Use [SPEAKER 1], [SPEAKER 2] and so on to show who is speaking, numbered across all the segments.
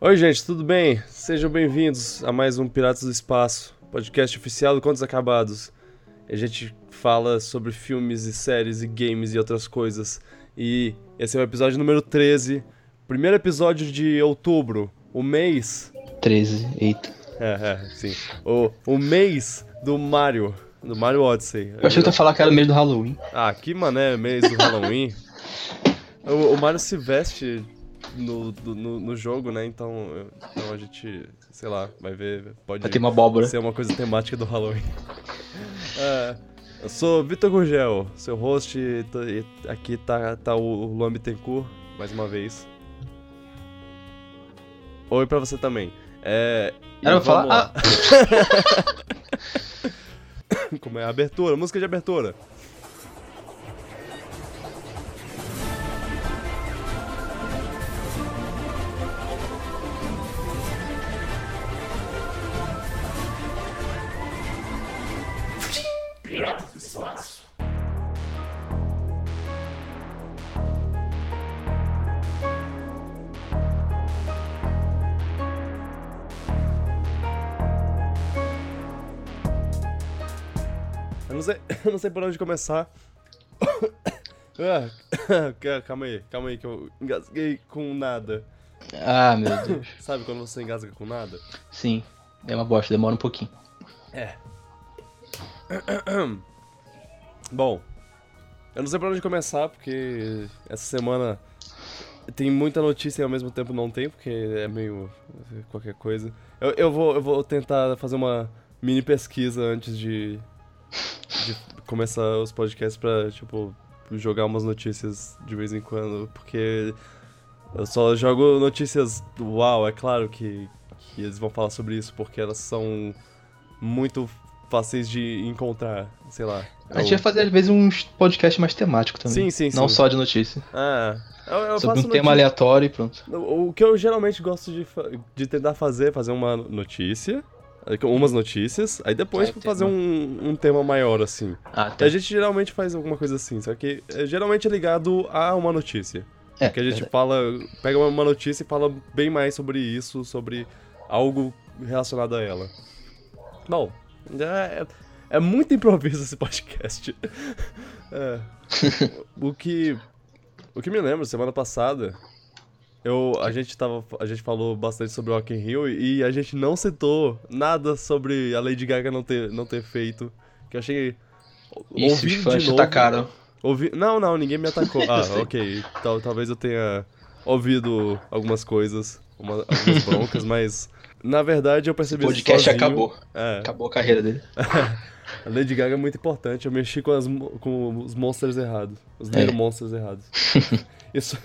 [SPEAKER 1] Oi, gente, tudo bem? Sejam bem-vindos a mais um Piratas do Espaço, podcast oficial do Contos Acabados. A gente fala sobre filmes e séries e games e outras coisas. E esse é o episódio número 13, primeiro episódio de outubro, o mês.
[SPEAKER 2] 13, eita.
[SPEAKER 1] É, é, sim. O, o mês do Mario, do Mario Odyssey.
[SPEAKER 2] Eu achei que tu ia falar que era o mês do Halloween.
[SPEAKER 1] Ah, que mané, mês do Halloween. o, o Mario se veste no, do- no, no jogo, né? Então, então a gente, sei lá, vai ver. Pode
[SPEAKER 2] Vai ter uma abóbora.
[SPEAKER 1] ser uma coisa temática do Halloween. É, eu sou Vitor Gurgel, seu host, e tô- e aqui tá, tá o Luan Bittencourt, mais uma vez. Oi pra você também. É, e
[SPEAKER 2] Era pra
[SPEAKER 1] vamos
[SPEAKER 2] falar.
[SPEAKER 1] lá.
[SPEAKER 2] Ah,
[SPEAKER 1] Como é a abertura, música de abertura. Eu não sei, eu não sei por onde começar. Ah, ca- calma aí, calma aí que eu engasguei com nada.
[SPEAKER 2] ah, meu Deus.
[SPEAKER 1] Sabe quando você engasga com nada?
[SPEAKER 2] Sim. É uma bosta, demora um pouquinho.
[SPEAKER 1] É. Bom, eu não sei pra onde começar, porque essa semana tem muita notícia e ao mesmo tempo não tem, porque é meio qualquer coisa. Eu, eu, vou, eu vou tentar fazer uma mini pesquisa antes de, de começar os podcasts pra, tipo, jogar umas notícias de vez em quando, porque eu só jogo notícias do UAU, é claro que, que eles vão falar sobre isso, porque elas são muito fáceis de encontrar, sei lá.
[SPEAKER 2] A gente
[SPEAKER 1] Eu-
[SPEAKER 2] vai fazer, às vezes, uns podcasts mais temáticos
[SPEAKER 1] Sim,
[SPEAKER 2] também.
[SPEAKER 1] sim,
[SPEAKER 2] Não
[SPEAKER 1] sim.
[SPEAKER 2] só de notícia.
[SPEAKER 1] Ah, eu, eu
[SPEAKER 2] Sobre um
[SPEAKER 1] faço
[SPEAKER 2] tema
[SPEAKER 1] notícia-
[SPEAKER 2] aleatório e pronto.
[SPEAKER 1] O o que eu geralmente gosto de, fa- de tentar fazer é fazer uma notícia, aí com umas notícias, aí depois
[SPEAKER 2] Aí É, tem
[SPEAKER 1] fazer
[SPEAKER 2] uma-
[SPEAKER 1] um, um tema maior, assim.
[SPEAKER 2] Ah, tá.
[SPEAKER 1] A gente geralmente faz alguma coisa assim, só que é, geralmente é ligado a uma notícia.
[SPEAKER 2] É,
[SPEAKER 1] Que a gente
[SPEAKER 2] verdade.
[SPEAKER 1] fala, pega uma notícia e fala bem mais sobre isso, sobre algo relacionado a ela. Bom, é, é muito improviso esse podcast. É. o que o que me lembro, semana passada, eu a gente tava a gente falou bastante sobre o Rock in Rio e a gente não citou nada sobre a Lady Gaga não ter não ter feito, que eu achei
[SPEAKER 2] Ih, se os
[SPEAKER 1] ouvindo
[SPEAKER 2] fãs
[SPEAKER 1] de novo, né?
[SPEAKER 2] tacaram.
[SPEAKER 1] Ouvi... Não, não, ninguém me atacou. Ah,
[SPEAKER 2] sei.
[SPEAKER 1] ok. Tal- talvez eu tenha ouvido algumas coisas, uma- algumas broncas, mas na verdade eu
[SPEAKER 2] O
[SPEAKER 1] percebi isso
[SPEAKER 2] podcast
[SPEAKER 1] sozinho.
[SPEAKER 2] acabou.
[SPEAKER 1] É,
[SPEAKER 2] Acabou a carreira dele.
[SPEAKER 1] a Lady Gaga é muito importante. Eu mexi com, as mo- com os monsters errados. Os Little
[SPEAKER 2] É.
[SPEAKER 1] Monsters errados. isso.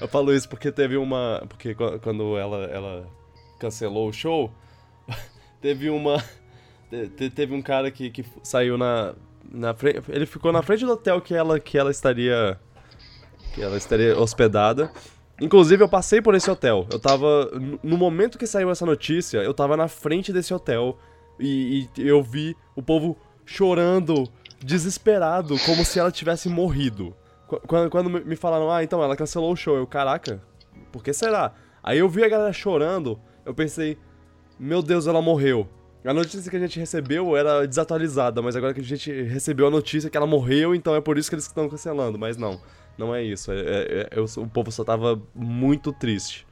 [SPEAKER 1] Eu falo isso porque teve uma. Porque qu- quando ela, ela cancelou o show, teve uma. te- te- Teve um cara que, que saiu na. na frente, ele ficou na frente do hotel que ela, que ela estaria. Que ela estaria hospedada. Inclusive, eu passei por esse hotel. Eu tava. no- No momento que saiu essa notícia, eu tava na frente desse hotel. E, e eu vi o povo chorando, desesperado, como se ela tivesse morrido. Qu- Quando, quando me me falaram, ah, então ela cancelou o show, eu, caraca, por que será? Aí eu vi a galera chorando, eu pensei, meu Deus, ela morreu. A notícia que a gente recebeu era desatualizada, mas agora que a gente recebeu a notícia que ela morreu, então é por isso que eles estão cancelando. Mas não, não é isso. É- é- é- eu- o povo só tava muito triste.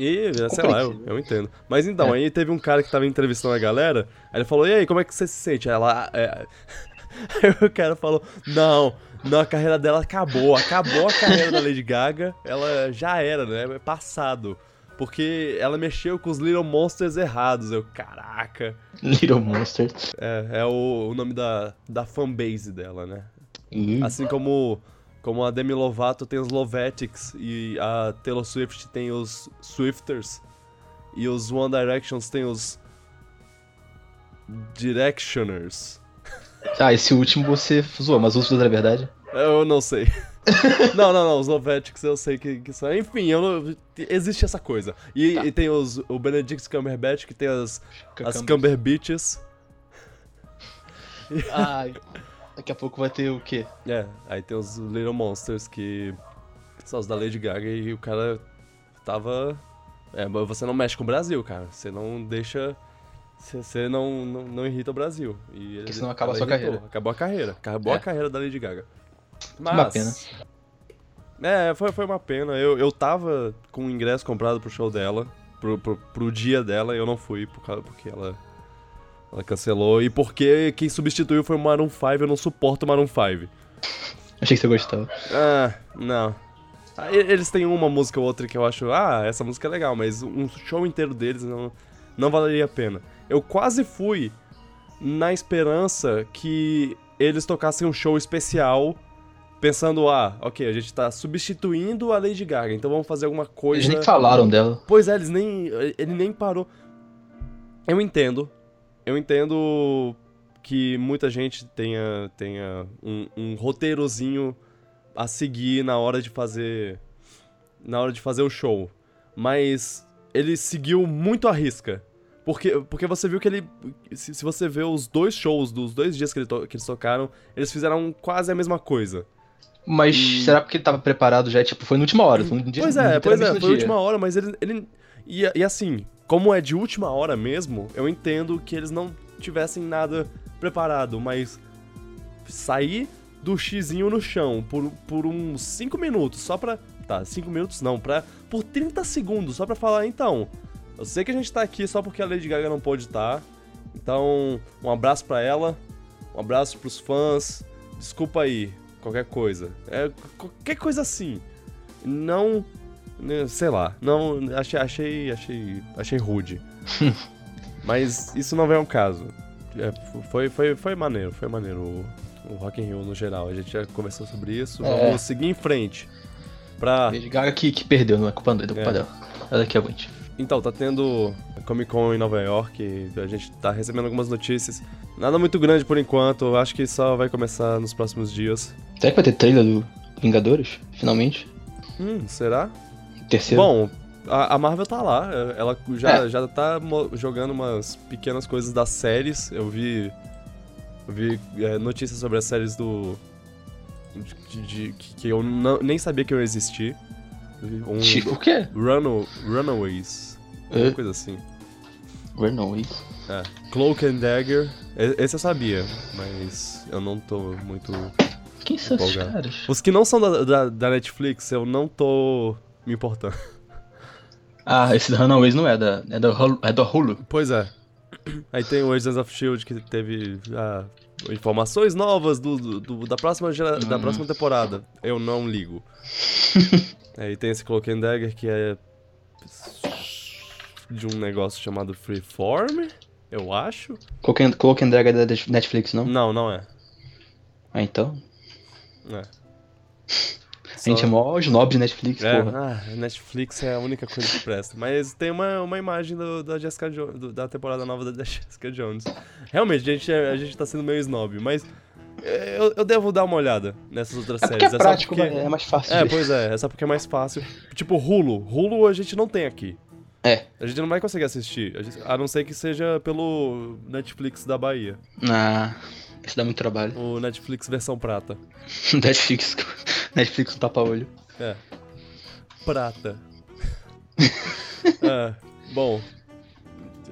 [SPEAKER 1] E, sei lá, eu, eu entendo. Mas então,
[SPEAKER 2] É.
[SPEAKER 1] aí teve um cara que tava entrevistando a galera, aí ele falou, e aí, como é que você se sente? Aí Ela. é, Aí o cara falou: Não, não, a carreira dela acabou. Acabou a carreira da Lady Gaga. Ela já era, né? É passado. Porque ela mexeu com os Little Monsters errados. Eu, caraca.
[SPEAKER 2] Little Monster.
[SPEAKER 1] É, é o, o nome da, da fanbase dela, né?
[SPEAKER 2] Hum.
[SPEAKER 1] Assim como, como a Demi Lovato tem os Lovetics e a Taylor Swift tem os Swifters e os One Directions tem os Directioners.
[SPEAKER 2] Ah, esse último você zoou, mas o outro é verdade?
[SPEAKER 1] Eu não sei. não, não, não. Os Lovetics eu sei que, que são. Enfim, eu não- existe essa coisa. E,
[SPEAKER 2] Tá.
[SPEAKER 1] e tem os, o Benedict Cumberbatch, que tem as, as
[SPEAKER 2] Cacamba.
[SPEAKER 1] Cumberbitches.
[SPEAKER 2] Ai. Daqui a pouco vai ter o quê?
[SPEAKER 1] É, aí tem os Little Monsters, que são os da Lady Gaga. E o cara tava É, mas você não mexe com o Brasil, cara. Você não deixa. Você- Você não, não, não irrita o Brasil. E ele-
[SPEAKER 2] senão
[SPEAKER 1] ela
[SPEAKER 2] acaba a sua
[SPEAKER 1] irritou.
[SPEAKER 2] carreira.
[SPEAKER 1] Acabou a carreira. Acabou
[SPEAKER 2] É.
[SPEAKER 1] a carreira da Lady Gaga. Mas.
[SPEAKER 2] Uma pena.
[SPEAKER 1] É, foi, foi uma pena. Eu, eu tava com o ingresso comprado pro show dela, pro, pro, pro dia dela, e eu não fui por causa, porque ela, ela cancelou. E porque quem substituiu foi o Maroon 5, eu não suporto o Maroon 5.
[SPEAKER 2] Achei que você gostava.
[SPEAKER 1] Ah, não. Ah, e- Eles têm uma música ou outra que eu acho, ah, essa música é legal, mas um show inteiro deles não, não valeria a pena. Eu quase fui na esperança que eles tocassem um show especial, pensando, ah, ok, a gente tá substituindo a Lady Gaga, então vamos fazer alguma coisa.
[SPEAKER 2] Eles nem falaram dela.
[SPEAKER 1] Pois é, eles nem. Ele nem parou. Eu entendo. Eu entendo que muita gente tenha, tenha um, um roteirozinho a seguir na hora de fazer. Na hora de fazer o show. Mas ele seguiu muito a risca. Porque, porque você viu que ele. Se, se você vê os dois shows dos dois dias que, ele to- que eles tocaram, eles fizeram quase a mesma coisa.
[SPEAKER 2] Mas
[SPEAKER 1] E-
[SPEAKER 2] será porque ele tava preparado já? Tipo, foi na última hora. Foi no dia,
[SPEAKER 1] Pois é, pois é,
[SPEAKER 2] literalmente no
[SPEAKER 1] foi a
[SPEAKER 2] dia.
[SPEAKER 1] última hora, mas ele. ele e, e assim, como é de última hora mesmo, eu entendo que eles não tivessem nada preparado, mas sair do xizinho no chão por, por uns 5 minutos, só pra. Tá, 5 minutos não, pra. Por 30 segundos, só pra falar, então. Eu sei que a gente tá aqui só porque a Lady Gaga não pôde tá, estar. Então, um abraço pra ela, um abraço pros fãs. Desculpa aí, qualquer coisa. É, qualquer coisa assim. Não né, sei lá, não achei achei achei, achei rude. Mas isso não vem ao caso. É, foi, foi, foi maneiro, foi maneiro o, o Rock in Rio no geral. A gente já conversou sobre isso.
[SPEAKER 2] É.
[SPEAKER 1] Vamos seguir em frente. Pra...
[SPEAKER 2] Lady Gaga que, que perdeu, não é culpa, dele, é culpa
[SPEAKER 1] É.
[SPEAKER 2] dela. Ela que avante.
[SPEAKER 1] Então, tá tendo Comic Con em Nova York, e a gente tá recebendo algumas notícias. Nada muito grande por enquanto, eu acho que só vai começar nos próximos dias.
[SPEAKER 2] Será que vai ter trailer do Vingadores? Finalmente?
[SPEAKER 1] Hum, será?
[SPEAKER 2] Terceiro?
[SPEAKER 1] Bom, a, a Marvel tá lá. Ela já,
[SPEAKER 2] É.
[SPEAKER 1] já tá mo- jogando umas pequenas coisas das séries. Eu vi. eu vi é, notícias sobre as séries do. de- de- que, que eu não- nem sabia que eu existia. Um,
[SPEAKER 2] Tipo, o quê?
[SPEAKER 1] Run, Runaways.
[SPEAKER 2] É.
[SPEAKER 1] Alguma coisa assim.
[SPEAKER 2] Uh, Runaways.
[SPEAKER 1] É. Cloak and Dagger. E- Esse eu sabia, mas eu não tô muito.
[SPEAKER 2] Quem são esses
[SPEAKER 1] Empolgado.
[SPEAKER 2] caras?
[SPEAKER 1] Os que não são da, da, da Netflix, eu não tô me importando.
[SPEAKER 2] Ah, esse da Runaways não é da. É da Hulu. É da Hulu.
[SPEAKER 1] Pois é. Aí tem o Agents of Shield que teve ah, informações novas do, do- do- da, próxima gera- da
[SPEAKER 2] Uhum.
[SPEAKER 1] próxima temporada. Eu não ligo. Aí tem esse Cloak and Dagger que é de um negócio chamado Freeform, eu acho.
[SPEAKER 2] Cloak and- Cloak and Dagger é da Netflix, não?
[SPEAKER 1] Não, não é.
[SPEAKER 2] Ah, então.
[SPEAKER 1] É.
[SPEAKER 2] A gente é mó os nobres Netflix,
[SPEAKER 1] É,
[SPEAKER 2] porra.
[SPEAKER 1] ah, Netflix é a única coisa que presta. Mas tem uma, uma imagem do- da Jessica Jo- do- da temporada nova da Jessica Jones. Realmente, a gente, é- a gente tá sendo meio snob, mas é, eu, eu devo dar uma olhada nessas outras
[SPEAKER 2] É porque
[SPEAKER 1] séries.
[SPEAKER 2] é
[SPEAKER 1] só
[SPEAKER 2] prático,
[SPEAKER 1] porque-
[SPEAKER 2] né? é mais fácil.
[SPEAKER 1] É,
[SPEAKER 2] de ver.
[SPEAKER 1] pois é, é só porque é mais fácil. Tipo, Hulu. Hulu a gente não tem aqui.
[SPEAKER 2] É.
[SPEAKER 1] A gente não vai conseguir assistir, a, gente- a não ser que seja pelo Netflix da Bahia.
[SPEAKER 2] Ah, isso dá muito trabalho.
[SPEAKER 1] O Netflix versão prata.
[SPEAKER 2] Netflix. Netflix não tapa olho.
[SPEAKER 1] É. Prata. é, bom.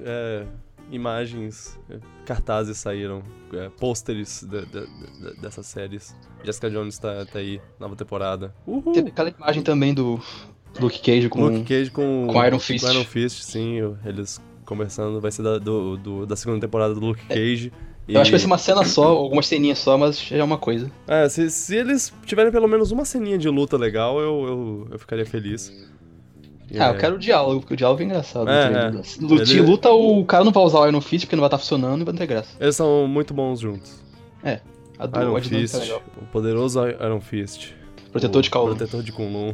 [SPEAKER 1] É, imagens, é, cartazes saíram, é, pôsteres de- de- de- dessas séries. Jessica Jones tá, tá aí, nova temporada.
[SPEAKER 2] Teve
[SPEAKER 1] Uhul!
[SPEAKER 2] aquela imagem também do Luke Cage com. um-
[SPEAKER 1] Luke Cage com,
[SPEAKER 2] com Iron Fist.
[SPEAKER 1] com Iron Fist, sim, o- eles conversando. Vai ser da, do- do- da segunda temporada do Luke Cage.
[SPEAKER 2] É, Eu acho que vai
[SPEAKER 1] e-
[SPEAKER 2] ser uma cena só, algumas ceninhas só, mas já é uma coisa.
[SPEAKER 1] É, se, se eles tiverem pelo menos uma ceninha de luta legal, eu, eu, eu ficaria feliz.
[SPEAKER 2] Ah, eu quero o diálogo, porque o diálogo é engraçado.
[SPEAKER 1] É,
[SPEAKER 2] entendeu?
[SPEAKER 1] é.
[SPEAKER 2] Se lu- se
[SPEAKER 1] Ele-
[SPEAKER 2] luta, o cara não vai usar o Iron Fist porque não vai estar funcionando e vai não ter graça.
[SPEAKER 1] Eles são muito bons juntos.
[SPEAKER 2] A do
[SPEAKER 1] Iron
[SPEAKER 2] a dinâmica
[SPEAKER 1] Fist,
[SPEAKER 2] é legal.
[SPEAKER 1] o poderoso Iron Fist.
[SPEAKER 2] Protetor
[SPEAKER 1] o
[SPEAKER 2] de calma.
[SPEAKER 1] Protetor de Kunlun.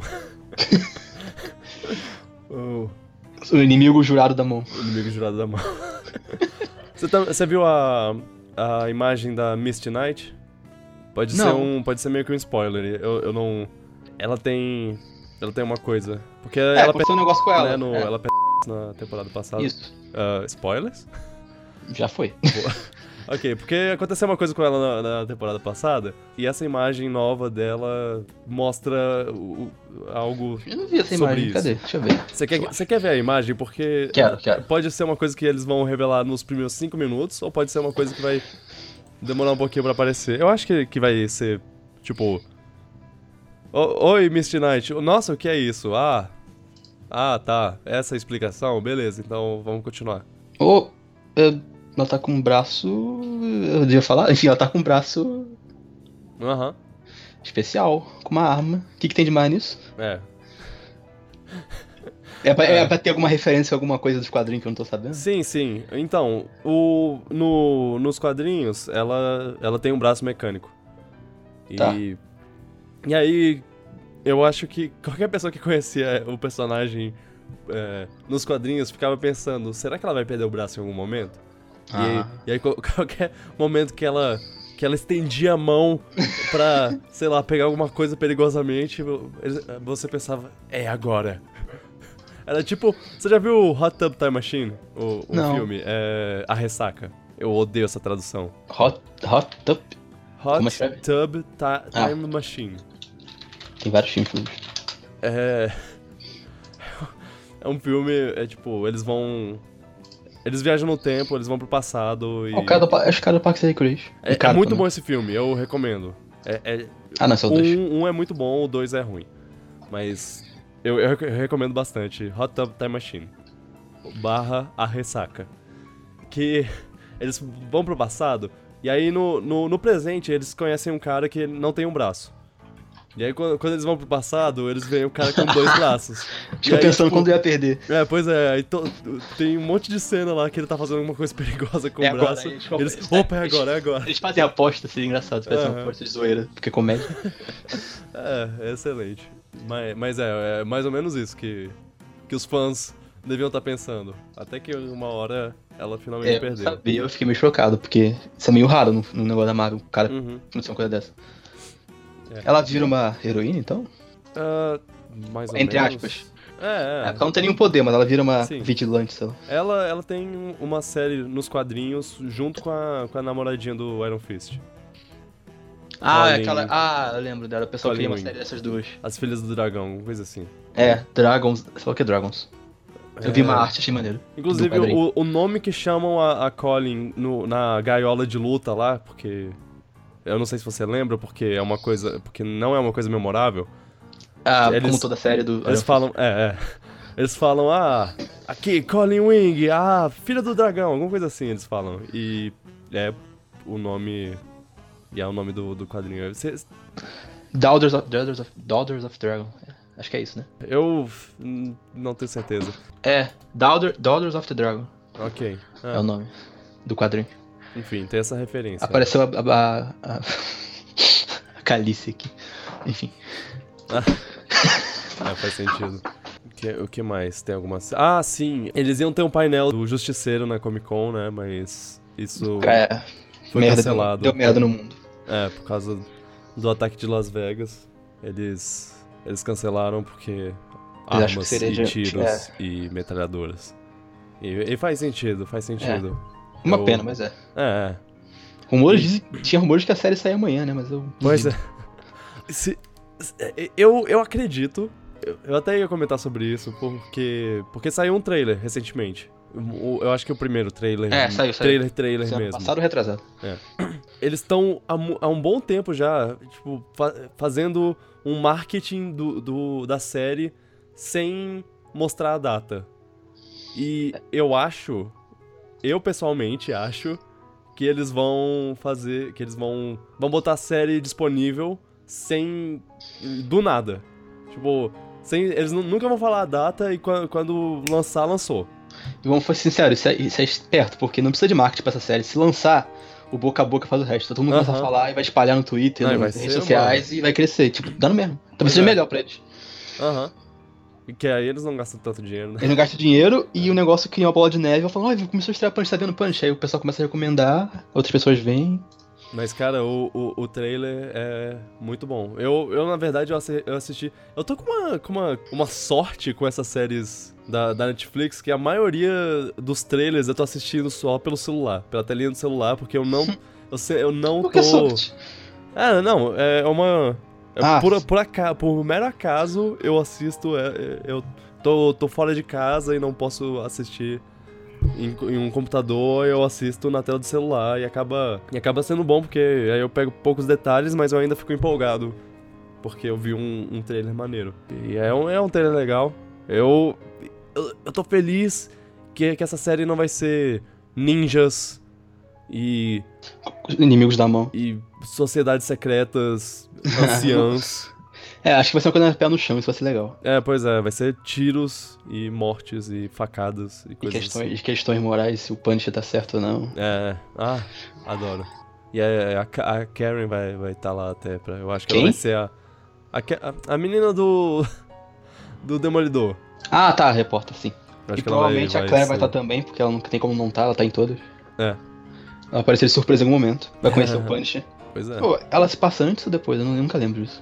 [SPEAKER 1] o
[SPEAKER 2] O inimigo jurado da mão.
[SPEAKER 1] inimigo jurado da mão. você, tá- você viu a, a imagem da Misty Knight? Pode ser,
[SPEAKER 2] Não.
[SPEAKER 1] um, pode ser meio que um spoiler. Eu, eu não. Ela tem. Ela tem uma coisa. Porque
[SPEAKER 2] É,
[SPEAKER 1] ela
[SPEAKER 2] aconteceu um negócio com
[SPEAKER 1] perdeu,
[SPEAKER 2] ela.
[SPEAKER 1] né, no-
[SPEAKER 2] é.
[SPEAKER 1] ela perdeu na temporada passada.
[SPEAKER 2] Isso,
[SPEAKER 1] Ah, spoilers?
[SPEAKER 2] já foi.
[SPEAKER 1] Ok, porque aconteceu uma coisa com ela na, na temporada passada, e essa imagem nova dela mostra o- o- algo.
[SPEAKER 2] Eu não vi essa
[SPEAKER 1] Sobre
[SPEAKER 2] imagem,
[SPEAKER 1] isso.
[SPEAKER 2] cadê? Deixa eu ver.
[SPEAKER 1] Você quer, você quer ver a imagem? Porque
[SPEAKER 2] Quero, quero.
[SPEAKER 1] pode ser uma coisa que eles vão revelar nos primeiros cinco minutos, ou pode ser uma coisa que vai demorar um pouquinho pra aparecer. Eu acho que, que vai ser, tipo... "O- Oi, Misty Knight. Nossa, o que é isso? Ah... Ah, tá. Essa é a explicação? Beleza, então vamos continuar.
[SPEAKER 2] Ô, é, ela tá com um braço. Eu devia falar? Enfim, ela tá com um braço
[SPEAKER 1] Aham,
[SPEAKER 2] especial, com uma arma. O que, que tem de mais nisso?
[SPEAKER 1] é.
[SPEAKER 2] É pra, é
[SPEAKER 1] É.
[SPEAKER 2] pra ter alguma referência, alguma coisa dos quadrinhos que eu não tô sabendo?
[SPEAKER 1] Sim, sim. Então, o, no, nos quadrinhos, ela, ela tem um braço mecânico. E,
[SPEAKER 2] Tá.
[SPEAKER 1] e aí, eu acho que qualquer pessoa que conhecia o personagem é, nos quadrinhos ficava pensando: será que ela vai perder o braço em algum momento? E aí-
[SPEAKER 2] Ah.
[SPEAKER 1] E, aí, qual- qualquer momento que ela, que ela estendia a mão pra, sei lá, pegar alguma coisa perigosamente, vo- eles- você pensava, é agora. Era tipo, você já viu o Hot Tub Time Machine? O, o
[SPEAKER 2] Não.
[SPEAKER 1] filme? É, a Ressaca. Eu odeio essa tradução.
[SPEAKER 2] Hot, hot Tub? Como é
[SPEAKER 1] Hot
[SPEAKER 2] escreve?
[SPEAKER 1] Tub Ti-
[SPEAKER 2] Ah.
[SPEAKER 1] Time Machine.
[SPEAKER 2] Tem vários filmes. juntos.
[SPEAKER 1] É. É um filme, é tipo, eles vão. Eles viajam no tempo, eles vão pro passado e.
[SPEAKER 2] Ah, o cara do, pa- acho que o cara do Parque Recreation.
[SPEAKER 1] É, é
[SPEAKER 2] né?
[SPEAKER 1] muito bom esse filme, eu recomendo. É- é-
[SPEAKER 2] Ah, não, são dois.
[SPEAKER 1] um, um é muito bom, o dois é ruim. Mas eu, eu rec- eu recomendo bastante Hot Tub Time Machine. Barra a ressaca. Que eles vão pro passado, e aí no, no, no presente eles conhecem um cara que não tem um braço. E aí quando, quando eles vão pro passado, eles veem um cara com dois braços. E
[SPEAKER 2] Estou
[SPEAKER 1] aí,
[SPEAKER 2] pensando
[SPEAKER 1] tipo,
[SPEAKER 2] quando eu ia perder.
[SPEAKER 1] é, pois é, aí to- tem um monte de cena lá que ele tá fazendo alguma coisa perigosa com
[SPEAKER 2] É
[SPEAKER 1] o
[SPEAKER 2] agora,
[SPEAKER 1] braço.
[SPEAKER 2] eles compram-
[SPEAKER 1] eles, opa, é agora, é agora.
[SPEAKER 2] Eles fazem aposta, seria engraçado. Fazem
[SPEAKER 1] Aham.
[SPEAKER 2] aposta de zoeira, porque comédia.
[SPEAKER 1] É, é excelente. Mas, mas é, é mais ou menos isso que, que os fãs deviam estar pensando. Até que uma hora ela finalmente
[SPEAKER 2] É, eu
[SPEAKER 1] perdeu.
[SPEAKER 2] sabia, eu fiquei meio chocado, porque isso é meio raro no, no negócio da Marvel, o cara
[SPEAKER 1] Uhum.
[SPEAKER 2] acontecer uma coisa dessa.
[SPEAKER 1] É.
[SPEAKER 2] Ela vira uma heroína, então?
[SPEAKER 1] Ah, mais ou
[SPEAKER 2] Entre
[SPEAKER 1] menos.
[SPEAKER 2] aspas.
[SPEAKER 1] É,
[SPEAKER 2] É,
[SPEAKER 1] é.
[SPEAKER 2] porque ela não tem nenhum poder, mas ela vira uma
[SPEAKER 1] Sim.
[SPEAKER 2] vigilante, sei lá.
[SPEAKER 1] Ela, ela tem um- uma série nos quadrinhos junto com a, com a namoradinha do Iron Fist.
[SPEAKER 2] Ah,
[SPEAKER 1] Colin-
[SPEAKER 2] aquela. Ah, eu lembro dela. O pessoal
[SPEAKER 1] Colin
[SPEAKER 2] queria uma
[SPEAKER 1] Wing.
[SPEAKER 2] série dessas duas.
[SPEAKER 1] As Filhas do Dragão, alguma coisa assim.
[SPEAKER 2] É, Dragons. Você falou que é Dragons. Eu vi
[SPEAKER 1] É.
[SPEAKER 2] uma arte, achei maneiro.
[SPEAKER 1] Inclusive,
[SPEAKER 2] Do quadrinho.
[SPEAKER 1] o, o nome que chamam a, a Colin no- na gaiola de luta lá, porque. Eu não sei se você lembra, porque é uma coisa. Porque não é uma coisa memorável.
[SPEAKER 2] Ah,
[SPEAKER 1] Eles-
[SPEAKER 2] como toda a série do.
[SPEAKER 1] Eles falam. É, é. Eles falam, ah. Aqui, Colin Wing, ah, filha do dragão, alguma coisa assim eles falam. E é o nome. E é o nome do, do quadrinho. Cê-
[SPEAKER 2] Daughters of, Daughters of, Daughters of Dragon. É, Acho que é isso, né?
[SPEAKER 1] Eu f- n- não tenho certeza.
[SPEAKER 2] É, Daughter, Daughters of the Dragon
[SPEAKER 1] Ok.
[SPEAKER 2] é,
[SPEAKER 1] Ah,
[SPEAKER 2] o nome do quadrinho.
[SPEAKER 1] enfim, tem essa referência.
[SPEAKER 2] Apareceu a. a, a, a... a Calice aqui. Enfim.
[SPEAKER 1] É, faz sentido. O que, o que mais? Tem alguma. c- Ah, sim. Eles iam ter um painel do Justiceiro na Comic Con, né? Mas isso
[SPEAKER 2] É,
[SPEAKER 1] foi
[SPEAKER 2] merda,
[SPEAKER 1] cancelado.
[SPEAKER 2] Deu merda no mundo.
[SPEAKER 1] É, por causa do ataque de Las Vegas. Eles. Eles cancelaram porque.
[SPEAKER 2] acham que
[SPEAKER 1] armas
[SPEAKER 2] seria
[SPEAKER 1] e
[SPEAKER 2] de- é.
[SPEAKER 1] tiros e metralhadoras. E, e faz sentido, faz sentido.
[SPEAKER 2] Uma
[SPEAKER 1] Eu-
[SPEAKER 2] pena, mas é.
[SPEAKER 1] É, é.
[SPEAKER 2] Rumores dizem- tinha rumores que a série saía amanhã, né? Mas eu.
[SPEAKER 1] Pois
[SPEAKER 2] duvido.
[SPEAKER 1] é. Se- se- eu, eu acredito. Eu, eu até ia comentar sobre isso, porque. Porque saiu um trailer recentemente. O- o- Eu acho que o primeiro trailer.
[SPEAKER 2] É, saiu, saiu.
[SPEAKER 1] Trailer, trailer
[SPEAKER 2] Ano
[SPEAKER 1] mesmo.
[SPEAKER 2] Passado ou retrasado.
[SPEAKER 1] Eles estão há, mu- há um bom tempo já, tipo, fa- fazendo um marketing do, do- da série sem mostrar a data. E eu acho, eu pessoalmente acho, que eles vão fazer, que eles vão, vão botar a série disponível sem, do nada. Tipo, sem, eles nu- nunca vão falar a data e quan- quando lançar, lançou.
[SPEAKER 2] E vamos ser sinceros, isso é, isso é esperto, porque não precisa de marketing pra essa série. Se lançar, o boca a boca faz o resto. Tá Todo mundo começa a
[SPEAKER 1] Aham.
[SPEAKER 2] falar e vai espalhar no Twitter,
[SPEAKER 1] Não, e vai
[SPEAKER 2] nas
[SPEAKER 1] ser
[SPEAKER 2] redes
[SPEAKER 1] uma-
[SPEAKER 2] sociais e vai crescer. Tipo, dá no mesmo. Talvez seja
[SPEAKER 1] é.
[SPEAKER 2] melhor pra eles.
[SPEAKER 1] Aham. E Que aí eles não gastam tanto dinheiro, né?
[SPEAKER 2] Eles não gastam dinheiro e o negócio cria uma bola de neve. Eu falo, ó, começou a estrear Punch, tá vendo Punch? Aí o pessoal começa a recomendar, outras pessoas vêm.
[SPEAKER 1] Mas, cara, o, o, o trailer é muito bom. Eu, eu na verdade, eu assi- eu assisti. Eu tô com uma, com uma, uma sorte com essas séries da, da Netflix, que a maioria dos trailers eu tô assistindo só pelo celular, pela telinha do celular, porque eu não. Eu, se- eu não
[SPEAKER 2] Por
[SPEAKER 1] tô.
[SPEAKER 2] que sorte?
[SPEAKER 1] Ah, não, é uma. é
[SPEAKER 2] Ah.
[SPEAKER 1] Por, por, aca- por mero acaso eu assisto. é, é, eu tô, tô fora de casa e não posso assistir em, co- em um computador, eu assisto na tela do celular e acaba, e acaba sendo bom, porque aí eu pego poucos detalhes, mas eu ainda fico empolgado. Porque eu vi um, um trailer maneiro. E é um, é um trailer legal. Eu, eu. eu tô feliz que, que essa série não vai ser ninjas e
[SPEAKER 2] Inimigos da mão.
[SPEAKER 1] e sociedades secretas, anciãs.
[SPEAKER 2] É, acho que vai ser uma coisa pé no chão, isso vai ser legal.
[SPEAKER 1] é, pois é, vai ser tiros e mortes e facadas e
[SPEAKER 2] E
[SPEAKER 1] coisas
[SPEAKER 2] questões, questões morais, se o Punisher tá certo ou não.
[SPEAKER 1] assim. É, ah, adoro. E a, a Ka- a Karen vai vai tá lá até pra. Eu acho que ela
[SPEAKER 2] Quem?
[SPEAKER 1] vai ser a. A, Ka- a- a menina do. Do Demolidor.
[SPEAKER 2] Ah, tá, repórter, sim.
[SPEAKER 1] Eu Acho
[SPEAKER 2] e provavelmente a Claire vai
[SPEAKER 1] ser-
[SPEAKER 2] estar também, porque ela não tem como não estar, ela tá em todas.
[SPEAKER 1] É.
[SPEAKER 2] Ela apareceu de surpresa em algum momento. Vai conhecer o Punisher.
[SPEAKER 1] Pois é.
[SPEAKER 2] Pô, ela se passa antes ou depois? Eu não- nunca lembro disso.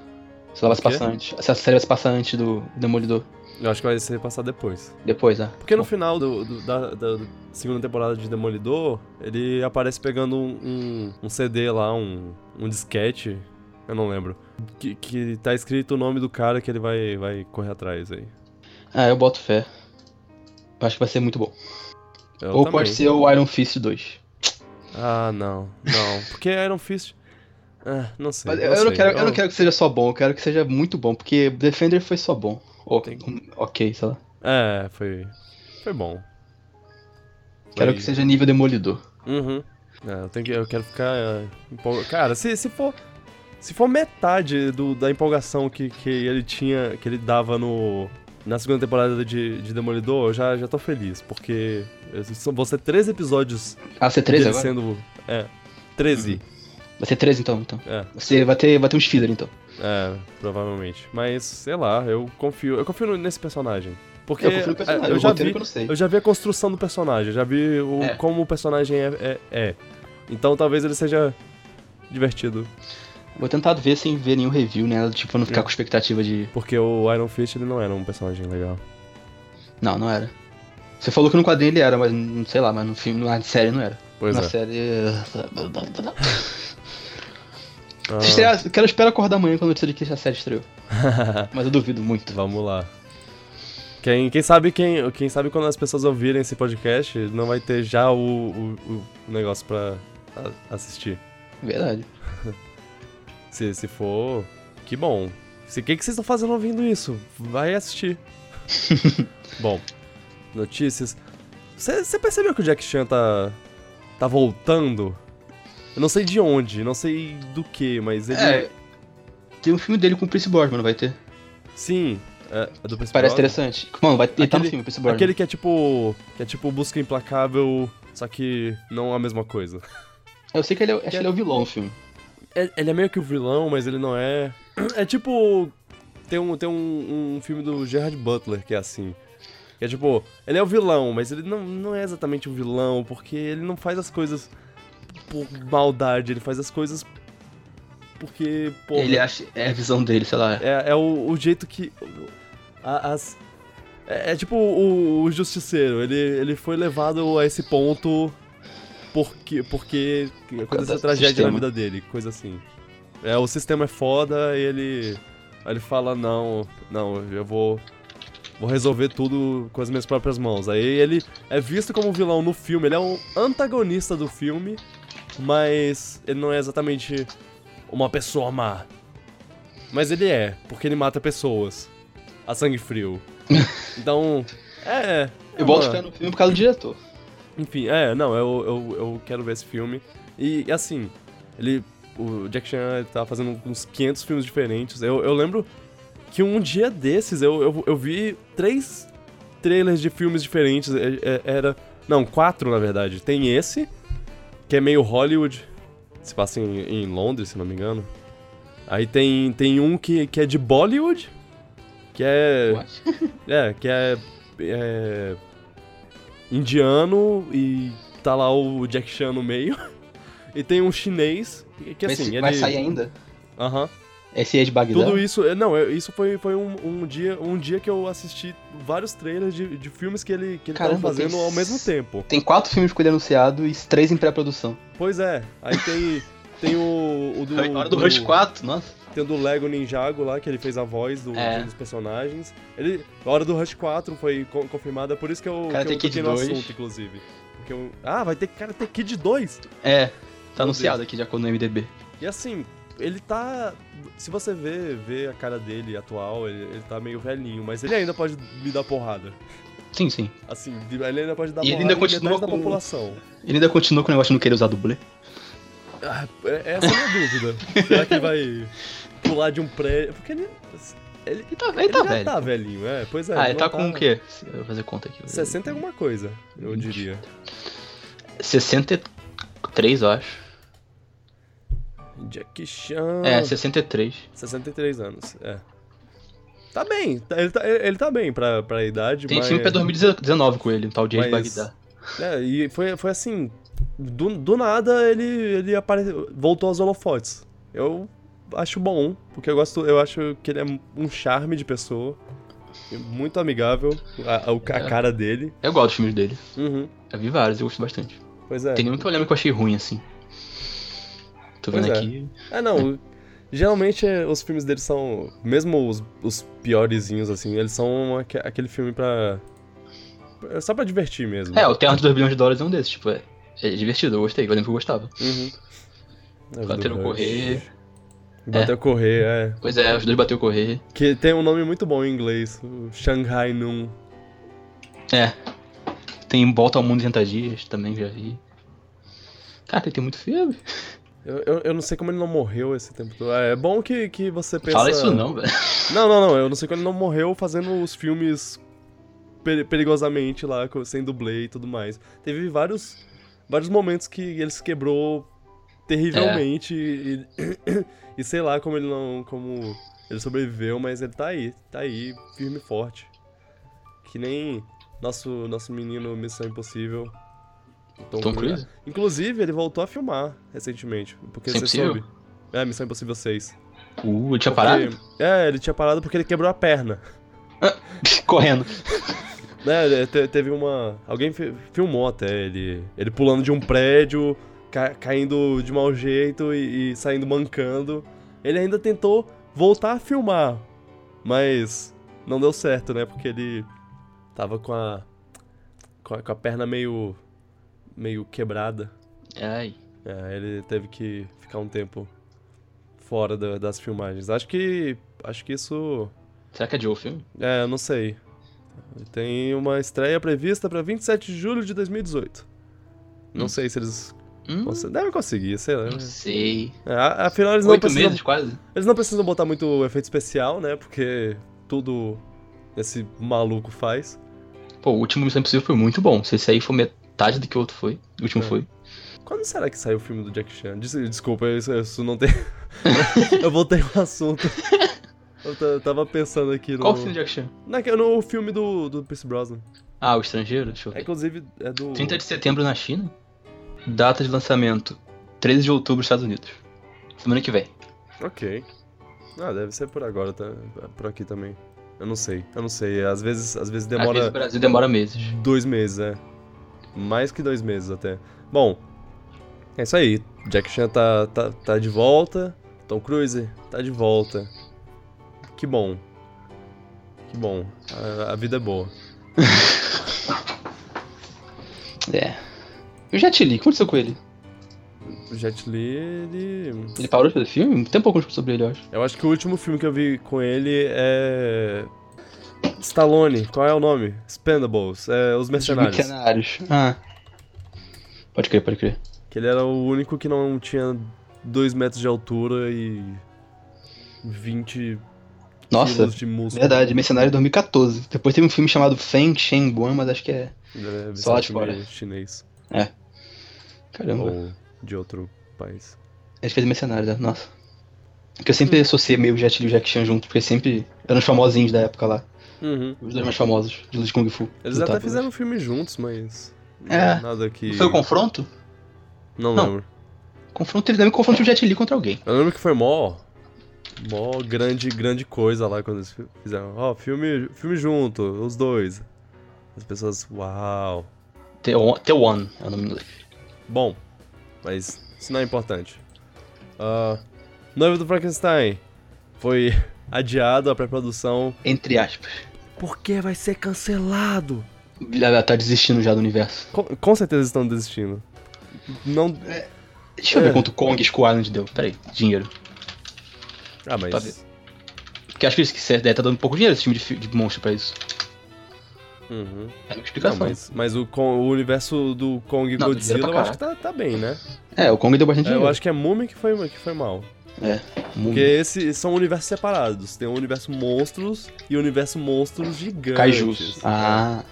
[SPEAKER 2] Se ela vai se
[SPEAKER 1] O quê?
[SPEAKER 2] passar antes. Se a série vai se passar antes do Demolidor.
[SPEAKER 1] Eu acho que vai ser passar depois.
[SPEAKER 2] Depois, ah.
[SPEAKER 1] Porque no final do, do- da, da- da segunda temporada de Demolidor, ele aparece pegando um, um- um CD lá, um, um disquete, eu não lembro. Que, que tá escrito o nome do cara que ele vai, vai correr atrás aí.
[SPEAKER 2] Ah, eu boto fé. Eu Acho que vai ser muito bom.
[SPEAKER 1] Eu
[SPEAKER 2] ou
[SPEAKER 1] também.
[SPEAKER 2] pode ser o Iron Fist 2.
[SPEAKER 1] É Ah, não, não. Porque é Iron Fist. Ah, não sei.
[SPEAKER 2] Mas
[SPEAKER 1] não
[SPEAKER 2] eu, não
[SPEAKER 1] sei.
[SPEAKER 2] quero, eu... não quero que seja só bom, eu quero que seja muito bom, porque Defender foi só bom. Ou, um,
[SPEAKER 1] Tem-
[SPEAKER 2] ok, sei lá.
[SPEAKER 1] É, foi. Foi bom.
[SPEAKER 2] Quero
[SPEAKER 1] Foi-
[SPEAKER 2] que seja nível Demolidor.
[SPEAKER 1] Uhum. É, eu, tenho que- eu quero ficar é, empolga- Cara, se, se for. Se for metade do, da empolgação que, que ele tinha. que ele dava no. Na segunda temporada de, de Demolidor, eu já, já tô feliz, porque eu- são, vão ser 13 episódios
[SPEAKER 2] Ah, ser 13
[SPEAKER 1] dele
[SPEAKER 2] agora?
[SPEAKER 1] sendo. É. 13.
[SPEAKER 2] Vai ser 13 então, então.
[SPEAKER 1] É.
[SPEAKER 2] Você vai ter, vai ter uns filler então.
[SPEAKER 1] É, provavelmente. Mas, sei lá, eu confio. Eu confio no- nesse personagem. Porque
[SPEAKER 2] eu confio no personagem,
[SPEAKER 1] é, eu
[SPEAKER 2] o
[SPEAKER 1] já
[SPEAKER 2] roteiro
[SPEAKER 1] vi
[SPEAKER 2] que eu não sei.
[SPEAKER 1] Eu já vi a construção do personagem, já vi o-
[SPEAKER 2] É.
[SPEAKER 1] como o personagem é, é- é. Então talvez ele seja divertido.
[SPEAKER 2] Vou tentar ver sem ver nenhum review, né? Tipo, pra não ficar com expectativa de.
[SPEAKER 1] Porque o Iron Fist ele não era um personagem legal.
[SPEAKER 2] Não, não era. Você falou que no quadrinho ele era, mas não sei lá, mas no filme, na série não era.
[SPEAKER 1] Pois
[SPEAKER 2] na
[SPEAKER 1] é.
[SPEAKER 2] série.
[SPEAKER 1] Ah,
[SPEAKER 2] Se estrear- eu quero esperar acordar amanhã quando eu disser de que a série estreou. Mas eu duvido muito.
[SPEAKER 1] vamos lá. Quem, quem sabe quem, quem sabe quando as pessoas ouvirem esse podcast, não vai ter já o, o, o negócio pra a- assistir.
[SPEAKER 2] Verdade.
[SPEAKER 1] Se, se for, que bom. O que, que vocês estão fazendo ouvindo isso? Vai assistir. bom, notícias. Você percebeu que o Jack Chan tá, tá voltando? Eu não sei de onde, não sei do que, mas ele.
[SPEAKER 2] É. Tem um filme dele com o Prince Borg, mano, vai ter.
[SPEAKER 1] Sim, é, é do Percy
[SPEAKER 2] Parece
[SPEAKER 1] Brosnan.
[SPEAKER 2] interessante. Mano, vai ter. Ele tá no
[SPEAKER 1] Aquele-
[SPEAKER 2] filme, o Prince Borg.
[SPEAKER 1] Aquele que é tipo. que é tipo busca implacável, só que não é a mesma coisa.
[SPEAKER 2] Eu sei que ele é, acho que ele é o vilão no filme.
[SPEAKER 1] É- Ele é meio que o vilão, mas ele não é. É tipo. Tem um, tem um, um filme do Gerard Butler que é assim. Que é tipo, ele é o vilão, mas ele não, não é exatamente o vilão, porque ele não faz as coisas por maldade, ele faz as coisas porque, pô.
[SPEAKER 2] Ele acha. É a visão dele, sei lá.
[SPEAKER 1] É, é o, o jeito que. a- As. É, é tipo o, o Justiceiro, ele, ele foi levado a esse ponto porque, porque aconteceu
[SPEAKER 2] causa
[SPEAKER 1] a
[SPEAKER 2] do
[SPEAKER 1] tragédia
[SPEAKER 2] sistema.
[SPEAKER 1] na vida dele, coisa assim. É, o sistema é foda e ele. Aí ele fala, não, não, eu vou. Vou resolver tudo com as minhas próprias mãos. Aí ele é visto como vilão no filme, ele é um antagonista do filme, mas ele não é exatamente uma pessoa má. Mas ele é, porque ele mata pessoas. A sangue frio. Então, é. é
[SPEAKER 2] Eu boto
[SPEAKER 1] uma-
[SPEAKER 2] fé no filme por causa do diretor.
[SPEAKER 1] Enfim, é, não, eu, eu, eu quero ver esse filme. E, e assim, ele. O Jack Chan ele tá fazendo uns 500 filmes diferentes. Eu, eu lembro que um dia desses eu, eu, eu vi três trailers de filmes diferentes. É- é- Era. Não, quatro na verdade. Tem esse, que é meio Hollywood. Se passa em, em Londres, se não me engano. Aí tem, tem um que, que é de Bollywood. Que é.
[SPEAKER 2] What?
[SPEAKER 1] É, que é, é, indiano e tá lá o Jack Chan no meio. E tem um chinês que
[SPEAKER 2] Mas
[SPEAKER 1] assim.
[SPEAKER 2] vai
[SPEAKER 1] ele...
[SPEAKER 2] sair ainda?
[SPEAKER 1] Aham.
[SPEAKER 2] Esse é de Bagdá?
[SPEAKER 1] Tudo isso, é, não, é, isso foi, foi um, um dia, um dia que eu assisti vários trailers de, de filmes que ele, que ele tava
[SPEAKER 2] Caramba,
[SPEAKER 1] fazendo
[SPEAKER 2] tem
[SPEAKER 1] ao
[SPEAKER 2] s-
[SPEAKER 1] mesmo tempo.
[SPEAKER 2] Tem quatro filmes com ele anunciado e três em pré-produção.
[SPEAKER 1] Pois é, aí tem, tem o, o do.
[SPEAKER 2] Na hora do Rush 4, nossa.
[SPEAKER 1] Tem o do Lego Ninjago lá, que ele fez a voz do,
[SPEAKER 2] É.
[SPEAKER 1] de um dos personagens. Ele, a hora do Rush 4 foi co- confirmada, por isso que eu,
[SPEAKER 2] Karate
[SPEAKER 1] que eu
[SPEAKER 2] Kid
[SPEAKER 1] toquei no
[SPEAKER 2] 2.
[SPEAKER 1] assunto, inclusive. Porque eu, ah, vai ter cara ter Kid 2!
[SPEAKER 2] É,
[SPEAKER 1] Meu
[SPEAKER 2] tá anunciado aqui de acordo no MDB.
[SPEAKER 1] E assim, ele tá. Se você ver vê a cara dele atual, ele, ele tá meio velhinho, mas ele ainda pode me dar porrada.
[SPEAKER 2] Sim, sim.
[SPEAKER 1] Assim, de- ele ainda pode dar
[SPEAKER 2] E ele
[SPEAKER 1] porrada
[SPEAKER 2] ainda
[SPEAKER 1] em
[SPEAKER 2] continua
[SPEAKER 1] metade da
[SPEAKER 2] com- um.
[SPEAKER 1] população.
[SPEAKER 2] Ele ainda continua com o negócio de não querer usar dublê.
[SPEAKER 1] Ah, é- essa é a minha dúvida. Será que ele vai pular de um prédio? Porque ele. Ele,
[SPEAKER 2] Ele tá, ele
[SPEAKER 1] ele
[SPEAKER 2] tá
[SPEAKER 1] já
[SPEAKER 2] velho.
[SPEAKER 1] tá velhinho, é. Pois é.
[SPEAKER 2] ah, ele
[SPEAKER 1] não
[SPEAKER 2] tá com o quê? Eu vou fazer conta aqui.
[SPEAKER 1] 60 e alguma coisa, eu
[SPEAKER 2] Vinte.
[SPEAKER 1] diria.
[SPEAKER 2] 63, eu acho.
[SPEAKER 1] Jack Chan.
[SPEAKER 2] É, 63.
[SPEAKER 1] 63 anos, é. Tá bem, tá- ele tá, ele tá bem pra, pra idade,
[SPEAKER 2] Tem
[SPEAKER 1] mas...
[SPEAKER 2] filme é pra 2019 com ele, um tal de Ed
[SPEAKER 1] Mas-
[SPEAKER 2] Bagdá.
[SPEAKER 1] É, e foi, foi assim, do, do nada ele, ele apareceu, voltou aos holofotes. Eu acho bom, porque eu gosto, eu acho que ele é um charme de pessoa, muito amigável, a, a- a
[SPEAKER 2] É.
[SPEAKER 1] cara dele.
[SPEAKER 2] Eu gosto dos filmes dele.
[SPEAKER 1] Uhum,
[SPEAKER 2] Eu vi vários, eu gosto bastante.
[SPEAKER 1] pois é.
[SPEAKER 2] Tem nenhum que eu lembro que eu achei ruim, assim. Tô
[SPEAKER 1] Pois
[SPEAKER 2] vendo
[SPEAKER 1] é.
[SPEAKER 2] aqui.
[SPEAKER 1] É, não. Geralmente é, os filmes dele são. Mesmo os, os piorezinhos, assim, eles são aque- aquele filme pra. pra- Só pra divertir mesmo.
[SPEAKER 2] É, o Terra dos 2 bilhões de dólares é um desses, tipo, é, é divertido, eu gostei, eu lembro que eu gostava.
[SPEAKER 1] Uhum. É
[SPEAKER 2] Bateram o correr.
[SPEAKER 1] Bateu correr, é.
[SPEAKER 2] Pois é, os dois bateu correr.
[SPEAKER 1] Que tem um nome muito bom em inglês: o Shanghai Noon.
[SPEAKER 2] É. Tem Volta ao Mundo em 80 Dias, também já vi. Cara, tem muito filme.
[SPEAKER 1] Eu, eu, eu não sei como ele não morreu esse tempo todo. É, é bom que, que você pensa.
[SPEAKER 2] Fala isso não, velho.
[SPEAKER 1] Não, não, não. Eu não sei como ele não morreu fazendo os filmes peri- perigosamente lá, co- sem dublê e tudo mais. Teve vários, vários momentos que ele se quebrou terrivelmente e, e sei lá como ele não. como ele sobreviveu, mas ele tá aí, tá aí, firme e forte. Que nem nosso, nosso menino Missão Impossível.
[SPEAKER 2] Tom Cruise?
[SPEAKER 1] Inclusive, ele voltou a filmar recentemente. Porque
[SPEAKER 2] Missão
[SPEAKER 1] você
[SPEAKER 2] Impossível?
[SPEAKER 1] soube. É, Missão Impossível 6.
[SPEAKER 2] Uh, ele tinha parado?
[SPEAKER 1] Porque- É, ele tinha parado porque ele quebrou a perna.
[SPEAKER 2] Correndo.
[SPEAKER 1] Né, ele te- teve uma. Alguém fi- filmou até ele. Ele pulando de um prédio, ca- caindo de mau jeito e, e saindo mancando. Ele ainda tentou voltar a filmar, mas não deu certo, né? Porque ele tava com a. com a, com a perna meio. meio quebrada.
[SPEAKER 2] Ai.
[SPEAKER 1] É, ele teve que ficar um tempo fora da- das filmagens. Acho que. acho que isso.
[SPEAKER 2] Será que é de o filme?
[SPEAKER 1] É, eu não sei. Tem uma estreia prevista pra 27 de julho de 2018. Não
[SPEAKER 2] Hum.
[SPEAKER 1] sei se eles.
[SPEAKER 2] Hum,
[SPEAKER 1] conse- Devem conseguir, sei lá.
[SPEAKER 2] não sei.
[SPEAKER 1] É, a- afinal, eles não,
[SPEAKER 2] Oito
[SPEAKER 1] precisam,
[SPEAKER 2] meses quase?
[SPEAKER 1] eles não precisam botar muito efeito especial, né? Porque tudo esse maluco faz.
[SPEAKER 2] Pô, o último Missão Impossível foi muito bom. Se esse aí for metade do que o outro foi, o último
[SPEAKER 1] É.
[SPEAKER 2] foi.
[SPEAKER 1] Quando será que saiu o filme do Jack Chan? Des- Desculpa, isso, isso não tem. eu voltei ao assunto. Eu ta- tava pensando aqui no.
[SPEAKER 2] Qual o filme de action?
[SPEAKER 1] Naque- no filme do, do Pierce Brosnan.
[SPEAKER 2] Ah, o estrangeiro? Deixa eu
[SPEAKER 1] É,
[SPEAKER 2] ver.
[SPEAKER 1] inclusive, é do.
[SPEAKER 2] 30 de setembro na China. Data de lançamento: 13 de outubro, Estados Unidos. Semana que vem.
[SPEAKER 1] Ok. Ah, deve ser por agora, tá? Por aqui também. Eu não sei, eu não sei. Às vezes, às vezes
[SPEAKER 2] Às vezes
[SPEAKER 1] demora
[SPEAKER 2] o Brasil demora meses.
[SPEAKER 1] dois meses, é. Mais que dois meses até. Bom, é isso aí. Jack Chan tá, tá, tá de volta. Tom Cruise tá de volta. Que bom. Que bom. A, a vida é boa.
[SPEAKER 2] É. E o Jet Li, o que aconteceu com ele?
[SPEAKER 1] O Jet Li, ele...
[SPEAKER 2] Ele parou de fazer filme? Tem um pouco sobre ele, eu acho.
[SPEAKER 1] Eu acho que o último filme que eu vi com ele é... Stallone, qual é o nome? Spendables, é, Os Mercenários.
[SPEAKER 2] Mercenários. Ah. Pode crer, pode crer.
[SPEAKER 1] Que ele era o único que não tinha 2 metros de altura e 20
[SPEAKER 2] Nossa,
[SPEAKER 1] quilos de músculo.
[SPEAKER 2] verdade, Mercenários 2014. Depois teve um filme chamado Feng Shen Guan, mas acho que é.
[SPEAKER 1] Deve
[SPEAKER 2] Só
[SPEAKER 1] ser
[SPEAKER 2] de
[SPEAKER 1] um filme
[SPEAKER 2] fora.
[SPEAKER 1] chinês.
[SPEAKER 2] Caramba.
[SPEAKER 1] Ou de outro país.
[SPEAKER 2] Ele fez Mercenários, né? Nossa. Porque eu sempre associei meio o Jet Li e o Jack Chan junto, porque sempre eram os famosinhos da época lá. Os dois mais famosos, de Luz Kung Fu.
[SPEAKER 1] Uhum. Eles
[SPEAKER 2] Lutava.
[SPEAKER 1] até fizeram um filme juntos, mas.
[SPEAKER 2] É.
[SPEAKER 1] Nada que.
[SPEAKER 2] Não Foi o confronto?
[SPEAKER 1] Não
[SPEAKER 2] Não.
[SPEAKER 1] lembro.
[SPEAKER 2] Confronto, ele também confronta o Jet Li contra alguém.
[SPEAKER 1] Eu lembro que foi mó. Mó grande, grande coisa lá quando eles fizeram. Ó, filme, filme junto, os dois. As pessoas, uau.
[SPEAKER 2] The One, The One é o nome do
[SPEAKER 1] Bom, mas isso não é importante. Ah, Noiva do Frankenstein foi adiado a pré-produção
[SPEAKER 2] Entre aspas.
[SPEAKER 1] porque vai ser cancelado.
[SPEAKER 2] Ela tá desistindo já do universo.
[SPEAKER 1] Com, com certeza estão desistindo. Não.
[SPEAKER 2] Deixa eu
[SPEAKER 1] É.
[SPEAKER 2] ver quanto Kong Skull Island deu. Peraí, dinheiro.
[SPEAKER 1] Ah,
[SPEAKER 2] Pra ver.
[SPEAKER 1] mas.
[SPEAKER 2] Porque acho que isso que serve- deve tá dando pouco dinheiro esse time de, fi- de monstro pra isso.
[SPEAKER 1] Uhum.
[SPEAKER 2] É uma
[SPEAKER 1] Não,
[SPEAKER 2] explicação.
[SPEAKER 1] mas, mas o, Kong- o universo do Kong e
[SPEAKER 2] Não,
[SPEAKER 1] Godzilla
[SPEAKER 2] dinheiro
[SPEAKER 1] eu
[SPEAKER 2] pra
[SPEAKER 1] acho que tá, tá bem, né?
[SPEAKER 2] É, o Kong deu bastante
[SPEAKER 1] É, eu
[SPEAKER 2] dinheiro. É.
[SPEAKER 1] acho que é Múmia que foi, que foi mal.
[SPEAKER 2] Mu-
[SPEAKER 1] Porque
[SPEAKER 2] Hum.
[SPEAKER 1] esses são universos separados. Tem o universo monstros e o universo monstros gigantes.
[SPEAKER 2] Kaijus. Ah.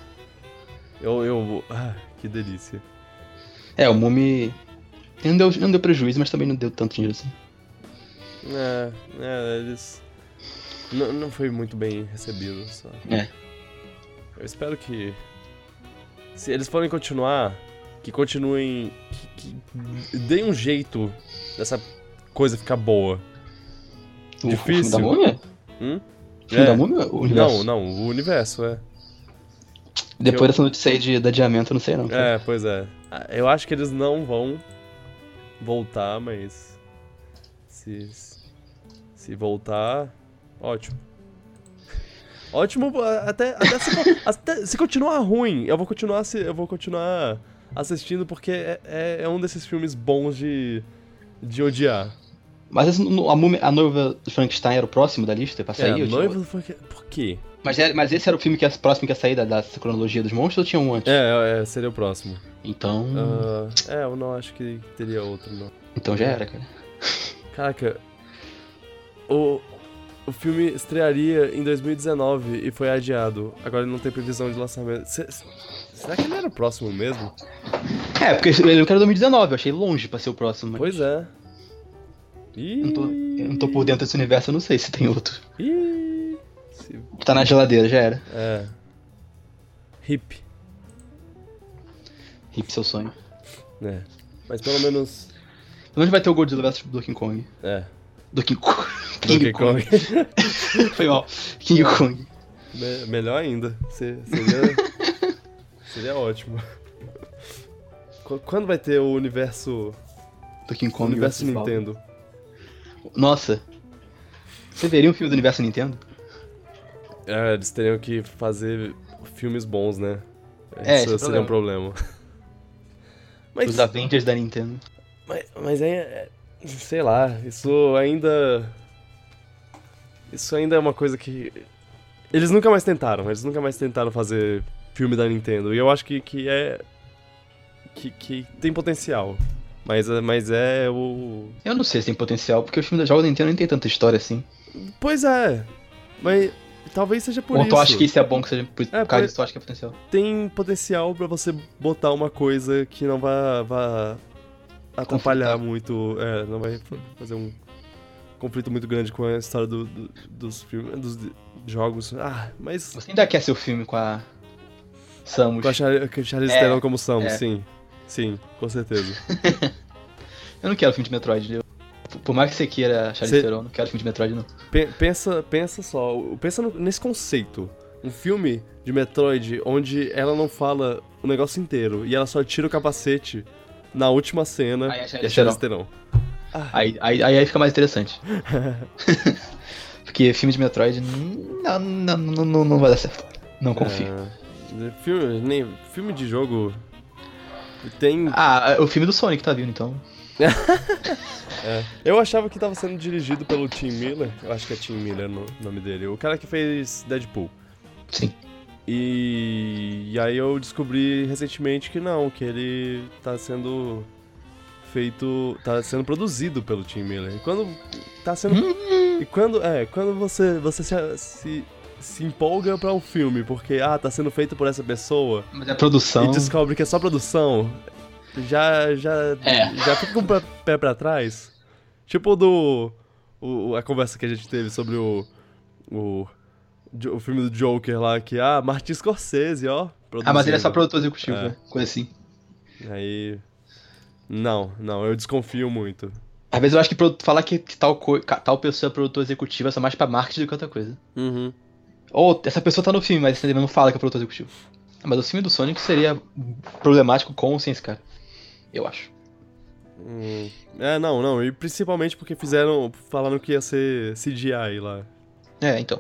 [SPEAKER 1] Eu, eu. Ah, que delícia.
[SPEAKER 2] É, o Mumi. Não deu, não deu prejuízo, mas também não deu tanto dinheiro assim.
[SPEAKER 1] É, é, eles. Não, não foi muito bem recebido, só.
[SPEAKER 2] É.
[SPEAKER 1] Eu espero que. Se eles forem continuar, que continuem. Que, que deem um jeito dessa coisa ficar boa.
[SPEAKER 2] O,
[SPEAKER 1] Difícil.
[SPEAKER 2] o filme da Múmia?
[SPEAKER 1] Hum?
[SPEAKER 2] O filme
[SPEAKER 1] É.
[SPEAKER 2] da Múmia? O universo?
[SPEAKER 1] Não, não, o universo, é.
[SPEAKER 2] Depois
[SPEAKER 1] Eu-
[SPEAKER 2] dessa notícia aí de, de adiamento, eu não sei não.
[SPEAKER 1] É, pois é. Ah, Eu acho que eles não vão voltar, mas. Se. Se voltar. Ótimo. Ótimo, ah, até, até, se, co- até se continuar ruim, eu vou continuar se, eu vou continuar assistindo porque é, é- é um desses filmes bons de, de odiar.
[SPEAKER 2] Mas esse- no- a, Múmia- a noiva do Frankenstein era o próximo da lista pra
[SPEAKER 1] É,
[SPEAKER 2] sair? ou tinha
[SPEAKER 1] noiva
[SPEAKER 2] outro?
[SPEAKER 1] do Franken- Por quê?
[SPEAKER 2] Mas, era- mas esse era o filme que é o próximo que ia sair da, da cronologia dos monstros ou tinha um antes?
[SPEAKER 1] É, é, seria o próximo.
[SPEAKER 2] Então.
[SPEAKER 1] Ah, é, eu não acho que teria outro, não.
[SPEAKER 2] Então já era, cara.
[SPEAKER 1] Caraca, o, o filme estrearia em 2019 e foi adiado. Agora ele não tem previsão de lançamento. Se- se- será que ele era o próximo mesmo?
[SPEAKER 2] É, porque esse- eu quero 2019, eu achei longe pra ser o próximo. Mas
[SPEAKER 1] Pois é.
[SPEAKER 2] eu,
[SPEAKER 1] Ih,
[SPEAKER 2] não tô, eu não tô por dentro desse universo, eu não sei se tem outro.
[SPEAKER 1] Ih, se-
[SPEAKER 2] Tá na geladeira, já era.
[SPEAKER 1] é. Hip,
[SPEAKER 2] Hip seu sonho.
[SPEAKER 1] né? Mas pelo menos.
[SPEAKER 2] Pelo menos vai ter o Godzilla vs Donkey Kong.
[SPEAKER 1] É.
[SPEAKER 2] Donkey Kong.
[SPEAKER 1] Donkey
[SPEAKER 2] King
[SPEAKER 1] Kong.
[SPEAKER 2] Kong. Foi mal. King Kong.
[SPEAKER 1] Me- melhor ainda. Se- Seria, seria ótimo. Qu- Quando vai ter o universo.
[SPEAKER 2] Donkey Kong.
[SPEAKER 1] Universo
[SPEAKER 2] versus Bowser.
[SPEAKER 1] Nintendo?
[SPEAKER 2] Nossa. Você veria um filme do universo Nintendo?
[SPEAKER 1] É, eles teriam que fazer filmes bons, né?
[SPEAKER 2] É,
[SPEAKER 1] Isso
[SPEAKER 2] esse é o
[SPEAKER 1] seria um problema. Mas,
[SPEAKER 2] Os Avengers da Nintendo.
[SPEAKER 1] mas, mas é, é- Sei lá, isso ainda. Isso ainda é uma coisa que. Eles nunca mais tentaram, eles nunca mais tentaram fazer filme da Nintendo. E eu acho que, que é. Que, que tem potencial. Mas, é- mas é o.
[SPEAKER 2] Eu não sei se tem potencial, porque os filmes da jogos da Nintendo nem tem tanta história assim.
[SPEAKER 1] Pois é. Mas talvez seja por
[SPEAKER 2] Ou
[SPEAKER 1] isso.
[SPEAKER 2] tu acha que isso é bom que seja por
[SPEAKER 1] É, por-
[SPEAKER 2] causa disso, tu acha que é potencial.
[SPEAKER 1] tem potencial pra você botar uma coisa que não vai, atrapalhar muito, é, não vai fa- fazer um conflito muito grande com a história do- do- dos filmes, dos de- jogos. Ah, mas
[SPEAKER 2] Você ainda quer seu filme com a Samus.
[SPEAKER 1] com a Char com a Charlize
[SPEAKER 2] É,
[SPEAKER 1] Theron como Samus,
[SPEAKER 2] é.
[SPEAKER 1] sim. Sim, com certeza.
[SPEAKER 2] Eu não quero filme de Metroid, eu... Por mais que você queira Charles
[SPEAKER 1] Você-
[SPEAKER 2] Theron, eu não quero filme de Metroid, não.
[SPEAKER 1] Pe- pensa, pensa só, o- pensa no- nesse conceito. Um filme de Metroid onde ela não fala o negócio inteiro e ela só tira o capacete na última cena
[SPEAKER 2] Aí a Charlize
[SPEAKER 1] e a Charlize Theron. Ah,
[SPEAKER 2] Aí, aí, aí, aí fica mais interessante. porque filme de Metroid. hum, Não, não, não, não, não vai dar certo. Não confio.
[SPEAKER 1] É, filme, nem, filme de jogo tem.
[SPEAKER 2] Ah, o filme do Sonic tá vindo, então.
[SPEAKER 1] é. Eu achava que tava sendo dirigido pelo Tim Miller. Eu acho que é Tim Miller o no- nome dele. O cara que fez Deadpool.
[SPEAKER 2] Sim.
[SPEAKER 1] E, e aí eu descobri recentemente que não, que ele tá sendo feito. tá sendo produzido pelo Tim Miller. E quando. tá sendo.
[SPEAKER 2] Hum.
[SPEAKER 1] e quando. É, quando você, você se, se, se empolga pra um filme, porque, ah, tá sendo feito por essa pessoa.
[SPEAKER 2] Mas é produção.
[SPEAKER 1] e descobre que é só produção, já já
[SPEAKER 2] É.
[SPEAKER 1] já fica com o pé- pé pra trás. Tipo o do o- a conversa que a gente teve sobre o o, Jo- o filme do Joker lá que ah, Martin Scorsese, ó,
[SPEAKER 2] Ah, mas ele é só
[SPEAKER 1] produzindo.
[SPEAKER 2] produtor executivo,
[SPEAKER 1] É.
[SPEAKER 2] né? Coisa assim.
[SPEAKER 1] Aí Não, não, eu desconfio muito.
[SPEAKER 2] Às vezes eu acho que pro- falar que, que tal, co- ca- tal pessoa é produtor executivo é só mais pra marketing do que outra coisa.
[SPEAKER 1] Uhum.
[SPEAKER 2] Ou essa pessoa tá no filme, mas você não fala que é produtor executivo. Ah, Mas o filme do Sonic seria problemático com o Sense, cara. Eu acho.
[SPEAKER 1] Hum. É, não, não, e principalmente porque fizeram, falaram que ia ser CGI lá.
[SPEAKER 2] É, então.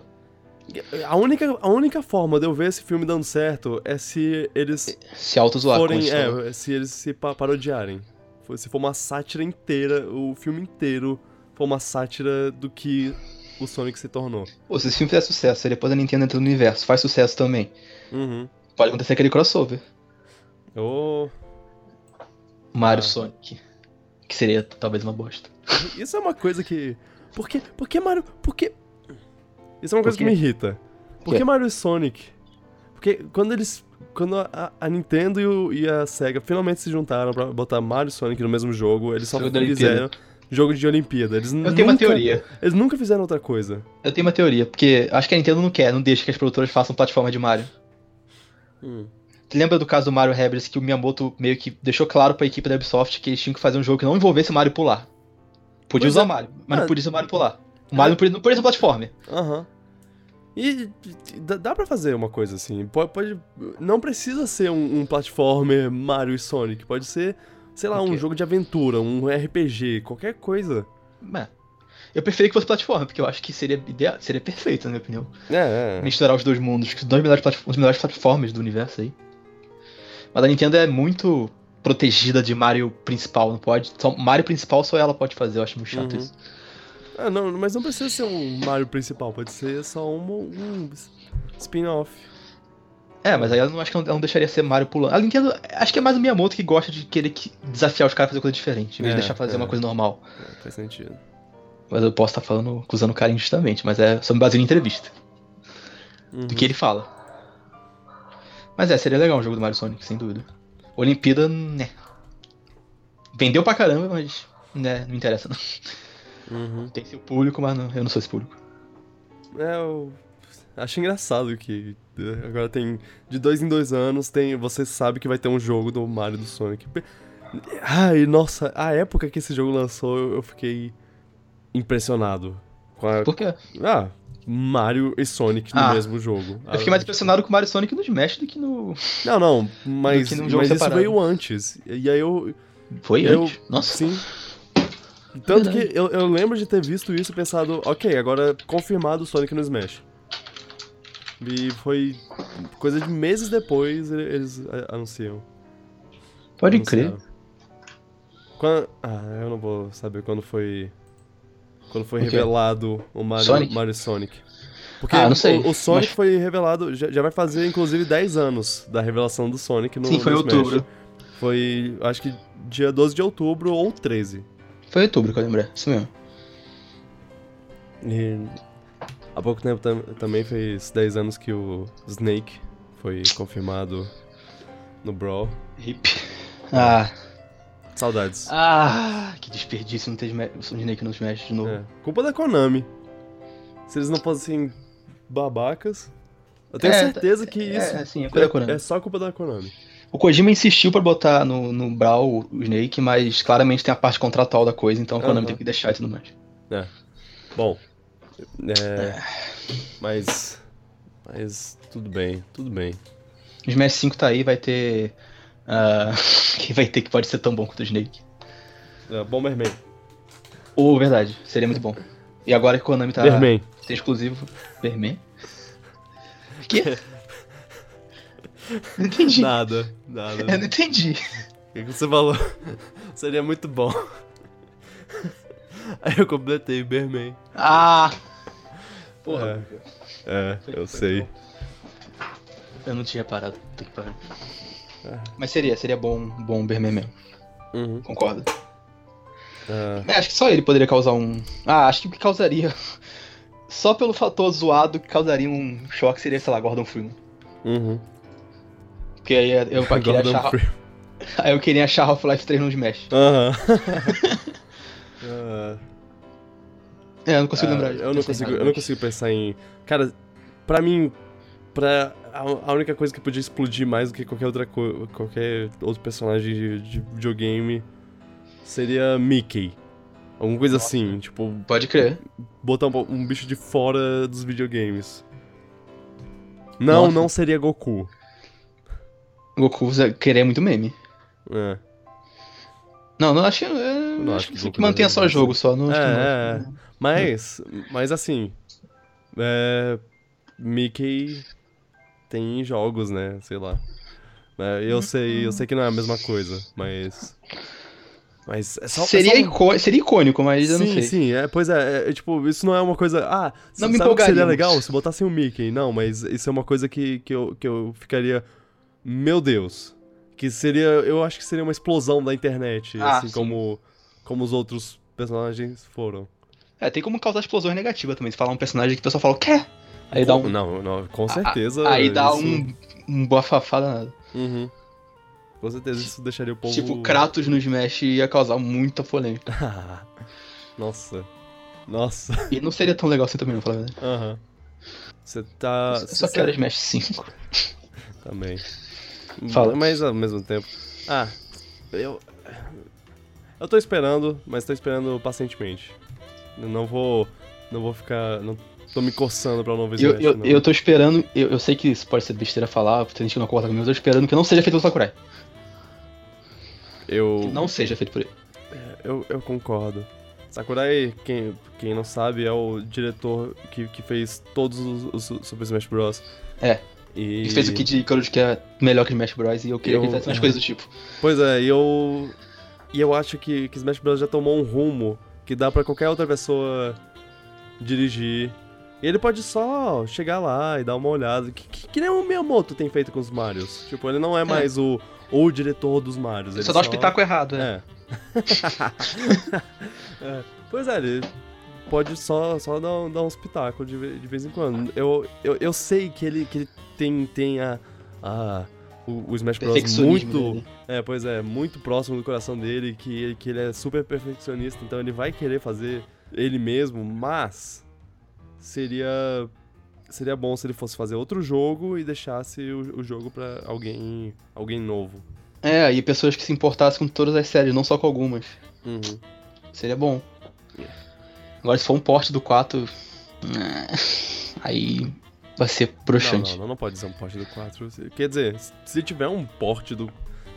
[SPEAKER 1] A única, a única forma de eu ver esse filme dando certo é se eles
[SPEAKER 2] Se autozoar com
[SPEAKER 1] forem,
[SPEAKER 2] isso. né?
[SPEAKER 1] é, se eles se pa- parodiarem. For- Se for uma sátira inteira, o filme inteiro for uma sátira do que o Sonic se tornou.
[SPEAKER 2] Pô, se esse filme fizer sucesso, aí depois a Nintendo entra no universo, faz sucesso também.
[SPEAKER 1] Uhum. Oh,
[SPEAKER 2] Pode acontecer aquele crossover.
[SPEAKER 1] Ô,
[SPEAKER 2] Mario
[SPEAKER 1] Ah.
[SPEAKER 2] Sonic. Que seria t- talvez uma bosta.
[SPEAKER 1] Isso é uma coisa que. Por que, por que Mario. Por que. Isso é uma coisa que
[SPEAKER 2] quê?
[SPEAKER 1] me irrita. Por
[SPEAKER 2] quê?
[SPEAKER 1] que Mario e Sonic? Porque quando eles. Quando a, a Nintendo e, o- e a Sega finalmente se juntaram pra botar Mario e Sonic no mesmo jogo, eles só
[SPEAKER 2] Jogo da
[SPEAKER 1] fizeram jogo de Olimpíada. Eles
[SPEAKER 2] Eu tenho uma teoria.
[SPEAKER 1] Eles nunca fizeram outra coisa.
[SPEAKER 2] Eu tenho uma teoria, porque acho que a Nintendo não quer, não deixa que as produtoras façam plataforma de Mario. Hum. Tu Lembra do caso do Mario Rabbids que o Miyamoto meio que deixou claro pra equipe da Ubisoft que eles tinham que fazer um jogo que não envolvesse o Mario pular.
[SPEAKER 1] Pois
[SPEAKER 2] Podia usar
[SPEAKER 1] é.
[SPEAKER 2] o Mario, mas
[SPEAKER 1] Ah.
[SPEAKER 2] não podia usar o Mario pular. O Mario não podia, não podia ser plataforma.
[SPEAKER 1] Aham. E e dá- dá pra fazer uma coisa assim. Pode, pode- não precisa ser um, um platformer Mario e Sonic. Pode ser, sei lá, um
[SPEAKER 2] Ok.
[SPEAKER 1] jogo de aventura, um RPG, qualquer coisa.
[SPEAKER 2] É. Eu preferia que fosse plataforma, porque eu acho que seria ideal, seria perfeito, na minha opinião.
[SPEAKER 1] É, é.
[SPEAKER 2] misturar os dois mundos, que os dois melhores, platf- os melhores plataformas do universo aí. Mas a Nintendo é muito protegida de Mario principal, não pode. Só, Mario principal só ela pode fazer, eu acho muito chato
[SPEAKER 1] Uhum.
[SPEAKER 2] isso.
[SPEAKER 1] Ah, não, mas não precisa ser um Mario principal. Pode ser só um, um spin-off.
[SPEAKER 2] É, mas aí ela não acho que ela não, deixaria ser Mario pulando. A Nintendo, acho que é mais o Miyamoto que gosta de querer que- desafiar os caras a fazer coisa diferente, em vez
[SPEAKER 1] É,
[SPEAKER 2] de deixar fazer
[SPEAKER 1] é.
[SPEAKER 2] uma coisa normal.
[SPEAKER 1] É, faz sentido.
[SPEAKER 2] Mas eu posso estar falando, acusando o cara injustamente, mas é só me baseio em entrevista,
[SPEAKER 1] Uhum.
[SPEAKER 2] do que ele fala. Mas é, seria legal um jogo do Mario Sonic, sem dúvida. Olimpíada, né. Vendeu pra caramba, mas né, não interessa não.
[SPEAKER 1] Uhum.
[SPEAKER 2] Tem seu público, mas não, eu não sou esse público.
[SPEAKER 1] É, eu acho engraçado que eh, agora tem de dois em dois anos tem você sabe que vai ter um jogo do Mario e do Sonic. Pe- Ai, nossa, a época que esse jogo lançou eu, eu fiquei impressionado com a,
[SPEAKER 2] Por quê?
[SPEAKER 1] ah, Mario e Sonic no
[SPEAKER 2] Ah,
[SPEAKER 1] mesmo jogo.
[SPEAKER 2] Eu fiquei mais impressionado com o Mario Sonic no Smash do que no.
[SPEAKER 1] Não, não, mas,
[SPEAKER 2] que num
[SPEAKER 1] mas
[SPEAKER 2] jogo
[SPEAKER 1] isso
[SPEAKER 2] separado.
[SPEAKER 1] veio antes. E aí eu
[SPEAKER 2] Foi
[SPEAKER 1] Eu-
[SPEAKER 2] antes? Nossa.
[SPEAKER 1] Sim. Tanto
[SPEAKER 2] Verdade.
[SPEAKER 1] que eu, eu lembro de ter visto isso e pensado, ok, agora confirmado o Sonic no Smash. E foi coisa de meses depois ele- eles a- anunciam.
[SPEAKER 2] Pode
[SPEAKER 1] anunciaram.
[SPEAKER 2] crer.
[SPEAKER 1] Quan- ah, eu não vou saber quando foi. Quando foi
[SPEAKER 2] O quê?
[SPEAKER 1] revelado o Mario
[SPEAKER 2] Sonic?
[SPEAKER 1] Mario e Sonic. Porque
[SPEAKER 2] Ah, não sei,
[SPEAKER 1] O, o Sonic
[SPEAKER 2] mas-
[SPEAKER 1] foi revelado, já, já vai fazer inclusive 10 anos da revelação do Sonic no
[SPEAKER 2] Sim, foi em
[SPEAKER 1] no Smash.
[SPEAKER 2] outubro.
[SPEAKER 1] Foi, acho que dia 12 de outubro ou 13.
[SPEAKER 2] Foi em outubro que eu lembrei. Isso mesmo.
[SPEAKER 1] E há pouco tempo tam- também fez 10 anos que o Snake foi confirmado no Brawl.
[SPEAKER 2] Hip. Ah.
[SPEAKER 1] Saudades.
[SPEAKER 2] Ah, que desperdício não ter Sma- o Sonic no Smash de novo.
[SPEAKER 1] É. Culpa da Konami. Se eles não fossem babacas. Eu tenho
[SPEAKER 2] É,
[SPEAKER 1] certeza que isso
[SPEAKER 2] É, sim, é coisa da Konami.
[SPEAKER 1] é só culpa da Konami.
[SPEAKER 2] O Kojima insistiu pra botar no, no Brawl o Snake, mas claramente tem a parte contratual da coisa, então a Konami
[SPEAKER 1] Aham.
[SPEAKER 2] tem que deixar e tudo mais.
[SPEAKER 1] Bom. É. Mas. Mas tudo bem, tudo bem.
[SPEAKER 2] O Smash 5 tá aí, vai ter. ah, que vai ter que pode ser tão bom quanto o Snake.
[SPEAKER 1] É, Bomberman.
[SPEAKER 2] Ou, verdade, seria muito bom. E agora que o Konami tá.
[SPEAKER 1] Bomberman.
[SPEAKER 2] Tem exclusivo vermelho? Que? Não entendi.
[SPEAKER 1] Nada, nada.
[SPEAKER 2] Eu não entendi.
[SPEAKER 1] O que que você falou? Seria muito bom. Aí eu completei, Berman.
[SPEAKER 2] Ah! Porra.
[SPEAKER 1] É,
[SPEAKER 2] foi-
[SPEAKER 1] eu
[SPEAKER 2] foi
[SPEAKER 1] sei.
[SPEAKER 2] bom. Eu não tinha parado. Puta que pariu. Mas seria, seria bom, bom Berman mesmo,
[SPEAKER 1] Uhum.
[SPEAKER 2] concordo.
[SPEAKER 1] Ah,
[SPEAKER 2] É, acho que só ele poderia causar um. Ah, acho que o que causaria. Só pelo fator zoado que causaria um choque seria, sei lá, Gordon Freeman.
[SPEAKER 1] uhum.
[SPEAKER 2] Porque aí eu, eu queria
[SPEAKER 1] Gordon
[SPEAKER 2] achar.
[SPEAKER 1] Freeman.
[SPEAKER 2] Aí eu queria achar Half-Life 3 no Smash.
[SPEAKER 1] Aham. Ah,
[SPEAKER 2] É, eu não consigo
[SPEAKER 1] ah,
[SPEAKER 2] lembrar.
[SPEAKER 1] Eu não consigo, eu não consigo pensar em. Cara, pra mim, pra. A, a única coisa que podia explodir mais do que qualquer outra co- qualquer outro personagem de, de videogame seria Mickey. Alguma coisa assim, tipo,
[SPEAKER 2] Pode crer.
[SPEAKER 1] botar um, um bicho de fora dos videogames. Não,
[SPEAKER 2] Nossa.
[SPEAKER 1] não seria Goku.
[SPEAKER 2] Goku usa- querer muito meme.
[SPEAKER 1] É,
[SPEAKER 2] Não, não acho, é,
[SPEAKER 1] não acho
[SPEAKER 2] acho
[SPEAKER 1] que
[SPEAKER 2] que,
[SPEAKER 1] Goku
[SPEAKER 2] que mantenha
[SPEAKER 1] deve
[SPEAKER 2] só
[SPEAKER 1] ser.
[SPEAKER 2] jogo, só. Não, acho que não.
[SPEAKER 1] é, é. Mas, mas assim, é, Mickey tem jogos, né? Sei lá. É, eu sei, eu sei que não é a mesma coisa, mas, mas é só é
[SPEAKER 2] seria,
[SPEAKER 1] só um-
[SPEAKER 2] icô- seria icônico, mas eu não
[SPEAKER 1] sim,
[SPEAKER 2] sei.
[SPEAKER 1] sim, é, pois é, é, é, tipo, isso não é uma coisa. Ah,
[SPEAKER 2] Não
[SPEAKER 1] sa-
[SPEAKER 2] me
[SPEAKER 1] sabe o que seria
[SPEAKER 2] empolgaríamos.
[SPEAKER 1] legal se botassem o Mickey? Não, mas isso é uma coisa que, que, eu, que eu ficaria. Meu Deus. Que seria. Eu acho que seria uma explosão da internet,
[SPEAKER 2] Ah,
[SPEAKER 1] assim
[SPEAKER 2] sim.
[SPEAKER 1] como, como os outros personagens foram.
[SPEAKER 2] É, tem como causar explosões negativas também. Se falar um personagem que o pessoal fala, o quê? Aí dá um.
[SPEAKER 1] Não, não, com certeza.
[SPEAKER 2] aí dá
[SPEAKER 1] isso-
[SPEAKER 2] um. Um bafafá danado.
[SPEAKER 1] Uhum. Com certeza isso deixaria o povo.
[SPEAKER 2] Tipo, Kratos no Smash ia causar muita polêmica.
[SPEAKER 1] Nossa. Nossa.
[SPEAKER 2] E não seria tão legal assim também, não falar a verdade.
[SPEAKER 1] Aham. Você tá.
[SPEAKER 2] Eu só
[SPEAKER 1] você-
[SPEAKER 2] quero Smash 5.
[SPEAKER 1] Também.
[SPEAKER 2] Fala.
[SPEAKER 1] Mas ao mesmo tempo. Ah, eu. Eu tô esperando, mas tô esperando pacientemente. Eu não vou. Não vou ficar. Não tô me coçando pra não ver
[SPEAKER 2] Eu,
[SPEAKER 1] Smash,
[SPEAKER 2] eu,
[SPEAKER 1] não.
[SPEAKER 2] eu tô esperando, eu, eu sei que isso pode ser besteira falar, tem gente que não concorda comigo, mas eu tô esperando que não seja feito pelo Sakurai.
[SPEAKER 1] Eu,
[SPEAKER 2] Que não seja feito por ele.
[SPEAKER 1] eu, eu concordo. Sakurai, quem, quem não sabe, é o diretor que, que fez todos os, os Su- Super Smash Bros.
[SPEAKER 2] É.
[SPEAKER 1] E,
[SPEAKER 2] Ele fez o Kid Icarus que é melhor que Smash Bros. E eu queria
[SPEAKER 1] Eu-
[SPEAKER 2] que ele fizesse umas coisas do tipo.
[SPEAKER 1] Pois é, e eu. E eu acho que, que Smash Bros. já tomou um rumo que dá pra qualquer outra pessoa dirigir. E ele pode só chegar lá e dar uma olhada. Que, que, que nem o Miyamoto tem feito com os Marios. Tipo, ele não é, mais o, o diretor dos Marios. Ele
[SPEAKER 2] Só dá o espetáculo errado, né?
[SPEAKER 1] É. É. Pois é, ele pode só, só dar, um- dar uns pitacos de, ve- de vez em quando. Eu, eu, eu sei que ele, que ele tem, tem a, a- o, o Smash Bros.
[SPEAKER 2] Perfeccionismo. né?
[SPEAKER 1] muito.
[SPEAKER 2] dele.
[SPEAKER 1] É, pois é, muito próximo do coração dele, que, que ele é super perfeccionista, então ele vai querer fazer ele mesmo, mas seria seria bom se ele fosse fazer outro jogo e deixasse o, o jogo pra alguém alguém novo.
[SPEAKER 2] É, e pessoas que se importassem com todas as séries, não só com algumas.
[SPEAKER 1] Uhum.
[SPEAKER 2] Seria bom. Agora, se for um porte do 4. né, Aí. Vai ser
[SPEAKER 1] Não,
[SPEAKER 2] broxante.
[SPEAKER 1] não, não, não pode ser um porte do 4. Quer dizer, se tiver um porte do,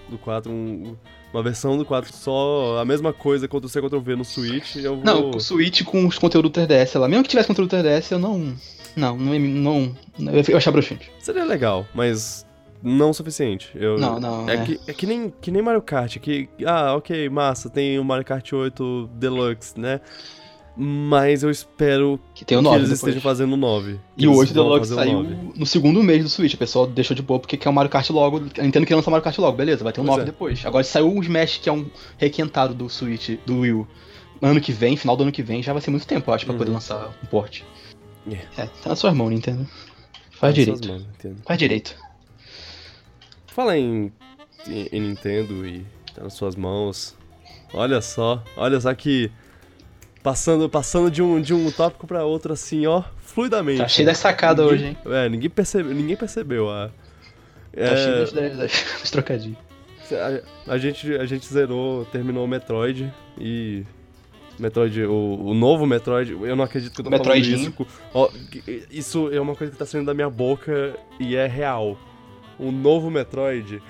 [SPEAKER 1] do 4, um- uma versão do 4 só, a mesma coisa, Ctrl-C, Ctrl-V no Switch, eu vou...
[SPEAKER 2] Não, com o Switch com os conteúdos 3DS lá. Mesmo que tivesse conteúdo 3DS, eu não. Não, não. não, não eu ia achar broxante.
[SPEAKER 1] Seria legal, mas não o suficiente. Eu,
[SPEAKER 2] Não, não,
[SPEAKER 1] É,
[SPEAKER 2] é.
[SPEAKER 1] Que, é que, nem, que nem Mario Kart, que. Ah, ok, massa, tem o Mario Kart 8 Deluxe, né? Mas eu espero
[SPEAKER 2] Que tem É o
[SPEAKER 1] que
[SPEAKER 2] 9.
[SPEAKER 1] eles
[SPEAKER 2] depois.
[SPEAKER 1] estejam fazendo o 9. que
[SPEAKER 2] E o
[SPEAKER 1] eles
[SPEAKER 2] 8
[SPEAKER 1] vão
[SPEAKER 2] Deluxe
[SPEAKER 1] fazer o
[SPEAKER 2] saiu
[SPEAKER 1] 9.
[SPEAKER 2] no segundo mês do Switch. O pessoal deixou de boa porque quer o Mario Kart logo. A Nintendo quer lançar o Mario Kart logo, beleza, vai ter um
[SPEAKER 1] Pois
[SPEAKER 2] 9
[SPEAKER 1] é.
[SPEAKER 2] depois. Agora saiu um Smash que é um requentado do Switch, do Wii U. Ano que vem, final do ano que vem, já vai ser muito tempo, eu acho, pra
[SPEAKER 1] Uhum.
[SPEAKER 2] poder lançar um port.
[SPEAKER 1] É.
[SPEAKER 2] É, tá nas suas mãos, Nintendo.
[SPEAKER 1] Ah,
[SPEAKER 2] Faz
[SPEAKER 1] essas
[SPEAKER 2] direito.
[SPEAKER 1] mãos, Nintendo.
[SPEAKER 2] Faz direito. Tá
[SPEAKER 1] Tá Fala em, em, em Nintendo e tá nas suas mãos. Olha só, olha só que. Passando, passando de, um, de um tópico pra outro assim, ó, fluidamente.
[SPEAKER 2] Tá cheio das sacadas hoje, hein?
[SPEAKER 1] É, ninguém percebeu, ninguém percebeu a.
[SPEAKER 2] Tá cheio
[SPEAKER 1] É,
[SPEAKER 2] das, das, das- das trocadilhos.
[SPEAKER 1] A, a gente, a gente zerou, terminou o Metroid e. Metroid, o, o novo Metroid, eu não acredito que eu tô falando
[SPEAKER 2] Metroidinho.
[SPEAKER 1] isso. Ó, que- isso é uma coisa que tá saindo da minha boca e é real. O novo Metroid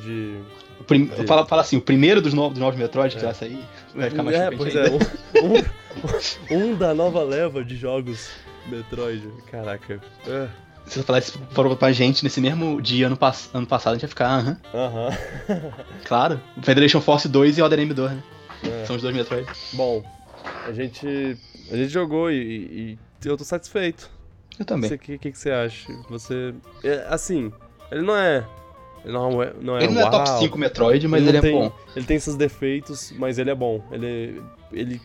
[SPEAKER 1] de.
[SPEAKER 2] O prim-
[SPEAKER 1] De-
[SPEAKER 2] Fala, fala assim, o primeiro dos novos, dos novos Metroid que vai sair, vai ficar mais
[SPEAKER 1] é,
[SPEAKER 2] frequente
[SPEAKER 1] pois
[SPEAKER 2] ainda.
[SPEAKER 1] é, um, um- um da nova leva de jogos Metroid. Caraca. É,
[SPEAKER 2] Se eu falar isso pra, pra gente nesse mesmo dia, ano, pass- ano passado, a gente ia ficar, aham.
[SPEAKER 1] Aham.
[SPEAKER 2] Claro, Federation Force 2 e Other M2, né?
[SPEAKER 1] É.
[SPEAKER 2] São os dois Metroid.
[SPEAKER 1] Bom, a gente. A gente jogou e- e eu tô satisfeito.
[SPEAKER 2] Eu também.
[SPEAKER 1] O que, que, que você acha? Você. é, assim, ele não é. Ele não é, não é,
[SPEAKER 2] ele não é
[SPEAKER 1] uau.
[SPEAKER 2] top 5 Metroid, mas
[SPEAKER 1] não
[SPEAKER 2] ele, é
[SPEAKER 1] tem,
[SPEAKER 2] bom.
[SPEAKER 1] Ele tem seus defeitos, mas ele é bom. Ele. ele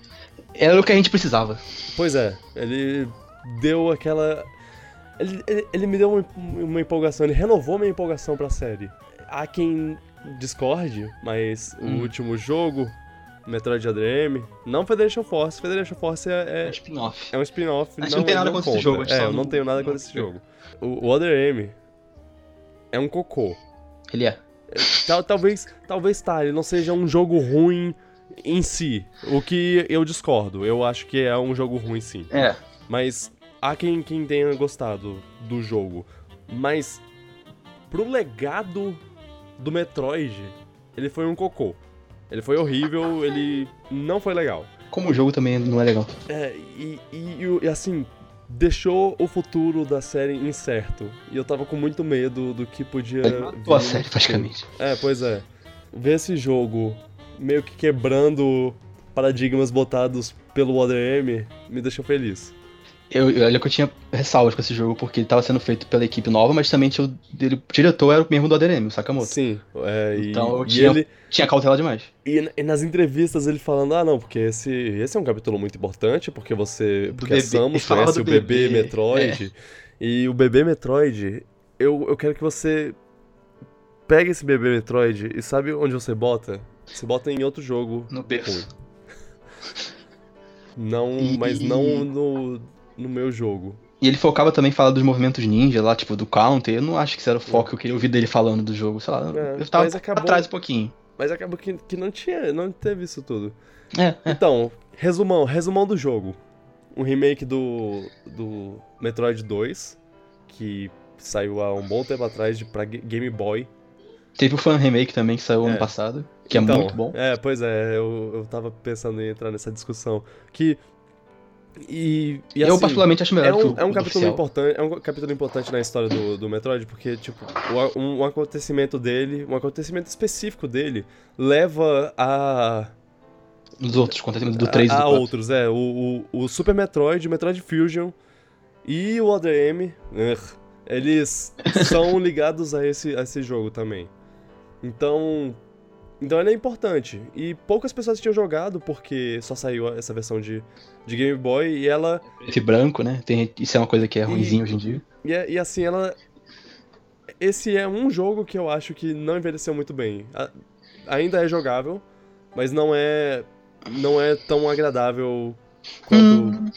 [SPEAKER 2] Era o que a gente precisava.
[SPEAKER 1] pois é, ele deu aquela. Ele, ele, ele me deu uma, uma empolgação, ele renovou minha empolgação pra série. Há quem discorde, mas
[SPEAKER 2] Hum.
[SPEAKER 1] o último jogo, Metroid ADM, não Federation Force. Federation Force é-
[SPEAKER 2] É.
[SPEAKER 1] é,
[SPEAKER 2] Spin-off.
[SPEAKER 1] é um spin-off.
[SPEAKER 2] A gente não tem nada contra esse
[SPEAKER 1] conta.
[SPEAKER 2] jogo, a gente
[SPEAKER 1] É,
[SPEAKER 2] só
[SPEAKER 1] eu não
[SPEAKER 2] não-
[SPEAKER 1] tenho nada
[SPEAKER 2] não
[SPEAKER 1] contra esse
[SPEAKER 2] curtiu.
[SPEAKER 1] jogo. O, o Other M é um cocô.
[SPEAKER 2] Ele é.
[SPEAKER 1] Tal- talvez, talvez tá, ele não seja um jogo ruim em si, o que eu discordo. Eu acho que é um jogo ruim, sim.
[SPEAKER 2] É.
[SPEAKER 1] Mas há quem, quem tenha gostado do jogo. Mas pro legado do Metroid, ele foi um cocô. Ele foi horrível, ele não foi legal.
[SPEAKER 2] Como o jogo também não é legal.
[SPEAKER 1] É, e, e, e assim, deixou o futuro da série incerto. E eu tava com muito medo do que podia.
[SPEAKER 2] Ele matou a série, praticamente.
[SPEAKER 1] É, pois é. Ver esse jogo meio que quebrando paradigmas botados pelo ODM me deixou feliz.
[SPEAKER 2] Eu, eu, olha que eu tinha ressalvas com esse jogo, porque ele tava sendo feito pela equipe nova, mas também tinha o, ele, o diretor era o mesmo do ADM, o Sakamoto.
[SPEAKER 1] Sim, é, e,
[SPEAKER 2] então eu
[SPEAKER 1] e
[SPEAKER 2] tinha,
[SPEAKER 1] ele-
[SPEAKER 2] tinha cautela demais.
[SPEAKER 1] E, e nas entrevistas ele falando, ah não, porque esse, esse é um capítulo muito importante, porque você. Porque a
[SPEAKER 2] bebê.
[SPEAKER 1] Samus
[SPEAKER 2] Ele falava
[SPEAKER 1] conhece
[SPEAKER 2] do
[SPEAKER 1] o bebê,
[SPEAKER 2] bebê, é.
[SPEAKER 1] Metroid. E o bebê Metroid, eu, eu quero que você pegue esse bebê Metroid e sabe onde você bota? Você bota em outro jogo.
[SPEAKER 2] No berço.
[SPEAKER 1] Não,
[SPEAKER 2] E-
[SPEAKER 1] mas não no, no meu jogo.
[SPEAKER 2] E ele focava também em falar dos movimentos ninja lá, tipo, do counter. Eu não acho que isso era o foco que eu queria ouvir dele falando do jogo, sei lá.
[SPEAKER 1] É,
[SPEAKER 2] eu tava
[SPEAKER 1] mas acabou-
[SPEAKER 2] atrás um pouquinho.
[SPEAKER 1] Mas acabou que, que não tinha, não teve isso tudo.
[SPEAKER 2] É, é.
[SPEAKER 1] Então, resumão, resumão do jogo. Um remake do, do Metroid 2, que saiu há um bom tempo atrás de, pra Ga- Game Boy.
[SPEAKER 2] Teve o fan remake também que saiu
[SPEAKER 1] É.
[SPEAKER 2] ano passado, que é
[SPEAKER 1] Então,
[SPEAKER 2] muito bom.
[SPEAKER 1] É, pois é, eu, eu tava pensando em entrar nessa discussão. Que. E, e
[SPEAKER 2] eu
[SPEAKER 1] assim,
[SPEAKER 2] particularmente acho melhor
[SPEAKER 1] É
[SPEAKER 2] que
[SPEAKER 1] um,
[SPEAKER 2] o
[SPEAKER 1] é um
[SPEAKER 2] do
[SPEAKER 1] capítulo
[SPEAKER 2] oficial.
[SPEAKER 1] importante, é um capítulo importante na história do, do Metroid, porque, tipo, o a- um, um acontecimento dele, um acontecimento específico dele, leva a.
[SPEAKER 2] Um Dos outros, contando do 3 e
[SPEAKER 1] a,
[SPEAKER 2] do
[SPEAKER 1] a
[SPEAKER 2] 4.
[SPEAKER 1] outros, é. O, o, o Super Metroid, o Metroid Fusion e o Other M, ugh, eles são ligados a esse, a esse jogo também. Então. Então ele é importante. E poucas pessoas tinham jogado, porque só saiu essa versão de, de Game Boy e ela.
[SPEAKER 2] Preto e branco, né? Tem- isso é uma coisa que é ruimzinho hoje em dia.
[SPEAKER 1] E, é- e assim, ela. Esse é um jogo que eu acho que não envelheceu muito bem. A- ainda é jogável, mas não é. Não é tão agradável quanto.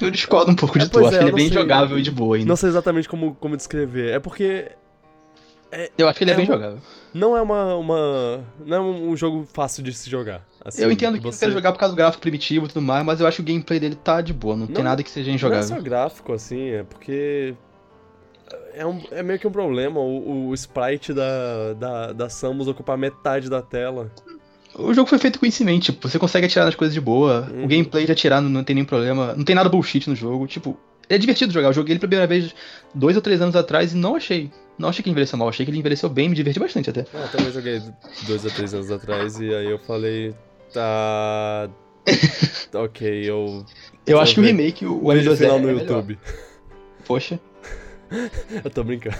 [SPEAKER 2] Eu discordo um pouco de
[SPEAKER 1] É,
[SPEAKER 2] tu,
[SPEAKER 1] pois
[SPEAKER 2] acho
[SPEAKER 1] é,
[SPEAKER 2] que ele
[SPEAKER 1] eu
[SPEAKER 2] é bem
[SPEAKER 1] não sei.
[SPEAKER 2] jogável e de boa ainda.
[SPEAKER 1] Não sei exatamente como, como descrever. É porque
[SPEAKER 2] Eu acho que ele é,
[SPEAKER 1] É
[SPEAKER 2] bem
[SPEAKER 1] uma-
[SPEAKER 2] jogável.
[SPEAKER 1] não é uma. uma não é um jogo fácil de se jogar. assim,
[SPEAKER 2] eu entendo que você...
[SPEAKER 1] você
[SPEAKER 2] quer jogar por causa do gráfico primitivo e tudo mais, mas eu acho que o gameplay dele tá de boa, não,
[SPEAKER 1] Não,
[SPEAKER 2] tem nada que seja
[SPEAKER 1] Não é
[SPEAKER 2] injogável.
[SPEAKER 1] só gráfico, assim, é porque. É, um- é meio que um problema o, o sprite da, da, da Samus ocupar metade da tela.
[SPEAKER 2] O jogo foi feito com isso em mente, tipo, você consegue atirar nas coisas de boa,
[SPEAKER 1] Uhum.
[SPEAKER 2] o gameplay de atirar não, não tem nenhum problema, não tem nada bullshit no jogo, tipo, é divertido jogar. Eu joguei ele pela primeira vez dois ou três anos atrás e não achei. Não achei que ele envelheceu mal, achei que ele envelheceu bem, me diverti bastante até.
[SPEAKER 1] Ah, eu também joguei dois a três anos atrás e aí eu falei. Tá. ok, eu.
[SPEAKER 2] Eu
[SPEAKER 1] Vou
[SPEAKER 2] acho que o
[SPEAKER 1] ver.
[SPEAKER 2] remake, o o
[SPEAKER 1] Vejo o
[SPEAKER 2] MDZ
[SPEAKER 1] final no
[SPEAKER 2] é melhor.
[SPEAKER 1] YouTube.
[SPEAKER 2] Poxa.
[SPEAKER 1] Eu tô brincando.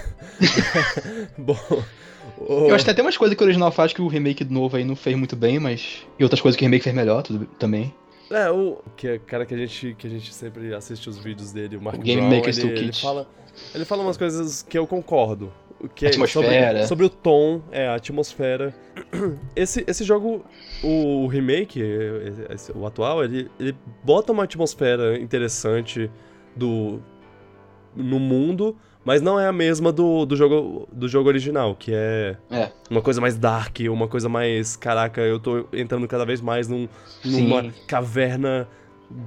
[SPEAKER 1] Bom.
[SPEAKER 2] Eu acho que tem até umas coisas que o original faz que o remake novo aí não fez muito bem, mas. E outras coisas que o remake fez melhor tudo, também.
[SPEAKER 1] É, o que é cara que a gente que a gente sempre assiste os vídeos dele, o Mark
[SPEAKER 2] O Game
[SPEAKER 1] Brown,
[SPEAKER 2] Maker's
[SPEAKER 1] ele,
[SPEAKER 2] Toolkit.
[SPEAKER 1] ele fala ele fala umas coisas que eu concordo, o que é sobre,
[SPEAKER 2] Atmosfera.
[SPEAKER 1] sobre o tom, é a atmosfera. Esse esse jogo o remake, é, esse- o atual, ele ele bota uma atmosfera interessante do no mundo, mas não é a mesma do, do jogo do jogo original, que é
[SPEAKER 2] É.
[SPEAKER 1] uma coisa mais dark, uma coisa mais. Caraca, eu tô entrando cada vez mais num, numa
[SPEAKER 2] Sim.
[SPEAKER 1] caverna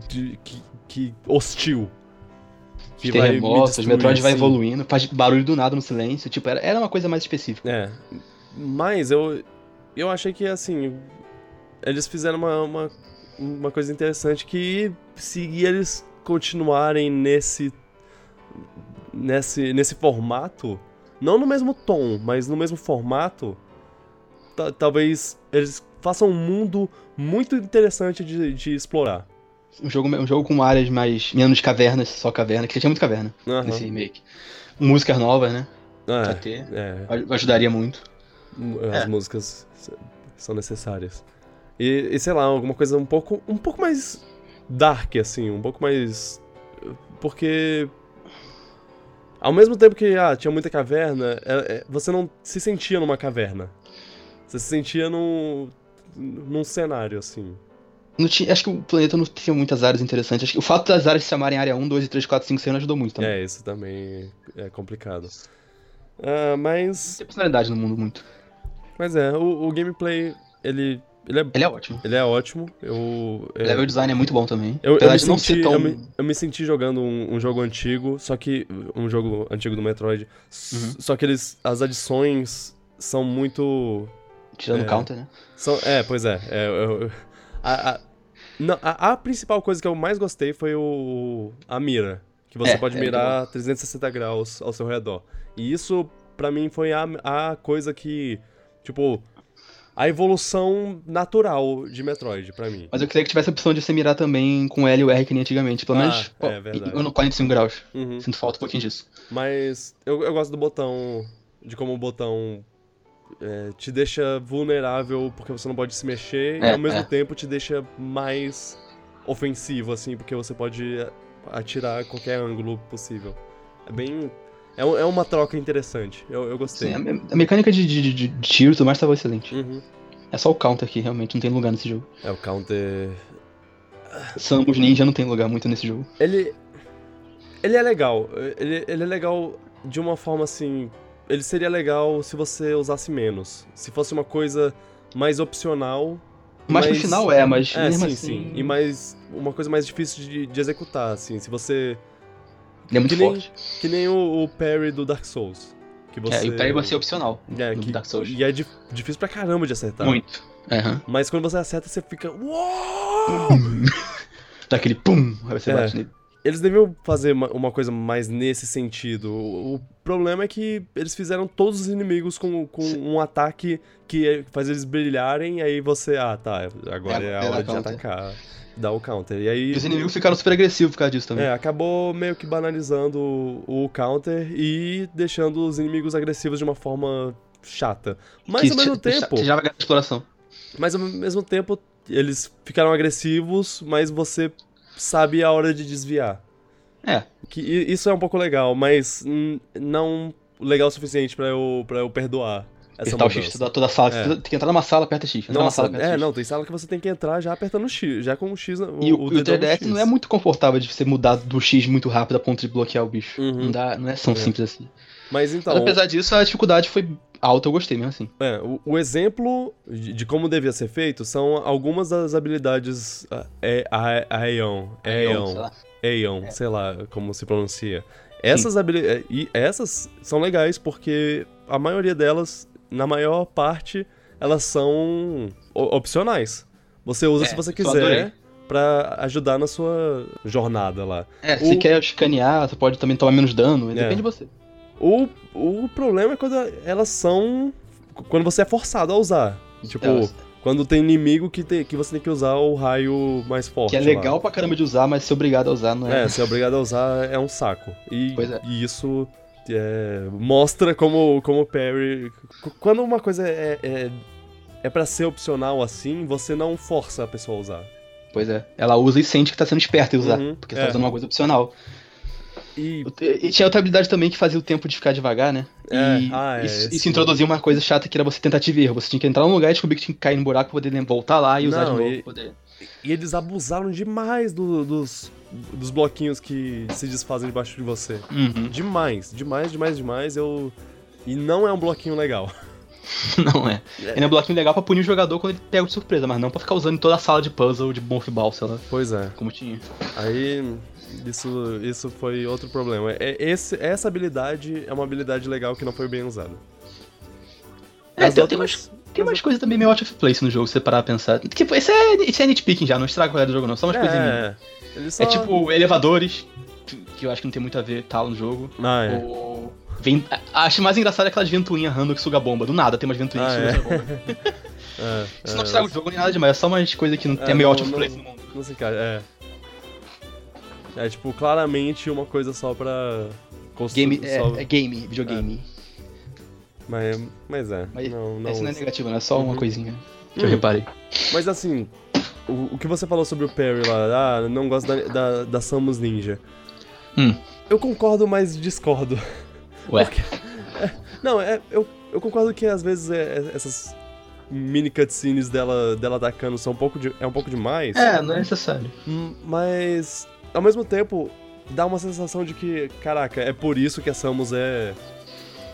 [SPEAKER 1] de- que, que hostil.
[SPEAKER 2] Os
[SPEAKER 1] vai me
[SPEAKER 2] terremotos, os
[SPEAKER 1] destruir,
[SPEAKER 2] Metroid vai
[SPEAKER 1] assim.
[SPEAKER 2] evoluindo, faz barulho do nada no silêncio. Tipo, era, era uma coisa mais específica.
[SPEAKER 1] É. Mas eu. Eu achei que assim. Eles fizeram uma, uma, uma coisa interessante que se eles continuarem nesse. nesse. nesse formato. Não no mesmo tom, mas no mesmo formato. ta- talvez eles façam um mundo muito interessante de, de explorar.
[SPEAKER 2] Um jogo, um jogo com áreas mais. menos cavernas, só caverna, que já tinha muito caverna
[SPEAKER 1] Aham.
[SPEAKER 2] nesse remake. Músicas novas, né? Pra
[SPEAKER 1] É,
[SPEAKER 2] ter.
[SPEAKER 1] é.
[SPEAKER 2] aj- Ajudaria muito.
[SPEAKER 1] as
[SPEAKER 2] É.
[SPEAKER 1] músicas s- são necessárias. E, e, sei lá, alguma coisa um pouco, um pouco mais dark, assim, um pouco mais. Porque. Ao mesmo tempo que ah, tinha muita caverna, é- é- você não se sentia numa caverna. Você se sentia num, num cenário, assim.
[SPEAKER 2] Não tinha, acho que o planeta não tinha muitas áreas interessantes. Acho que o fato das áreas se chamarem área 1, 2, 3, 4, 5, 6 não ajudou muito também.
[SPEAKER 1] É, isso também é complicado. Ah, mas.
[SPEAKER 2] Não tem personalidade no mundo muito.
[SPEAKER 1] Mas é, o, o gameplay, ele Ele é,
[SPEAKER 2] Ele é ótimo.
[SPEAKER 1] ele é ótimo. Eu,
[SPEAKER 2] O
[SPEAKER 1] é,
[SPEAKER 2] level design é muito bom também.
[SPEAKER 1] eu, eu,
[SPEAKER 2] Apesar
[SPEAKER 1] me
[SPEAKER 2] de não
[SPEAKER 1] senti,
[SPEAKER 2] ser tão.
[SPEAKER 1] eu, me, eu me senti jogando um, um jogo antigo, só que. Um jogo antigo do Metroid.
[SPEAKER 2] Uhum.
[SPEAKER 1] s- Só que eles. As adições são muito.
[SPEAKER 2] Tirando o
[SPEAKER 1] é.
[SPEAKER 2] counter, né?
[SPEAKER 1] São, é, pois é. é, eu- eu- a, a- não, a- a principal coisa que eu mais gostei foi o, a mira. Que você
[SPEAKER 2] É,
[SPEAKER 1] pode
[SPEAKER 2] é muito
[SPEAKER 1] mirar 360 graus ao seu redor. E isso, pra mim, foi a, a coisa que. Tipo. A evolução natural de Metroid, pra mim.
[SPEAKER 2] Mas eu queria que tivesse a opção de você mirar também com L e o R que nem antigamente. Pelo
[SPEAKER 1] Ah,
[SPEAKER 2] menos.
[SPEAKER 1] é
[SPEAKER 2] pô,
[SPEAKER 1] verdade.
[SPEAKER 2] eu no 45 graus.
[SPEAKER 1] Uhum.
[SPEAKER 2] Sinto falta um pouquinho disso.
[SPEAKER 1] Mas eu, eu gosto do botão. De como o botão é, te deixa vulnerável porque você não pode se mexer e
[SPEAKER 2] É,
[SPEAKER 1] ao mesmo
[SPEAKER 2] é.
[SPEAKER 1] tempo te deixa mais ofensivo, assim, porque você pode atirar a qualquer ângulo possível. É bem. É, um- é uma troca interessante. Eu, eu gostei.
[SPEAKER 2] Sim, a, me- a mecânica de, de, de- de tiro e tudo mais tava excelente.
[SPEAKER 1] Uhum.
[SPEAKER 2] É só o counter que realmente não tem lugar nesse jogo.
[SPEAKER 1] É, o counter.
[SPEAKER 2] Samus Ninja não tem lugar muito nesse jogo.
[SPEAKER 1] Ele. Ele é legal. Ele, ele é legal de uma forma assim. Ele seria legal se você usasse menos. Se fosse uma coisa mais opcional.
[SPEAKER 2] Mas, no
[SPEAKER 1] Mas-
[SPEAKER 2] final é, mas
[SPEAKER 1] É,
[SPEAKER 2] mesmo
[SPEAKER 1] sim,
[SPEAKER 2] assim.
[SPEAKER 1] sim. E mais. Uma coisa mais difícil de, de executar, assim. Se você.
[SPEAKER 2] Ele é muito
[SPEAKER 1] que nem-
[SPEAKER 2] forte.
[SPEAKER 1] Que nem o, o parry do Dark Souls. Que você.
[SPEAKER 2] É, e o parry vai ser opcional.
[SPEAKER 1] É,
[SPEAKER 2] do
[SPEAKER 1] que-
[SPEAKER 2] Dark Souls.
[SPEAKER 1] E é dif- difícil pra caramba de acertar.
[SPEAKER 2] Muito. Aham.
[SPEAKER 1] Mas quando você acerta, você fica. Uou!
[SPEAKER 2] Dá aquele pum, aí você
[SPEAKER 1] É.
[SPEAKER 2] bate nele.
[SPEAKER 1] Eles deviam fazer uma, uma coisa mais nesse sentido. O, o problema é que eles fizeram todos os inimigos com, com
[SPEAKER 2] Sim.
[SPEAKER 1] um ataque que é- faz eles brilharem, e aí você, ah, tá, agora
[SPEAKER 2] É,
[SPEAKER 1] é,
[SPEAKER 2] é
[SPEAKER 1] a
[SPEAKER 2] dar
[SPEAKER 1] hora de
[SPEAKER 2] counter.
[SPEAKER 1] atacar, dar o counter. E aí
[SPEAKER 2] E os inimigos ficaram super agressivos por causa disso também.
[SPEAKER 1] é, acabou meio que banalizando o, o counter e deixando os inimigos agressivos de uma forma chata. Mas
[SPEAKER 2] Que
[SPEAKER 1] ao mesmo
[SPEAKER 2] te- te-
[SPEAKER 1] tempo,
[SPEAKER 2] Você já vai gastar exploração.
[SPEAKER 1] mas ao mesmo tempo eles ficaram agressivos, mas você sabe a hora de desviar.
[SPEAKER 2] É.
[SPEAKER 1] Que i- isso é um pouco legal, mas hum, não legal o suficiente pra eu para eu perdoar essa
[SPEAKER 2] Apertar o X,
[SPEAKER 1] mudança.
[SPEAKER 2] toda, toda a sala.
[SPEAKER 1] É.
[SPEAKER 2] Você Tem que entrar numa sala, aperta X. Entrar numa
[SPEAKER 1] Nossa,
[SPEAKER 2] sala, aperta
[SPEAKER 1] é,
[SPEAKER 2] X.
[SPEAKER 1] não, tem sala que você tem que entrar já apertando o X, já com o X, na- o,
[SPEAKER 2] E o, e o
[SPEAKER 1] dedão no
[SPEAKER 2] 3DS
[SPEAKER 1] X.
[SPEAKER 2] não é muito confortável de você mudar do X muito rápido a ponto de bloquear o bicho.
[SPEAKER 1] Uhum.
[SPEAKER 2] Não, dá, não é tão
[SPEAKER 1] É.
[SPEAKER 2] simples assim.
[SPEAKER 1] Mas então,
[SPEAKER 2] Mas apesar disso, a dificuldade foi alta, eu gostei mesmo assim.
[SPEAKER 1] É, o, o exemplo de, de como devia ser feito são algumas das habilidades ah, é, a- Aeon,
[SPEAKER 2] Então, sei
[SPEAKER 1] Aeon,
[SPEAKER 2] lá. É.
[SPEAKER 1] Aeon, sei lá como se pronuncia. Essas habilidades, e essas são legais porque a maioria delas, na maior parte, elas são o- opcionais. Você usa
[SPEAKER 2] É,
[SPEAKER 1] se você
[SPEAKER 2] eu adorei.
[SPEAKER 1] quiser pra ajudar na sua jornada lá.
[SPEAKER 2] É, se você
[SPEAKER 1] O-
[SPEAKER 2] quer escanear, você pode também tomar menos dano,
[SPEAKER 1] É.
[SPEAKER 2] depende de você.
[SPEAKER 1] O, o problema é quando elas são quando você é forçado a usar. Tipo,
[SPEAKER 2] Então,
[SPEAKER 1] Quando tem inimigo que, tem- que você tem que usar o raio mais forte.
[SPEAKER 2] que é
[SPEAKER 1] lá.
[SPEAKER 2] legal pra caramba de usar, mas ser obrigado a usar não é.
[SPEAKER 1] É, ser obrigado a usar é um saco. E,
[SPEAKER 2] Pois é.
[SPEAKER 1] e isso é, mostra como, como o Perry. c- Quando uma coisa é, é, é pra ser opcional assim, você não força a pessoa a usar.
[SPEAKER 2] Pois é. Ela usa e sente que tá sendo esperta em usar,
[SPEAKER 1] Uhum,
[SPEAKER 2] porque
[SPEAKER 1] é.
[SPEAKER 2] tá usando uma coisa opcional.
[SPEAKER 1] E.
[SPEAKER 2] E tinha outra habilidade também que fazia o tempo de ficar devagar, né?
[SPEAKER 1] É,
[SPEAKER 2] E
[SPEAKER 1] ah, é,
[SPEAKER 2] isso,
[SPEAKER 1] esse-
[SPEAKER 2] isso introduzia uma coisa chata que era você tentativa e erro. Você tinha que entrar num lugar e descobrir que tinha que cair no buraco pra poder lem- voltar lá e usar
[SPEAKER 1] Não,
[SPEAKER 2] de novo.
[SPEAKER 1] e-
[SPEAKER 2] poder-
[SPEAKER 1] E eles abusaram demais do- dos, dos bloquinhos que se desfazem debaixo de você.
[SPEAKER 2] Uhum.
[SPEAKER 1] Demais, demais, demais, demais. Eu. E não é um bloquinho legal.
[SPEAKER 2] Não é. Ele é um bloquinho legal pra punir o jogador quando ele pega de surpresa, mas não pra ficar usando em toda a sala de puzzle de Morph Ball, sei lá,
[SPEAKER 1] Pois é.
[SPEAKER 2] como tinha.
[SPEAKER 1] Aí, isso, isso foi outro problema. É, esse, essa habilidade é uma habilidade legal que não foi bem usada.
[SPEAKER 2] É,
[SPEAKER 1] As
[SPEAKER 2] tem, tem
[SPEAKER 1] outras-
[SPEAKER 2] umas, tem umas coisas também meio out of place no jogo, se você parar a pensar. Que, isso, é, isso é nitpicking já, não estraga a qualidade do jogo não, só umas coisas coisinhas.
[SPEAKER 1] É, ele só...
[SPEAKER 2] É tipo elevadores, que- que eu acho que não tem muito a ver tal no jogo.
[SPEAKER 1] Ah, é.
[SPEAKER 2] Ou... Vem... a- Acho mais engraçado é aquelas ventoinhas random que suga bomba. Do nada tem umas ventoinhas
[SPEAKER 1] Ah,
[SPEAKER 2] que sugam bomba.
[SPEAKER 1] é,
[SPEAKER 2] Isso
[SPEAKER 1] é,
[SPEAKER 2] não estraga o jogo nem nada demais, é só umas coisas que não
[SPEAKER 1] É,
[SPEAKER 2] tem meio
[SPEAKER 1] não,
[SPEAKER 2] out of
[SPEAKER 1] não-
[SPEAKER 2] place no mundo.
[SPEAKER 1] Não sei, cara, é. É, tipo, claramente uma coisa só pra... construir
[SPEAKER 2] Game, é, é game, videogame.
[SPEAKER 1] mas, mas é,
[SPEAKER 2] Mas
[SPEAKER 1] não, não...
[SPEAKER 2] Essa não é negativa, né? É só uma
[SPEAKER 1] Uhum.
[SPEAKER 2] coisinha que eu
[SPEAKER 1] Uhum.
[SPEAKER 2] reparei.
[SPEAKER 1] Mas assim, o, o que você falou sobre o Perry lá, ah, não gosto da, da, da Samus Ninja.
[SPEAKER 2] Hum.
[SPEAKER 1] Eu concordo, mas discordo.
[SPEAKER 2] Ué,
[SPEAKER 1] Não, é, eu, eu concordo que às vezes é- é- essas mini cutscenes dela, dela atacando são um pouco de, é um pouco demais.
[SPEAKER 2] é, não é necessário.
[SPEAKER 1] Hum, Mas, ao mesmo tempo, dá uma sensação de que, caraca, é por isso que a Samus é.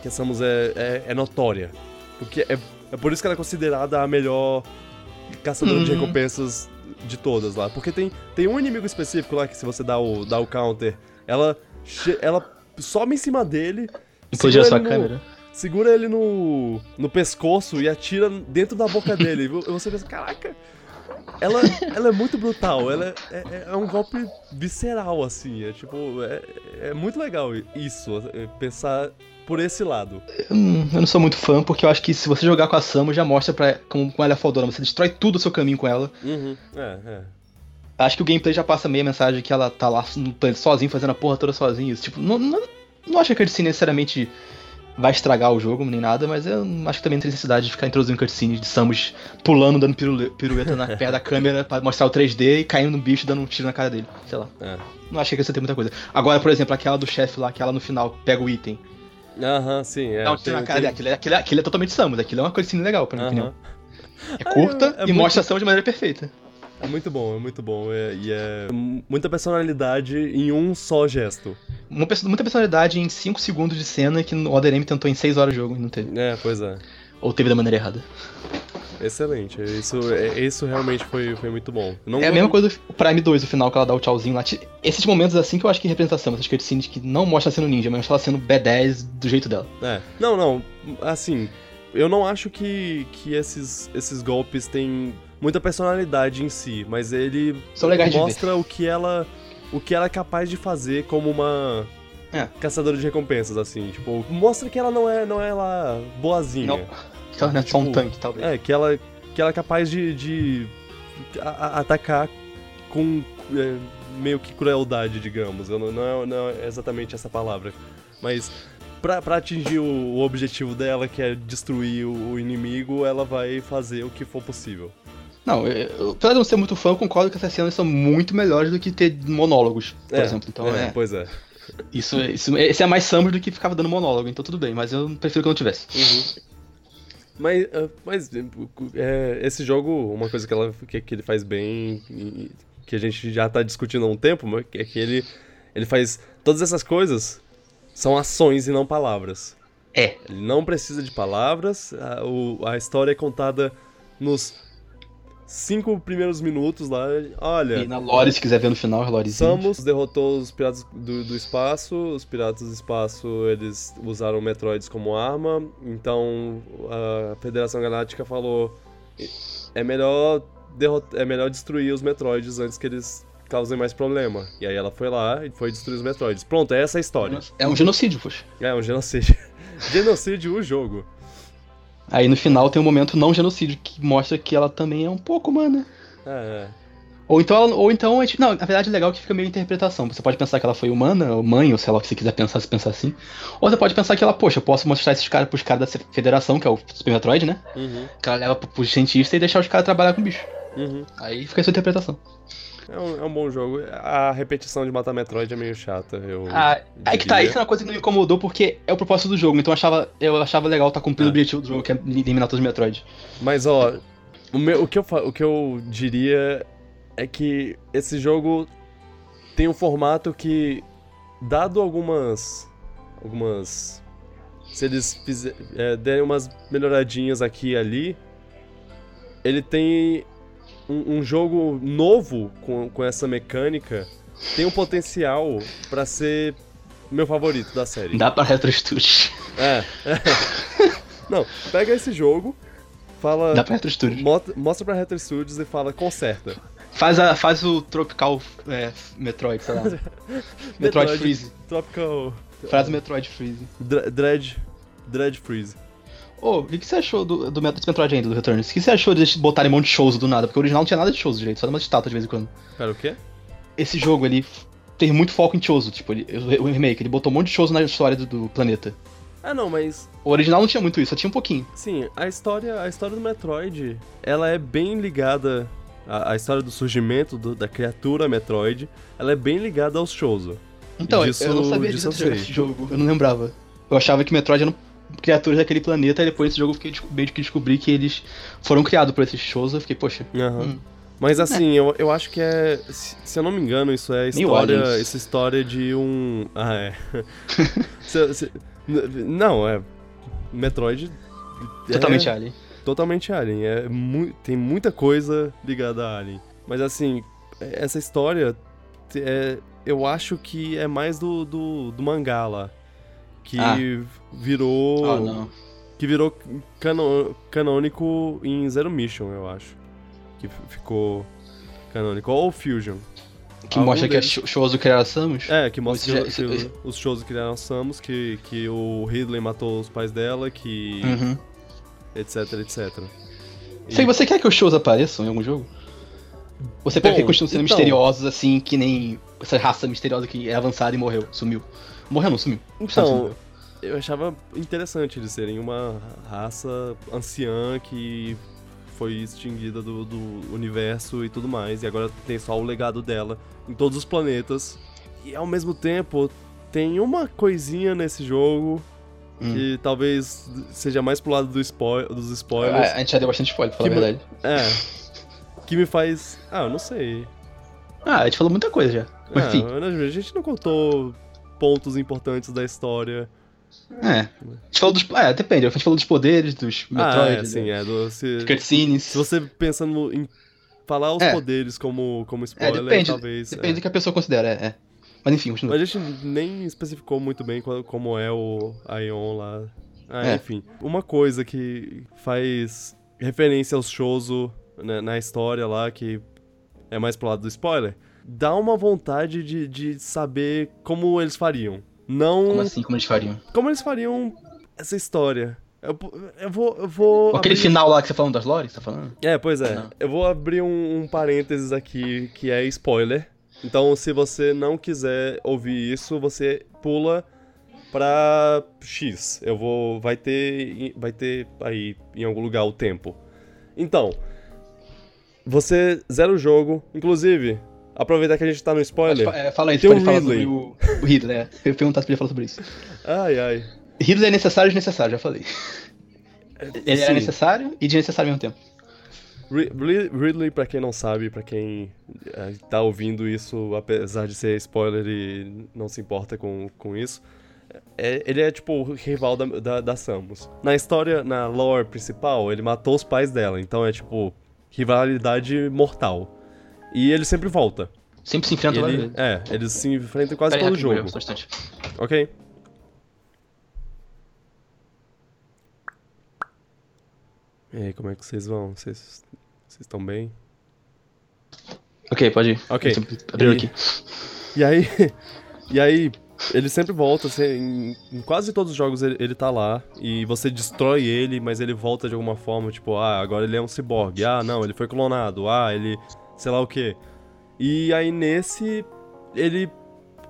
[SPEAKER 1] que a Samus é, é, é notória. Porque é, é por isso que ela é considerada a melhor caçador de recompensas de todas lá. Porque tem, tem um inimigo específico lá que se você dá o, dá o counter, ela, ela sobe em cima dele.
[SPEAKER 2] Implodir a sua
[SPEAKER 1] ele no-
[SPEAKER 2] câmera.
[SPEAKER 1] Segura ele no, no pescoço e atira dentro da boca dele. E vo- você pensa, caraca, ela, ela é muito brutal. Ela é, é- é um golpe visceral, assim. É tipo, é, é muito legal isso, é, pensar por esse lado.
[SPEAKER 2] Hum, eu não sou muito fã, porque eu acho que se você jogar com a Samus, já mostra pra, como, como ela é fodona. Você destrói tudo o seu caminho com ela.
[SPEAKER 1] É, é.
[SPEAKER 2] Acho que o gameplay já passa meio a mensagem que ela tá lá no planeta sozinha, fazendo a porra toda sozinha. Isso, Tipo, não, não, não acho que a cutscene necessariamente vai estragar o jogo nem nada, mas eu não- acho que também não tem necessidade de ficar introduzindo cutscenes de Samus pulando, dando pirule- pirueta na perna da câmera pra mostrar o 3D e caindo no bicho, dando um tiro na cara dele. Sei lá.
[SPEAKER 1] É.
[SPEAKER 2] Não achei que isso tem muita coisa. Agora, por exemplo, aquela do chefe lá, que ela no final pega o item.
[SPEAKER 1] Aham, sim, é.
[SPEAKER 2] dá um tiro na cara dele. Aquilo, é- aquilo, é- aquilo é totalmente Samus. Aquilo é uma cutscene legal, pra minha opinião.
[SPEAKER 1] Aham.
[SPEAKER 2] É curta
[SPEAKER 1] é
[SPEAKER 2] e
[SPEAKER 1] muito-
[SPEAKER 2] mostra a Samus de maneira perfeita.
[SPEAKER 1] É muito bom, é muito bom. é- e é muita personalidade em um só gesto.
[SPEAKER 2] Uma perso- muita personalidade em 5 segundos de cena que o Other M tentou em 6 horas de jogo e não teve.
[SPEAKER 1] É, pois é.
[SPEAKER 2] Ou teve da maneira errada.
[SPEAKER 1] Excelente. Isso, é- isso realmente foi, foi muito bom. Não-
[SPEAKER 2] É a mesma coisa do Prime 2, o final que ela dá o tchauzinho lá. Ti- Esses momentos assim que eu acho que representação, essas cutscenes que não mostra ela sendo ninja, mas mostra ela sendo B10 do jeito dela.
[SPEAKER 1] É. Não, não. Assim, eu não acho que, que esses, esses golpes têm muita personalidade em si, mas ele
[SPEAKER 2] São legais de ver.
[SPEAKER 1] mostra o que ela o que ela é capaz de fazer como uma
[SPEAKER 2] É.
[SPEAKER 1] caçadora de recompensas assim, tipo, mostra que ela não é não é lá boazinha.
[SPEAKER 2] Não. Então, né, só um
[SPEAKER 1] Tipo,
[SPEAKER 2] tanque, talvez.
[SPEAKER 1] É, que ela que ela é capaz de, de a- a- atacar com é, meio que crueldade, digamos. Eu não, não, é, não é exatamente essa palavra. Mas pra, pra atingir o, o objetivo dela, que é destruir o, o inimigo, ela vai fazer o que for possível.
[SPEAKER 2] Não, eu, eu, apesar de eu não ser muito fã, eu concordo que essas cenas são muito melhores do que ter monólogos, por
[SPEAKER 1] É,
[SPEAKER 2] exemplo. Então, é,
[SPEAKER 1] Pois é.
[SPEAKER 2] isso, isso, esse é mais Samus do que ficava dando monólogo, então tudo bem, mas eu prefiro que não tivesse.
[SPEAKER 1] Mas, eh, mas eh, é, esse jogo, uma coisa que, ela, que, que ele faz bem, e- que a gente já tá discutindo há um tempo, mas é que ele, ele faz todas essas coisas são ações e não palavras.
[SPEAKER 2] É.
[SPEAKER 1] Ele não precisa de palavras, a, o- a história é contada nos cinco primeiros minutos lá. Olha,
[SPEAKER 2] E na Lore, se quiser ver no final, é a Lorezinha.
[SPEAKER 1] Samus derrotou os piratas do, do espaço. Os piratas do espaço eles usaram Metroids como arma. Então a Federação Galáctica falou: é melhor derrot- é melhor destruir os Metroids antes que eles causem mais problema. E aí ela foi lá e foi destruir os Metroids. Pronto, é essa a história.
[SPEAKER 2] É um genocídio, poxa.
[SPEAKER 1] É um genocídio. genocídio o jogo.
[SPEAKER 2] Aí no final tem um momento não genocídio que mostra que ela também é um pouco humana.
[SPEAKER 1] É,
[SPEAKER 2] Ou então, ela- ou então, a gente- não, na verdade é legal que fica meio interpretação. Você pode pensar que ela foi humana, ou mãe, ou sei lá o que você quiser pensar, se pensar assim. Ou você pode pensar que ela, poxa, eu posso mostrar esses caras pros caras da federação, que é o Super Metroid, né?
[SPEAKER 1] é. Uhum,
[SPEAKER 2] Que ela leva pro- pros cientistas e deixar os caras trabalhar com o bicho.
[SPEAKER 1] uhum.
[SPEAKER 2] Aí fica a sua interpretação.
[SPEAKER 1] É, um, é um bom jogo. A repetição de matar Metroid é meio chata. Eu
[SPEAKER 2] Ah, aí que tá,
[SPEAKER 1] diria.
[SPEAKER 2] isso é uma coisa que não me incomodou porque é o propósito do jogo, então eu achava, eu achava legal estar cumprindo
[SPEAKER 1] Ah.
[SPEAKER 2] o objetivo do jogo, que é eliminar todos os Metroid.
[SPEAKER 1] Mas ó, o, meu- o que eu, fa- o que eu diria é que esse jogo tem um formato que, dado algumas. algumas. Se eles fizer, é, derem umas melhoradinhas aqui e ali, ele tem um, um jogo novo com, com essa mecânica, tem um potencial pra ser meu favorito da série.
[SPEAKER 2] Dá pra Retro Studios.
[SPEAKER 1] É. Não, pega esse jogo, fala.
[SPEAKER 2] Dá pra Retro Studios.
[SPEAKER 1] Mota- Mostra pra Retro Studios e fala, conserta.
[SPEAKER 2] Faz, a, faz o Tropical é, Metroid, sei lá. Metroid,
[SPEAKER 1] Metroid.
[SPEAKER 2] Freeze.
[SPEAKER 1] Tropical
[SPEAKER 2] Faz o Metroid Freeze.
[SPEAKER 1] Dre- Dread. Dread Freeze.
[SPEAKER 2] Ô, o que, que você achou do, do Met- desse Metroid ainda, do Returns? O que você achou de eles botarem um monte de shows do nada? Porque o original não tinha nada de shows direito, só uma estátua de vez em quando.
[SPEAKER 1] Pera, o quê?
[SPEAKER 2] Esse jogo, ele f- tem muito foco em Chozo, tipo, ele- o o remake, ele botou um monte de shows na história do, do planeta.
[SPEAKER 1] Ah, não, mas.
[SPEAKER 2] O original não tinha muito isso, só tinha um pouquinho.
[SPEAKER 1] Sim, a história, a história do Metroid, ela é bem ligada. A, a história do surgimento do- da criatura Metroid, ela é bem ligada aos Shouzo.
[SPEAKER 2] Então,
[SPEAKER 1] Disso-
[SPEAKER 2] eu não sabia
[SPEAKER 1] disso
[SPEAKER 2] disso
[SPEAKER 1] eu
[SPEAKER 2] antes de jogar
[SPEAKER 1] sei.
[SPEAKER 2] esse jogo, eu não lembrava. Eu achava que Metroid eram criaturas daquele planeta, e depois desse jogo eu fiquei desco- meio que descobri que eles foram criados por esses shows, eu fiquei, poxa,
[SPEAKER 1] Aham.
[SPEAKER 2] Hum.
[SPEAKER 1] Mas assim, eu, eu acho que é. Se se eu não me engano, isso é
[SPEAKER 2] New
[SPEAKER 1] história.
[SPEAKER 2] Orleans.
[SPEAKER 1] Essa história de um. Ah, é. Se- se- n- não, é. Metroid. é-
[SPEAKER 2] totalmente alien.
[SPEAKER 1] totalmente Alien. É mu tem muita coisa ligada a Alien. Mas assim, essa história é, eu acho que é mais do, do, do mangá lá. Que
[SPEAKER 2] Ah.
[SPEAKER 1] virou.
[SPEAKER 2] Ah, não.
[SPEAKER 1] Que virou cano, canônico em Zero Mission, eu acho. Que f- ficou canônico. Ou Fusion.
[SPEAKER 2] Que
[SPEAKER 1] Algum
[SPEAKER 2] mostra que é
[SPEAKER 1] deles.
[SPEAKER 2] Sho- Shozo criaram a Samus?
[SPEAKER 1] É, que mostra
[SPEAKER 2] Isso
[SPEAKER 1] que,
[SPEAKER 2] já-
[SPEAKER 1] que
[SPEAKER 2] isso-
[SPEAKER 1] os shows criaram a Samus, que, que o Ridley matou os pais dela, que.
[SPEAKER 2] Uhum.
[SPEAKER 1] etc, etc. É.
[SPEAKER 2] Sei, você quer que os shows apareçam em algum jogo? Você prefere
[SPEAKER 1] Bom,
[SPEAKER 2] que continuem sendo
[SPEAKER 1] então.
[SPEAKER 2] misteriosos, assim, que nem essa raça misteriosa que é avançada e morreu, sumiu. Morreu não, sumiu.
[SPEAKER 1] Então, eu achava interessante eles serem uma raça anciã que foi extinguida do, do universo e tudo mais, e agora tem só o legado dela em todos os planetas. E ao mesmo tempo, tem uma coisinha nesse jogo
[SPEAKER 2] Hum.
[SPEAKER 1] que talvez seja mais pro lado do spoil- dos spoilers.
[SPEAKER 2] A, a gente já deu bastante spoiler, pra falar
[SPEAKER 1] Que
[SPEAKER 2] a verdade.
[SPEAKER 1] É. Que me faz. Ah, eu não sei.
[SPEAKER 2] Ah, a gente falou muita coisa já. Mas,
[SPEAKER 1] Ah,
[SPEAKER 2] enfim,
[SPEAKER 1] a gente não contou pontos importantes da história.
[SPEAKER 2] é. A gente falou dos... É, depende. A gente falou dos poderes, dos
[SPEAKER 1] ah,
[SPEAKER 2] Metroid, né?
[SPEAKER 1] é, sim, é. do- se,
[SPEAKER 2] dos cutscenes.
[SPEAKER 1] se você pensando em falar os
[SPEAKER 2] É.
[SPEAKER 1] poderes como, como
[SPEAKER 2] É,
[SPEAKER 1] spoiler,
[SPEAKER 2] depende.
[SPEAKER 1] talvez.
[SPEAKER 2] depende do
[SPEAKER 1] é.
[SPEAKER 2] que a pessoa considera, é. é. Mas enfim, continua.
[SPEAKER 1] Mas a gente nem especificou muito bem qual- como é o Aion lá. Ah,
[SPEAKER 2] É.
[SPEAKER 1] enfim. Uma coisa que faz referência aos Shoso na, na história lá, que é mais pro lado do spoiler, dá uma vontade de, de saber como eles fariam. Não
[SPEAKER 2] Como assim, como eles fariam?
[SPEAKER 1] como eles fariam essa história? Eu, eu vou. Eu vou
[SPEAKER 2] Aquele
[SPEAKER 1] abrir-
[SPEAKER 2] final lá que você falou das lores, tá falando?
[SPEAKER 1] É, pois é.
[SPEAKER 2] Não.
[SPEAKER 1] Eu vou abrir um, um parênteses aqui que é spoiler. Então, se você não quiser ouvir isso, você pula pra X. Eu vou. Vai ter. Vai ter aí em algum lugar o tempo. Então. Você zera o jogo. Inclusive, aproveitar que a gente tá no
[SPEAKER 2] Pode,
[SPEAKER 1] spoiler.
[SPEAKER 2] fa- é, fala aí, você
[SPEAKER 1] Tem o
[SPEAKER 2] pode falar sobre
[SPEAKER 1] Ridley.
[SPEAKER 2] o, o Ridley, né? Eu ia perguntar se podia falar sobre isso.
[SPEAKER 1] Ai, ai.
[SPEAKER 2] Ridley é necessário e desnecessário, já falei. Ele era
[SPEAKER 1] Sim.
[SPEAKER 2] necessário e desnecessário ao mesmo tempo.
[SPEAKER 1] Ri- Ri- Ridley, pra quem não sabe, pra quem eh, tá ouvindo isso, apesar de ser spoiler e não se importa com, com isso, é- ele é tipo o rival da, da, da Samus. Na história, na lore principal, ele matou os pais dela, então é tipo rivalidade mortal. E ele sempre volta.
[SPEAKER 2] Sempre se enfrenta várias
[SPEAKER 1] Ele,
[SPEAKER 2] vezes.
[SPEAKER 1] é, eles se enfrentam quase
[SPEAKER 2] Pera aí,
[SPEAKER 1] todo
[SPEAKER 2] rapidinho,
[SPEAKER 1] jogo.
[SPEAKER 2] só um instante.
[SPEAKER 1] Ok. E aí, como é que vocês vão? Vocês vocês estão bem?
[SPEAKER 2] Ok, pode ir.
[SPEAKER 1] Ok.
[SPEAKER 2] Abriu
[SPEAKER 1] E-
[SPEAKER 2] aqui.
[SPEAKER 1] E aí, e aí ele sempre volta, assim, em, em quase todos os jogos ele, ele tá lá, e você destrói ele, mas ele volta de alguma forma, tipo, ah, agora ele é um ciborgue, ah, não, ele foi clonado, ah, ele, sei lá o quê. E aí nesse, ele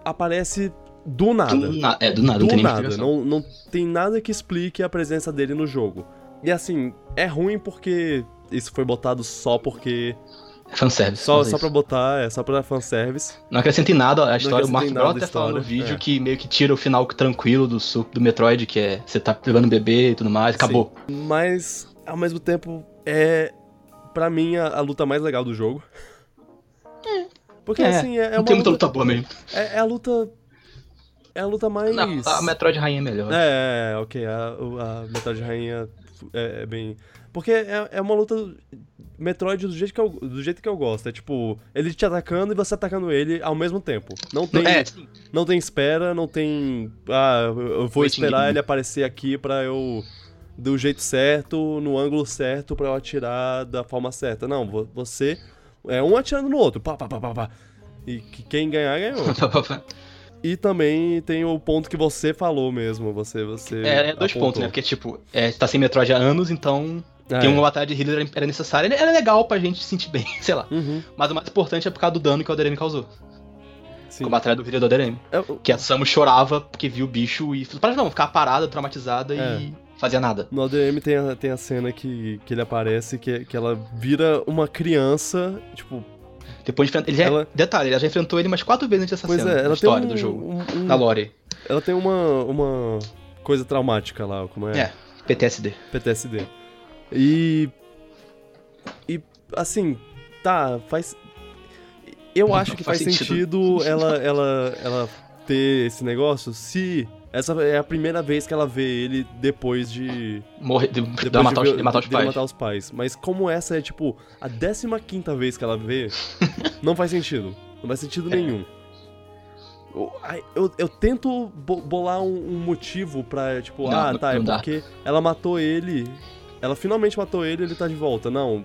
[SPEAKER 1] aparece do nada.
[SPEAKER 2] Do na- é, do nada, não
[SPEAKER 1] Do
[SPEAKER 2] tem nem
[SPEAKER 1] nada, não, não tem nada que explique a presença dele no jogo. E assim, é ruim porque isso foi botado só porque.
[SPEAKER 2] É fanservice.
[SPEAKER 1] Só,
[SPEAKER 2] faz
[SPEAKER 1] só
[SPEAKER 2] isso.
[SPEAKER 1] pra botar, é só pra fanservice.
[SPEAKER 2] Não acrescenta em nada a história.
[SPEAKER 1] acrescenta
[SPEAKER 2] O
[SPEAKER 1] em
[SPEAKER 2] Mark
[SPEAKER 1] nada
[SPEAKER 2] Brown
[SPEAKER 1] a
[SPEAKER 2] até falou no
[SPEAKER 1] história,
[SPEAKER 2] vídeo
[SPEAKER 1] é.
[SPEAKER 2] que meio que tira o final tranquilo do suco do Metroid, que é você tá pegando o bebê e tudo mais, acabou.
[SPEAKER 1] Mas, ao mesmo tempo, é. Pra mim, a, a luta mais legal do jogo. Porque,
[SPEAKER 2] É,
[SPEAKER 1] assim, é, é
[SPEAKER 2] não
[SPEAKER 1] uma
[SPEAKER 2] tem muita
[SPEAKER 1] luta,
[SPEAKER 2] luta boa mesmo.
[SPEAKER 1] é, é a luta. É a luta mais.
[SPEAKER 2] Não, a Metroid Rainha é melhor.
[SPEAKER 1] É, é, ok. A, o- a Metroid Rainha é, é bem. Porque é, é uma luta Metroid do jeito, que eu, do jeito que eu gosto. É tipo, ele te atacando e você atacando ele ao mesmo tempo. Não tem,
[SPEAKER 2] É, sim.
[SPEAKER 1] não tem espera, não tem. Ah, eu- eu vou
[SPEAKER 2] Waiting
[SPEAKER 1] esperar
[SPEAKER 2] game.
[SPEAKER 1] ele aparecer aqui pra eu. Do jeito certo, no ângulo certo, pra eu atirar da forma certa. Não, vo- você. É um atirando no outro. Pá, pá, pá, pá, pá. E que- quem ganhar, ganhou. E também tem o ponto que você falou mesmo, você, você
[SPEAKER 2] É, é dois
[SPEAKER 1] apontou.
[SPEAKER 2] pontos, né? Porque, tipo, é, tá sem Metroid há anos, então
[SPEAKER 1] É.
[SPEAKER 2] ter uma batalha de healer era- era necessária. Ele Era legal pra gente se sentir bem, sei lá.
[SPEAKER 1] Uhum,
[SPEAKER 2] Mas o mais importante é por causa do dano que o Aderemi causou.
[SPEAKER 1] sim.
[SPEAKER 2] Com a batalha do healer do Aderemi.
[SPEAKER 1] É, o-
[SPEAKER 2] Que a Samus chorava porque viu o bicho e... Para não, ficar parada, traumatizada e
[SPEAKER 1] É.
[SPEAKER 2] fazia nada.
[SPEAKER 1] No ADM tem a, tem a cena que, que ele aparece, que, que ela vira uma criança, tipo...
[SPEAKER 2] Depois de enfrentar... Ele já...
[SPEAKER 1] Ela-
[SPEAKER 2] Detalhe, ela já enfrentou ele umas quatro vezes antes dessa
[SPEAKER 1] Pois
[SPEAKER 2] cena.
[SPEAKER 1] é,
[SPEAKER 2] na
[SPEAKER 1] ela tem
[SPEAKER 2] Tá história
[SPEAKER 1] um,
[SPEAKER 2] do jogo.
[SPEAKER 1] um- um-
[SPEAKER 2] Na lore.
[SPEAKER 1] ela tem uma, uma coisa traumática lá, como é?
[SPEAKER 2] É. PTSD.
[SPEAKER 1] PTSD. E... E, assim, tá, faz... Eu acho que faz,
[SPEAKER 2] Faz
[SPEAKER 1] sentido,
[SPEAKER 2] sentido.
[SPEAKER 1] ela, ela, ela ter esse negócio se Essa é a primeira vez que ela vê ele depois de.
[SPEAKER 2] Morrer, de, de matar,
[SPEAKER 1] ver-
[SPEAKER 2] os, de matar os
[SPEAKER 1] de
[SPEAKER 2] pais.
[SPEAKER 1] matar os pais. Mas como essa é, tipo, a 15 vez que ela vê, não faz sentido. Não faz
[SPEAKER 2] É.
[SPEAKER 1] sentido nenhum. Eu, ai, eu, eu tento bo- bolar um, um motivo pra, tipo,
[SPEAKER 2] Não,
[SPEAKER 1] ah,
[SPEAKER 2] não-
[SPEAKER 1] tá, é
[SPEAKER 2] não dá.
[SPEAKER 1] porque ela matou ele. Ela finalmente matou ele ele tá de volta. Não,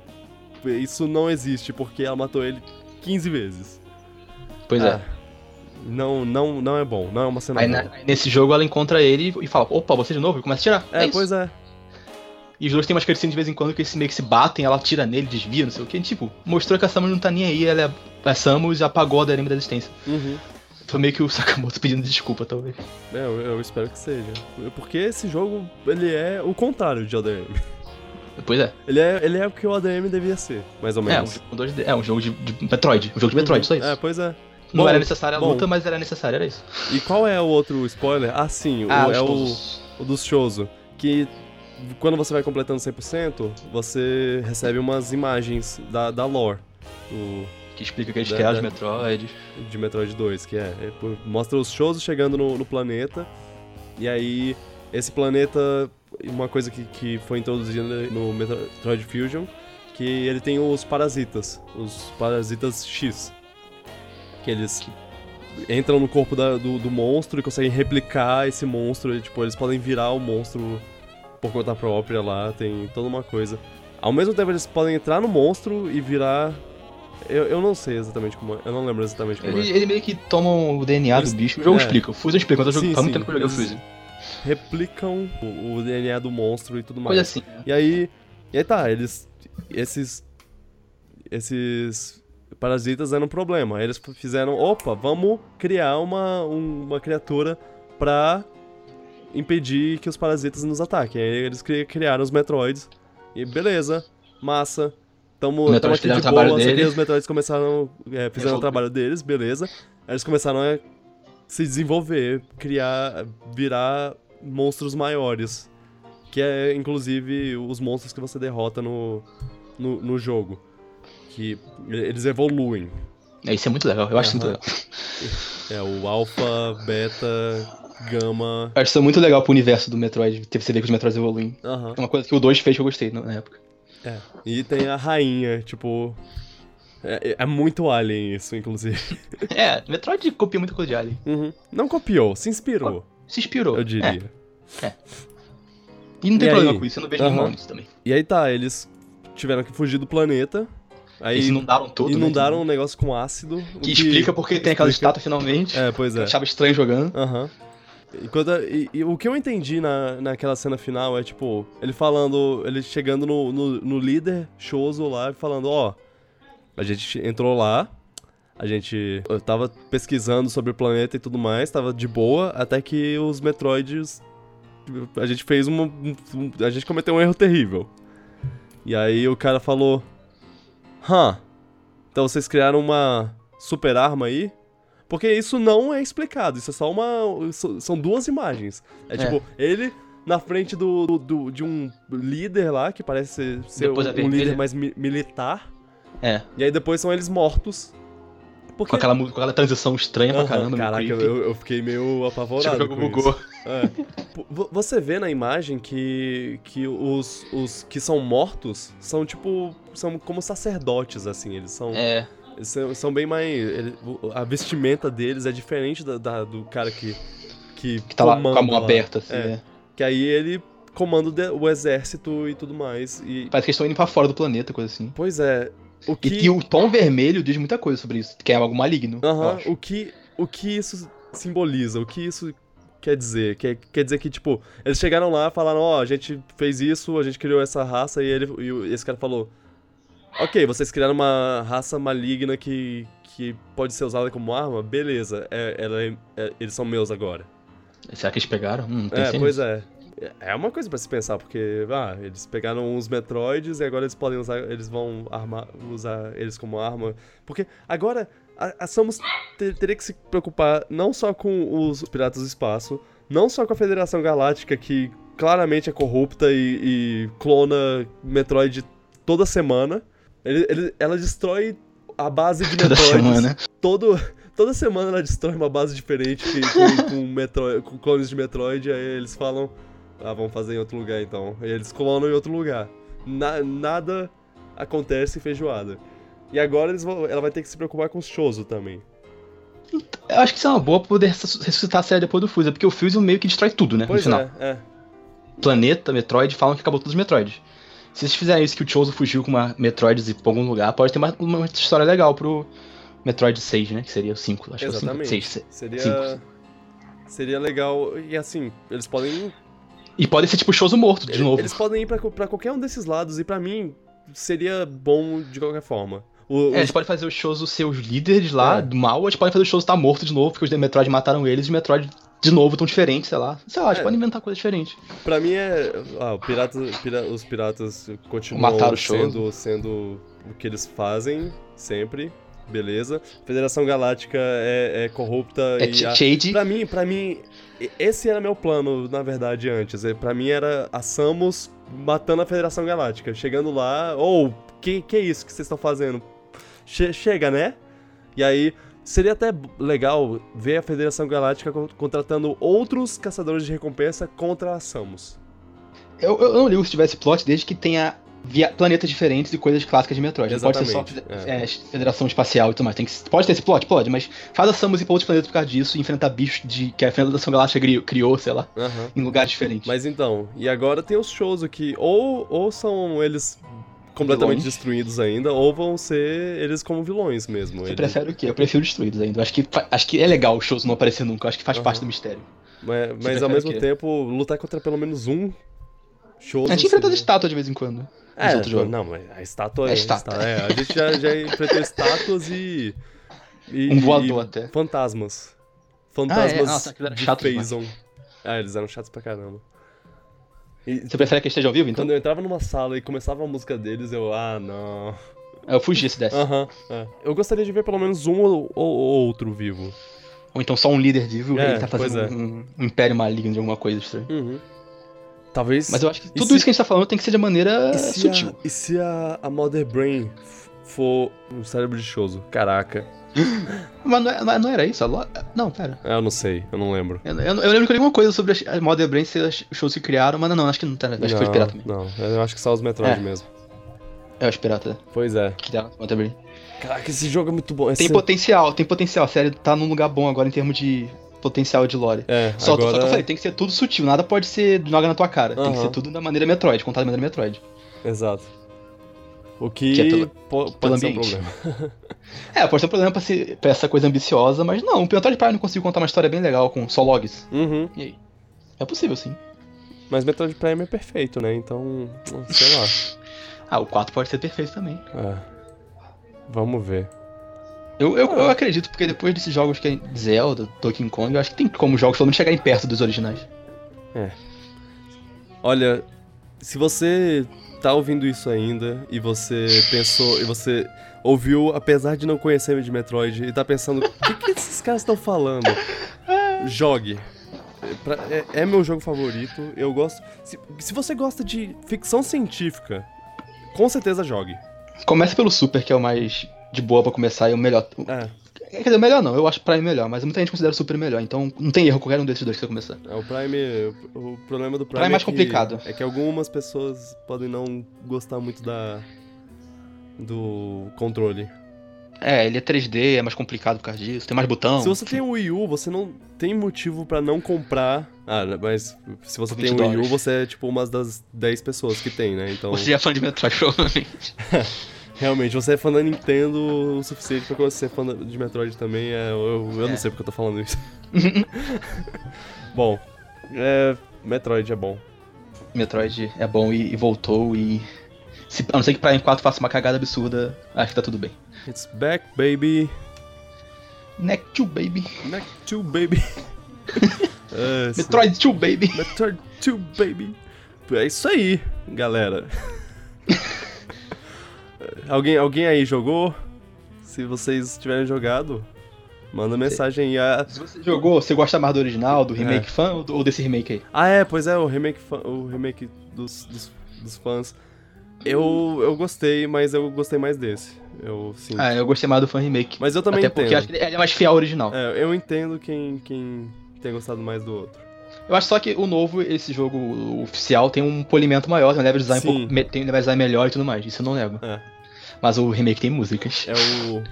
[SPEAKER 1] isso não existe, porque ela matou ele 15 vezes. Ah,
[SPEAKER 2] Pois é.
[SPEAKER 1] Não, não, não é bom, não é uma cena
[SPEAKER 2] Aí, né?
[SPEAKER 1] boa.
[SPEAKER 2] na- aí nesse jogo ela encontra ele e fala, opa, você de novo? E começa a tirar.
[SPEAKER 1] É,
[SPEAKER 2] isso.
[SPEAKER 1] pois é.
[SPEAKER 2] E os dois têm umas cutscenes de vez em quando que eles meio que se batem, ela tira nele, desvia, não sei o que. Tipo, mostrou que a Samus não tá nem aí, ela é a Samus e apagou a Darima da existência.
[SPEAKER 1] Uhum.
[SPEAKER 2] Foi meio que o Sakamoto pedindo desculpa, talvez.
[SPEAKER 1] É, eu, eu espero que seja. Porque esse jogo, ele é o contrário de ADM.
[SPEAKER 2] Pois é.
[SPEAKER 1] Ele é, ele é o que o ADM devia ser, mais ou
[SPEAKER 2] É um,
[SPEAKER 1] menos.
[SPEAKER 2] jogo dois D- é um jogo de, de Metroid. Um jogo de Metroid, só isso.
[SPEAKER 1] É, pois é.
[SPEAKER 2] não
[SPEAKER 1] bom,
[SPEAKER 2] era necessária a
[SPEAKER 1] bom.
[SPEAKER 2] luta, mas era necessária, era isso.
[SPEAKER 1] E qual é o outro spoiler? Ah, sim, o- é o,
[SPEAKER 2] os-
[SPEAKER 1] o dos Shoso. Que quando você vai completando 100%, você recebe umas imagens da, da lore do,
[SPEAKER 2] Que explica que eles
[SPEAKER 1] Da-
[SPEAKER 2] criaram os
[SPEAKER 1] da-
[SPEAKER 2] Metroid.
[SPEAKER 1] de Metroid 2, que é, é por- mostra os Shoso chegando no, no planeta, e aí esse planeta, uma coisa que, que foi introduzida no Metro- Metroid Fusion, que ele tem os parasitas, os parasitas X, que eles entram no corpo da- do, do monstro e conseguem replicar esse monstro, e, tipo, eles podem virar o monstro por conta própria lá, tem toda uma coisa. Ao mesmo tempo eles podem entrar no monstro e virar... Eu, eu não sei exatamente como é, eu não lembro exatamente como é.
[SPEAKER 2] Ele, ele meio que toma o DNA
[SPEAKER 1] Eles-
[SPEAKER 2] do bicho. O jogo
[SPEAKER 1] é.
[SPEAKER 2] explica. O Fusion explica. mas Eu jogo,
[SPEAKER 1] Sim,
[SPEAKER 2] faz muito
[SPEAKER 1] sim.
[SPEAKER 2] tempo que eu joguei o
[SPEAKER 1] Eles-
[SPEAKER 2] Fusion.
[SPEAKER 1] replicam o, o DNA do monstro e tudo mais.
[SPEAKER 2] Coisa assim.
[SPEAKER 1] E aí, e aí tá, eles esses esses parasitas eram um problema. Aí Eles f- fizeram, opa, vamos criar uma um- uma criatura pra impedir que os parasitas nos ataquem. Aí eles cri- criaram os Metroids. E beleza, massa. Tamo,
[SPEAKER 2] Metroids
[SPEAKER 1] tamo aqui
[SPEAKER 2] fizeram
[SPEAKER 1] de
[SPEAKER 2] o trabalho
[SPEAKER 1] boa, só que
[SPEAKER 2] dele.
[SPEAKER 1] os Metroids começaram, é, fizeram
[SPEAKER 2] Resolver.
[SPEAKER 1] o trabalho deles, beleza. Aí eles começaram a se desenvolver, criar, virar monstros maiores. Que é, inclusive, os monstros que você derrota no, no, no jogo. Que eles evoluem.
[SPEAKER 2] É, isso é muito legal. Eu acho isso muito
[SPEAKER 1] Aham.
[SPEAKER 2] legal.
[SPEAKER 1] É o alfa, beta, gama...
[SPEAKER 2] Eu acho isso muito legal pro universo do Metroid. Ter você ver que os Metroids evoluem.
[SPEAKER 1] Aham.
[SPEAKER 2] É uma coisa que o 2 fez que eu gostei na- na época.
[SPEAKER 1] É. E tem a rainha, tipo... É, é muito alien isso, inclusive.
[SPEAKER 2] É, Metroid copia muita coisa de Alien.
[SPEAKER 1] Uhum. Não copiou, se inspirou,
[SPEAKER 2] Se inspirou.
[SPEAKER 1] eu
[SPEAKER 2] É.
[SPEAKER 1] diria.
[SPEAKER 2] E não tem
[SPEAKER 1] E
[SPEAKER 2] problema
[SPEAKER 1] aí?
[SPEAKER 2] com isso. Eu não vejo
[SPEAKER 1] Aham.
[SPEAKER 2] nenhum nisso também.
[SPEAKER 1] E aí tá, eles tiveram que fugir do planeta. Aí
[SPEAKER 2] Eles inundaram todo. né,
[SPEAKER 1] inundaram um negócio com ácido. o
[SPEAKER 2] Que explica porque tem aquela
[SPEAKER 1] explica-
[SPEAKER 2] estátua finalmente.
[SPEAKER 1] É, pois
[SPEAKER 2] que Eu
[SPEAKER 1] é.
[SPEAKER 2] achava estranho jogando.
[SPEAKER 1] Aham. Enquanto a- e, e o que eu entendi na, naquela cena final é, tipo, ele falando, ele chegando no, no, no líder Shoso lá e falando, ó, a gente entrou lá, a gente eu tava pesquisando sobre o planeta e tudo mais, tava de boa, até que os Metroids, a gente fez uma, um- a gente cometeu um erro terrível. E aí o cara falou, hã, então vocês criaram uma super arma aí? Porque isso não é explicado, isso é só uma. so- São duas imagens. É,
[SPEAKER 2] É.
[SPEAKER 1] tipo, ele na frente do, do- do- de um líder lá, que parece ser, ser um,
[SPEAKER 2] Depois da
[SPEAKER 1] um líder
[SPEAKER 2] vermelha.
[SPEAKER 1] mais mi- militar.
[SPEAKER 2] É.
[SPEAKER 1] E aí depois são eles mortos. Porque.
[SPEAKER 2] Com aquela, mu- com aquela transição estranha pra
[SPEAKER 1] Aham,
[SPEAKER 2] caramba. meio
[SPEAKER 1] caraca,
[SPEAKER 2] creepy.
[SPEAKER 1] eu, eu fiquei meio apavorado.
[SPEAKER 2] Tipo, o jogo
[SPEAKER 1] com isso.
[SPEAKER 2] bugou.
[SPEAKER 1] É. P- vo- Você vê na imagem que, que os, os que são mortos são tipo. São como sacerdotes, assim. Eles são.
[SPEAKER 2] É.
[SPEAKER 1] Eles são, são bem mais. ele- o- a vestimenta deles é diferente da, da- do cara que. Que,
[SPEAKER 2] Que tá lá com a
[SPEAKER 1] comanda
[SPEAKER 2] mão
[SPEAKER 1] lá.
[SPEAKER 2] aberta, assim,
[SPEAKER 1] É.
[SPEAKER 2] né?
[SPEAKER 1] Que aí ele comanda o de- o exército e tudo mais. E,
[SPEAKER 2] Parece que eles estão indo pra fora do planeta, coisa assim.
[SPEAKER 1] pois é. O
[SPEAKER 2] Tá. E,
[SPEAKER 1] que.
[SPEAKER 2] e o tom vermelho diz muita coisa sobre isso, que é algo maligno. eu
[SPEAKER 1] Aham,
[SPEAKER 2] acho.
[SPEAKER 1] o, que, o que isso simboliza? O que isso quer dizer? Quer, quer dizer que, tipo, eles chegaram lá falaram, ó, a gente fez isso, a gente criou essa raça, e, ele, e o- esse cara falou, ok, vocês criaram uma raça maligna que, que pode ser usada como arma? Beleza, é- ela é- é- eles são meus agora.
[SPEAKER 2] Será que eles pegaram? Hum, não tem
[SPEAKER 1] É,
[SPEAKER 2] sentido.
[SPEAKER 1] pois é. É uma coisa pra se pensar, porque, ah, eles pegaram os Metroids e agora eles podem usar, eles vão armar, usar eles como arma. Porque agora a, a Samus te- teria que se preocupar não só com os Piratas do Espaço, não só com a Federação Galáctica, que claramente é corrupta e, e clona Metroid toda semana. Ele- ele- ela destrói a base de
[SPEAKER 2] Toda
[SPEAKER 1] Metroids
[SPEAKER 2] semana.
[SPEAKER 1] todo, Toda semana ela destrói uma base diferente que- com, com, Metroid- com clones de Metroid, aí eles falam, ah, vamos fazer em outro lugar então. E eles clonam em outro lugar. Na- nada acontece em feijoada. E agora eles vão- ela vai ter que se preocupar com o Shoso também.
[SPEAKER 2] Eu acho que isso é uma boa pra poder ressus- ressuscitar a série depois do Fusion, porque o Fusion meio que destrói tudo, né?
[SPEAKER 1] Pois
[SPEAKER 2] no final.
[SPEAKER 1] é, é.
[SPEAKER 2] Planeta, Metroid, falam que acabou todos os Metroids. Se eles fizerem isso que o Chozo fugiu com uma Metroids e pra algum lugar, pode ter uma, uma história legal pro Metroid 6, né? Que seria o 5, acho
[SPEAKER 1] Exatamente.
[SPEAKER 2] que é o 5, 6.
[SPEAKER 1] Seria.
[SPEAKER 2] Cinco.
[SPEAKER 1] Seria legal. E assim, eles podem.
[SPEAKER 2] E pode ser tipo o Chozo morto, de
[SPEAKER 1] ele-
[SPEAKER 2] novo.
[SPEAKER 1] Eles podem ir pra, pra qualquer um desses lados, e pra mim, seria bom de qualquer forma. O,
[SPEAKER 2] É,
[SPEAKER 1] os-
[SPEAKER 2] eles podem fazer o Chozo ser os líderes lá,
[SPEAKER 1] É.
[SPEAKER 2] do mal, ou eles podem fazer o Chozo estar morto de novo, porque os de Metroid mataram eles, e os Metroid de novo tão diferentes, sei lá. Sei lá, eles
[SPEAKER 1] É.
[SPEAKER 2] podem inventar coisa diferente.
[SPEAKER 1] Pra mim é. Ah, o pirata, pira- os piratas continuam
[SPEAKER 2] Mataram o
[SPEAKER 1] sendo, sendo o que eles fazem sempre. Beleza. Federação Galáctica é, é corrupta
[SPEAKER 2] É
[SPEAKER 1] e. a-
[SPEAKER 2] Shade,
[SPEAKER 1] Pra mim, pra mim, e- esse era meu plano, na verdade, antes. É, Pra mim era a Samus matando a Federação Galáctica. Chegando lá, ou, que, que é isso que vocês estão fazendo? Che- chega, né? E aí, seria até b- legal ver a Federação Galáctica con- contratando outros caçadores de recompensa contra a Samus.
[SPEAKER 2] eu, eu não ligo se tivesse plot desde que tenha via- planetas diferentes e coisas clássicas de Metroid. Não pode ser só
[SPEAKER 1] Exatamente,
[SPEAKER 2] fede- é, Federação Espacial e tudo mais. Tem que, pode ter esse plot? Pode, mas faz a Samus ir pra outros planetas por causa disso e enfrentar bichos de, que a Federação Galáctica criou, criou, sei lá,
[SPEAKER 1] Aham.
[SPEAKER 2] em lugares diferentes.
[SPEAKER 1] Mas então, e agora tem os shows aqui. Ou, ou são eles completamente
[SPEAKER 2] Vilões?
[SPEAKER 1] destruídos ainda, ou vão ser eles como vilões mesmo.
[SPEAKER 2] Você
[SPEAKER 1] Eles-
[SPEAKER 2] prefere o quê? Eu prefiro Destruídos ainda. Eu Acho que, fa- acho que é legal o Chozo não aparecer nunca. Eu acho que faz
[SPEAKER 1] Aham.
[SPEAKER 2] parte do mistério.
[SPEAKER 1] Mas, mas
[SPEAKER 2] prefere
[SPEAKER 1] ao
[SPEAKER 2] o
[SPEAKER 1] mesmo
[SPEAKER 2] quê?
[SPEAKER 1] tempo, lutar contra pelo menos um show.
[SPEAKER 2] A gente enfrenta as estátuas de vez em quando.
[SPEAKER 1] é,
[SPEAKER 2] outros jogos.
[SPEAKER 1] Não, mas a estátua
[SPEAKER 2] É
[SPEAKER 1] é.
[SPEAKER 2] estátua.
[SPEAKER 1] estátua. É, a gente já, já enfrentou estátuas e. e-
[SPEAKER 2] Um voador
[SPEAKER 1] e
[SPEAKER 2] até.
[SPEAKER 1] fantasmas.
[SPEAKER 2] Ah, é?
[SPEAKER 1] Fantasmas
[SPEAKER 2] Nossa, aquilo era
[SPEAKER 1] de
[SPEAKER 2] chato demais.
[SPEAKER 1] Faison. Ah, eles eram chatos pra caramba. E tipo,
[SPEAKER 2] Você prefere que esteja ao vivo, então?
[SPEAKER 1] quando eu entrava numa sala e começava a música deles, eu. Ah, não.
[SPEAKER 2] Eu fugi se desse.
[SPEAKER 1] Aham, é. Eu gostaria de ver pelo menos um ou, ou- ou outro vivo.
[SPEAKER 2] Ou então só um líder vivo,
[SPEAKER 1] É,
[SPEAKER 2] ele tá fazendo
[SPEAKER 1] pois é.
[SPEAKER 2] um, um império maligno de alguma coisa estranha.
[SPEAKER 1] Talvez.
[SPEAKER 2] Mas eu acho que
[SPEAKER 1] E
[SPEAKER 2] tudo
[SPEAKER 1] se-
[SPEAKER 2] isso que a gente tá falando tem que ser de maneira
[SPEAKER 1] E se, a,
[SPEAKER 2] Ah, sutil.
[SPEAKER 1] e se a, a Mother Brain f- for um cérebro de Shoso? Caraca.
[SPEAKER 2] Mas não, é- não é- não era isso? a lo- Não, pera.
[SPEAKER 1] Ah, Eu não sei, eu não lembro.
[SPEAKER 2] Eu, eu- eu lembro que eu li alguma coisa sobre a Modern Brain se os shows se criaram, mas não, não, acho que não tá. Acho que foi os piratas mesmo.
[SPEAKER 1] Não, eu acho que só os Metroid
[SPEAKER 2] É.
[SPEAKER 1] mesmo.
[SPEAKER 2] É os piratas
[SPEAKER 1] Pois é.
[SPEAKER 2] que criaram a Modern Brain.
[SPEAKER 1] Caraca, esse jogo é muito bom.
[SPEAKER 2] Tem
[SPEAKER 1] Esse...
[SPEAKER 2] potencial, tem potencial. A série tá num lugar bom agora em termos de potencial de lore.
[SPEAKER 1] É,
[SPEAKER 2] Só, só que eu falei,
[SPEAKER 1] agora...
[SPEAKER 2] tem que ser tudo sutil, nada pode ser joga na tua cara. Tem que
[SPEAKER 1] Aham.
[SPEAKER 2] ser tudo da maneira Metroid, contado da maneira Metroid.
[SPEAKER 1] Exato. O que,
[SPEAKER 2] Que é pelo-
[SPEAKER 1] po- pode
[SPEAKER 2] pelo
[SPEAKER 1] ser um
[SPEAKER 2] ambiente.
[SPEAKER 1] problema.
[SPEAKER 2] É, pode ser um problema pra, se- pra essa coisa ambiciosa, mas não, o Metroid Prime não conseguiu contar uma história bem legal com só logs.
[SPEAKER 1] Uhum.
[SPEAKER 2] E aí? É possível, sim.
[SPEAKER 1] Mas Metroid Prime é perfeito, né? Então, sei lá.
[SPEAKER 2] Ah, o 4 pode ser perfeito também.
[SPEAKER 1] É. Vamos ver.
[SPEAKER 2] Eu, eu, eu acredito, porque depois desses jogos que é Zelda, Donkey Kong, eu acho que tem como jogos pelo menos chegarem perto dos originais.
[SPEAKER 1] Olha, se você tá ouvindo isso ainda e você pensou, e você ouviu, apesar de não conhecer de Metroid, e tá pensando, o que, que esses caras estão falando? Jogue. É pra- é, é meu jogo favorito, eu gosto. Se, se você gosta de ficção científica, com certeza jogue.
[SPEAKER 2] Comece pelo Super, que é o mais de boa pra começar e o melhor.
[SPEAKER 1] É,
[SPEAKER 2] Quer dizer, o melhor não, eu acho Prime melhor, mas muita gente considera o Super melhor, então não tem erro qualquer um desses dois que você começar.
[SPEAKER 1] é, o Prime. O, o problema do Prime.
[SPEAKER 2] Prime é mais
[SPEAKER 1] que-
[SPEAKER 2] complicado.
[SPEAKER 1] É que algumas pessoas podem não gostar muito da. do controle.
[SPEAKER 2] É, ele é 3D, é mais complicado por causa disso, tem mais botão.
[SPEAKER 1] Se você tem o Wii U, você não tem motivo pra não comprar. Ah, mas se você tem
[SPEAKER 2] 20
[SPEAKER 1] o Wii U,
[SPEAKER 2] dólares.
[SPEAKER 1] você é tipo uma das 10 pessoas que tem, né? Então,
[SPEAKER 2] Você já é fã de Metroid, provavelmente.
[SPEAKER 1] realmente, você é fã da Nintendo o suficiente pra você ser fã da- de Metroid também. é, eu eu não
[SPEAKER 2] É.
[SPEAKER 1] sei porque eu tô falando isso. bom, é, Metroid é bom.
[SPEAKER 2] Metroid é bom e, e voltou e. se- a não ser que Prime 4 faça uma cagada absurda, acho que tá tudo bem.
[SPEAKER 1] It's back, baby.
[SPEAKER 2] Neck 2, baby.
[SPEAKER 1] Back to baby. É, isso.
[SPEAKER 2] Metroid 2, baby.
[SPEAKER 1] Metroid 2, baby. É isso aí, galera. alguém, alguém aí jogou? Se vocês tiverem jogado, manda mensagem aí. Ah,
[SPEAKER 2] Se você jogou, você gosta mais do original, do remake
[SPEAKER 1] É.
[SPEAKER 2] fã ou, do- ou desse remake aí?
[SPEAKER 1] Ah, é, pois é, o remake, fa- o remake dos, dos, dos fãs. Eu, eu gostei, mas eu gostei mais desse. Eu sinto.
[SPEAKER 2] Ah, eu gostei mais do fan remake.
[SPEAKER 1] Mas eu também
[SPEAKER 2] Até
[SPEAKER 1] entendo.
[SPEAKER 2] porque eu acho que ele é mais fiel ao original.
[SPEAKER 1] É, eu entendo quem, quem tem gostado mais do outro.
[SPEAKER 2] Eu acho só que o novo, esse jogo oficial, tem um polimento maior, tem um level design, um
[SPEAKER 1] Sim.
[SPEAKER 2] pouco, me- tem um level design melhor e tudo mais. Isso eu não nego.
[SPEAKER 1] É.
[SPEAKER 2] Mas o remake tem músicas.
[SPEAKER 1] É o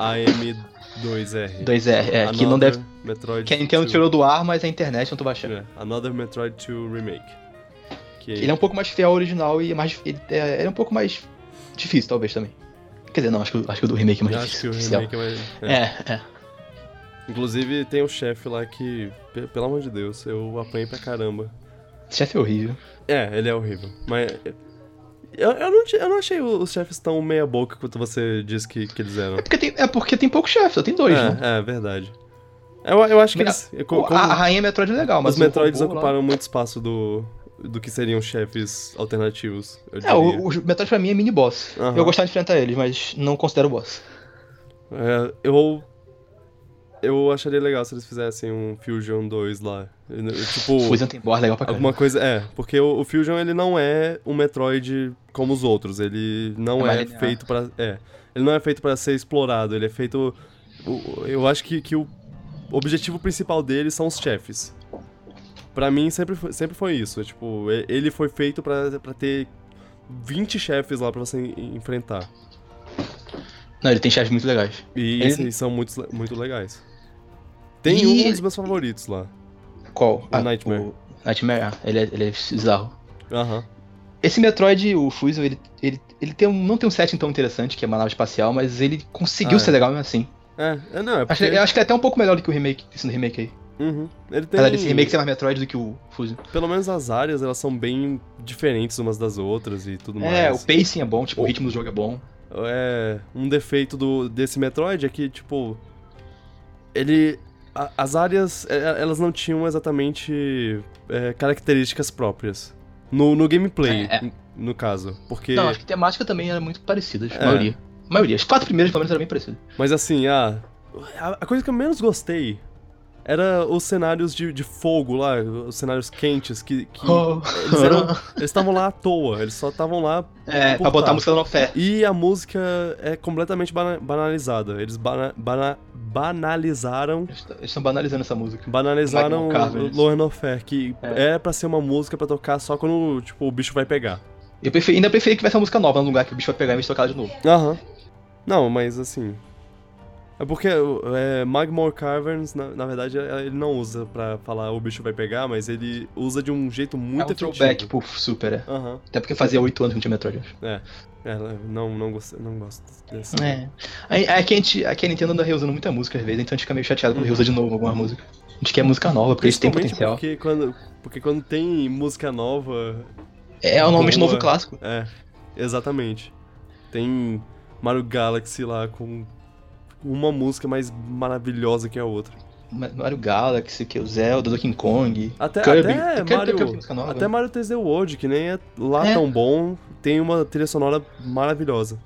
[SPEAKER 1] AM2R.
[SPEAKER 2] 2R, é, que não
[SPEAKER 1] Another
[SPEAKER 2] deve.
[SPEAKER 1] Metroid
[SPEAKER 2] Que é, então, a Nintendo
[SPEAKER 1] 2.
[SPEAKER 2] tirou do ar, mas a internet não tô baixando.
[SPEAKER 1] É, Another Metroid 2 Remake. Que
[SPEAKER 2] Ele é um pouco mais fiel ao original e é mais. Ele é, ele é um pouco mais difícil, talvez, também. Quer dizer, não, acho que, o- acho que o do remake é mais
[SPEAKER 1] eu acho que
[SPEAKER 2] difícil.
[SPEAKER 1] o
[SPEAKER 2] oficial.
[SPEAKER 1] remake é mais. é.
[SPEAKER 2] É, é.
[SPEAKER 1] Inclusive tem um chefe lá que, pe- pelo amor de Deus, eu apanhei pra caramba.
[SPEAKER 2] Esse chefe é horrível.
[SPEAKER 1] É, ele é horrível. Mas. Eu, eu, não, ti- eu não achei os chefes tão meia-boca quanto você disse que, que eles eram.
[SPEAKER 2] É porque tem, é porque tem pouco chefe, só tem dois, né?
[SPEAKER 1] É, é verdade. Eu, eu acho que
[SPEAKER 2] Melhor-
[SPEAKER 1] eles. co-
[SPEAKER 2] O-
[SPEAKER 1] como
[SPEAKER 2] a, a rainha Metroid é legal, mas.
[SPEAKER 1] os Metroids
[SPEAKER 2] o robô lá-
[SPEAKER 1] ocuparam muito espaço do, do que seriam chefes alternativos. Eu
[SPEAKER 2] É,
[SPEAKER 1] diria.
[SPEAKER 2] o, o Metroid pra mim é mini boss.
[SPEAKER 1] Aham.
[SPEAKER 2] Eu gostava de enfrentar eles, mas não considero boss.
[SPEAKER 1] É, eu. Eu acharia legal se eles fizessem um Fusion 2 lá. Tipo.
[SPEAKER 2] O Fusion né? tem boss legal pra caramba.
[SPEAKER 1] Alguma coisa. É, porque o, o Fusion ele não é um Metroid como os outros. Ele
[SPEAKER 2] É
[SPEAKER 1] não
[SPEAKER 2] mais
[SPEAKER 1] é,
[SPEAKER 2] linear.
[SPEAKER 1] feito pra. É. Ele não é feito pra ser explorado. Ele é feito. o- Eu acho que, que o objetivo principal dele são os chefes. Pra mim sempre foi, sempre foi isso. Tipo, e- ele foi feito pra, pra ter 20 chefes lá pra você en- enfrentar.
[SPEAKER 2] Não, ele tem chefes muito legais.
[SPEAKER 1] E
[SPEAKER 2] Ele-
[SPEAKER 1] esses são muito, muito legais. Tem
[SPEAKER 2] É. E
[SPEAKER 1] um
[SPEAKER 2] ele-
[SPEAKER 1] dos meus favoritos lá.
[SPEAKER 2] Qual? O
[SPEAKER 1] Nightmare.
[SPEAKER 2] O Nightmare, ah, ele é, ele é bizarro.
[SPEAKER 1] Aham.
[SPEAKER 2] Esse Metroid, o Fusion, ele, ele, ele tem um, não tem um setting tão interessante, que é uma nave espacial, mas ele conseguiu
[SPEAKER 1] Ah, é.
[SPEAKER 2] ser legal mesmo assim.
[SPEAKER 1] É, é, não, é
[SPEAKER 2] Acho,
[SPEAKER 1] porque...
[SPEAKER 2] que- eu acho que ele é até um pouco melhor do que o remake, esse do remake aí.
[SPEAKER 1] Uhum. Ele tem...
[SPEAKER 2] Apesar desse remake ser mais Metroid do que o Fusion.
[SPEAKER 1] Pelo menos as áreas, elas são bem diferentes umas das outras e tudo
[SPEAKER 2] É, o
[SPEAKER 1] mais.
[SPEAKER 2] pacing é bom, tipo, o
[SPEAKER 1] O-
[SPEAKER 2] ritmo do jogo é bom.
[SPEAKER 1] É, um defeito do, desse Metroid é que, tipo, ele... a- as áreas, é, elas não tinham exatamente é, características próprias. No, no gameplay,
[SPEAKER 2] É,
[SPEAKER 1] n- no caso. Porque...
[SPEAKER 2] Não, acho que a temática também era muito parecida,
[SPEAKER 1] É.
[SPEAKER 2] a maioria. A maioria, as quatro primeiras pelo menos eram bem parecidas.
[SPEAKER 1] Mas assim, a, a, a coisa que eu menos gostei era os cenários de, de fogo lá, os cenários quentes, que, que
[SPEAKER 2] Oh.
[SPEAKER 1] eles eram- eles estavam lá à toa, eles só estavam lá
[SPEAKER 2] É, pra
[SPEAKER 1] Puta.
[SPEAKER 2] botar a música no fé.
[SPEAKER 1] E a música é completamente bana- banalizada. Eles bana- bana- banalizaram.
[SPEAKER 2] Eles t- eles estão banalizando essa música.
[SPEAKER 1] Banalizaram
[SPEAKER 2] Michael Carver,
[SPEAKER 1] o
[SPEAKER 2] isso.
[SPEAKER 1] Lower No Fair, que
[SPEAKER 2] É.
[SPEAKER 1] é. pra ser uma música pra tocar só quando tipo, o bicho vai pegar.
[SPEAKER 2] Eu preferi, ainda preferi que tivesse uma música nova no lugar que o bicho vai pegar e me tocar ela de novo.
[SPEAKER 1] Aham. Não, mas assim. É porque é, Magmore Caverns, na, na verdade, é, ele não usa pra falar o bicho vai pegar, mas ele usa de um jeito muito
[SPEAKER 2] é um throwback pro Super, é.
[SPEAKER 1] Aham.
[SPEAKER 2] Até porque fazia oito anos que não tinha Metroid, eu acho.
[SPEAKER 1] É, não, não, gosto, não gosto dessa.
[SPEAKER 2] É. Aí- aí Aqui a, gente, aqui a Nintendo anda reusando muita música às vezes, então a gente fica meio chateado quando
[SPEAKER 1] Uhum.
[SPEAKER 2] reusa de novo alguma música. A gente quer música nova, porque eles têm
[SPEAKER 1] Principalmente
[SPEAKER 2] potencial.
[SPEAKER 1] Porque quando, porque quando tem música nova,
[SPEAKER 2] É o nome de
[SPEAKER 1] Boa.
[SPEAKER 2] novo clássico.
[SPEAKER 1] É, exatamente. Tem Mario Galaxy lá com uma música mais maravilhosa que a outra.
[SPEAKER 2] Ma- Mario Galaxy, que é o Zelda, Donkey Kong.
[SPEAKER 1] Até,
[SPEAKER 2] Kirby.
[SPEAKER 1] até
[SPEAKER 2] Kirby,
[SPEAKER 1] Mario,
[SPEAKER 2] Kirby tem música nova,
[SPEAKER 1] até
[SPEAKER 2] né?
[SPEAKER 1] Mario 3D World, que nem é lá
[SPEAKER 2] É.
[SPEAKER 1] tão bom, tem uma trilha sonora maravilhosa.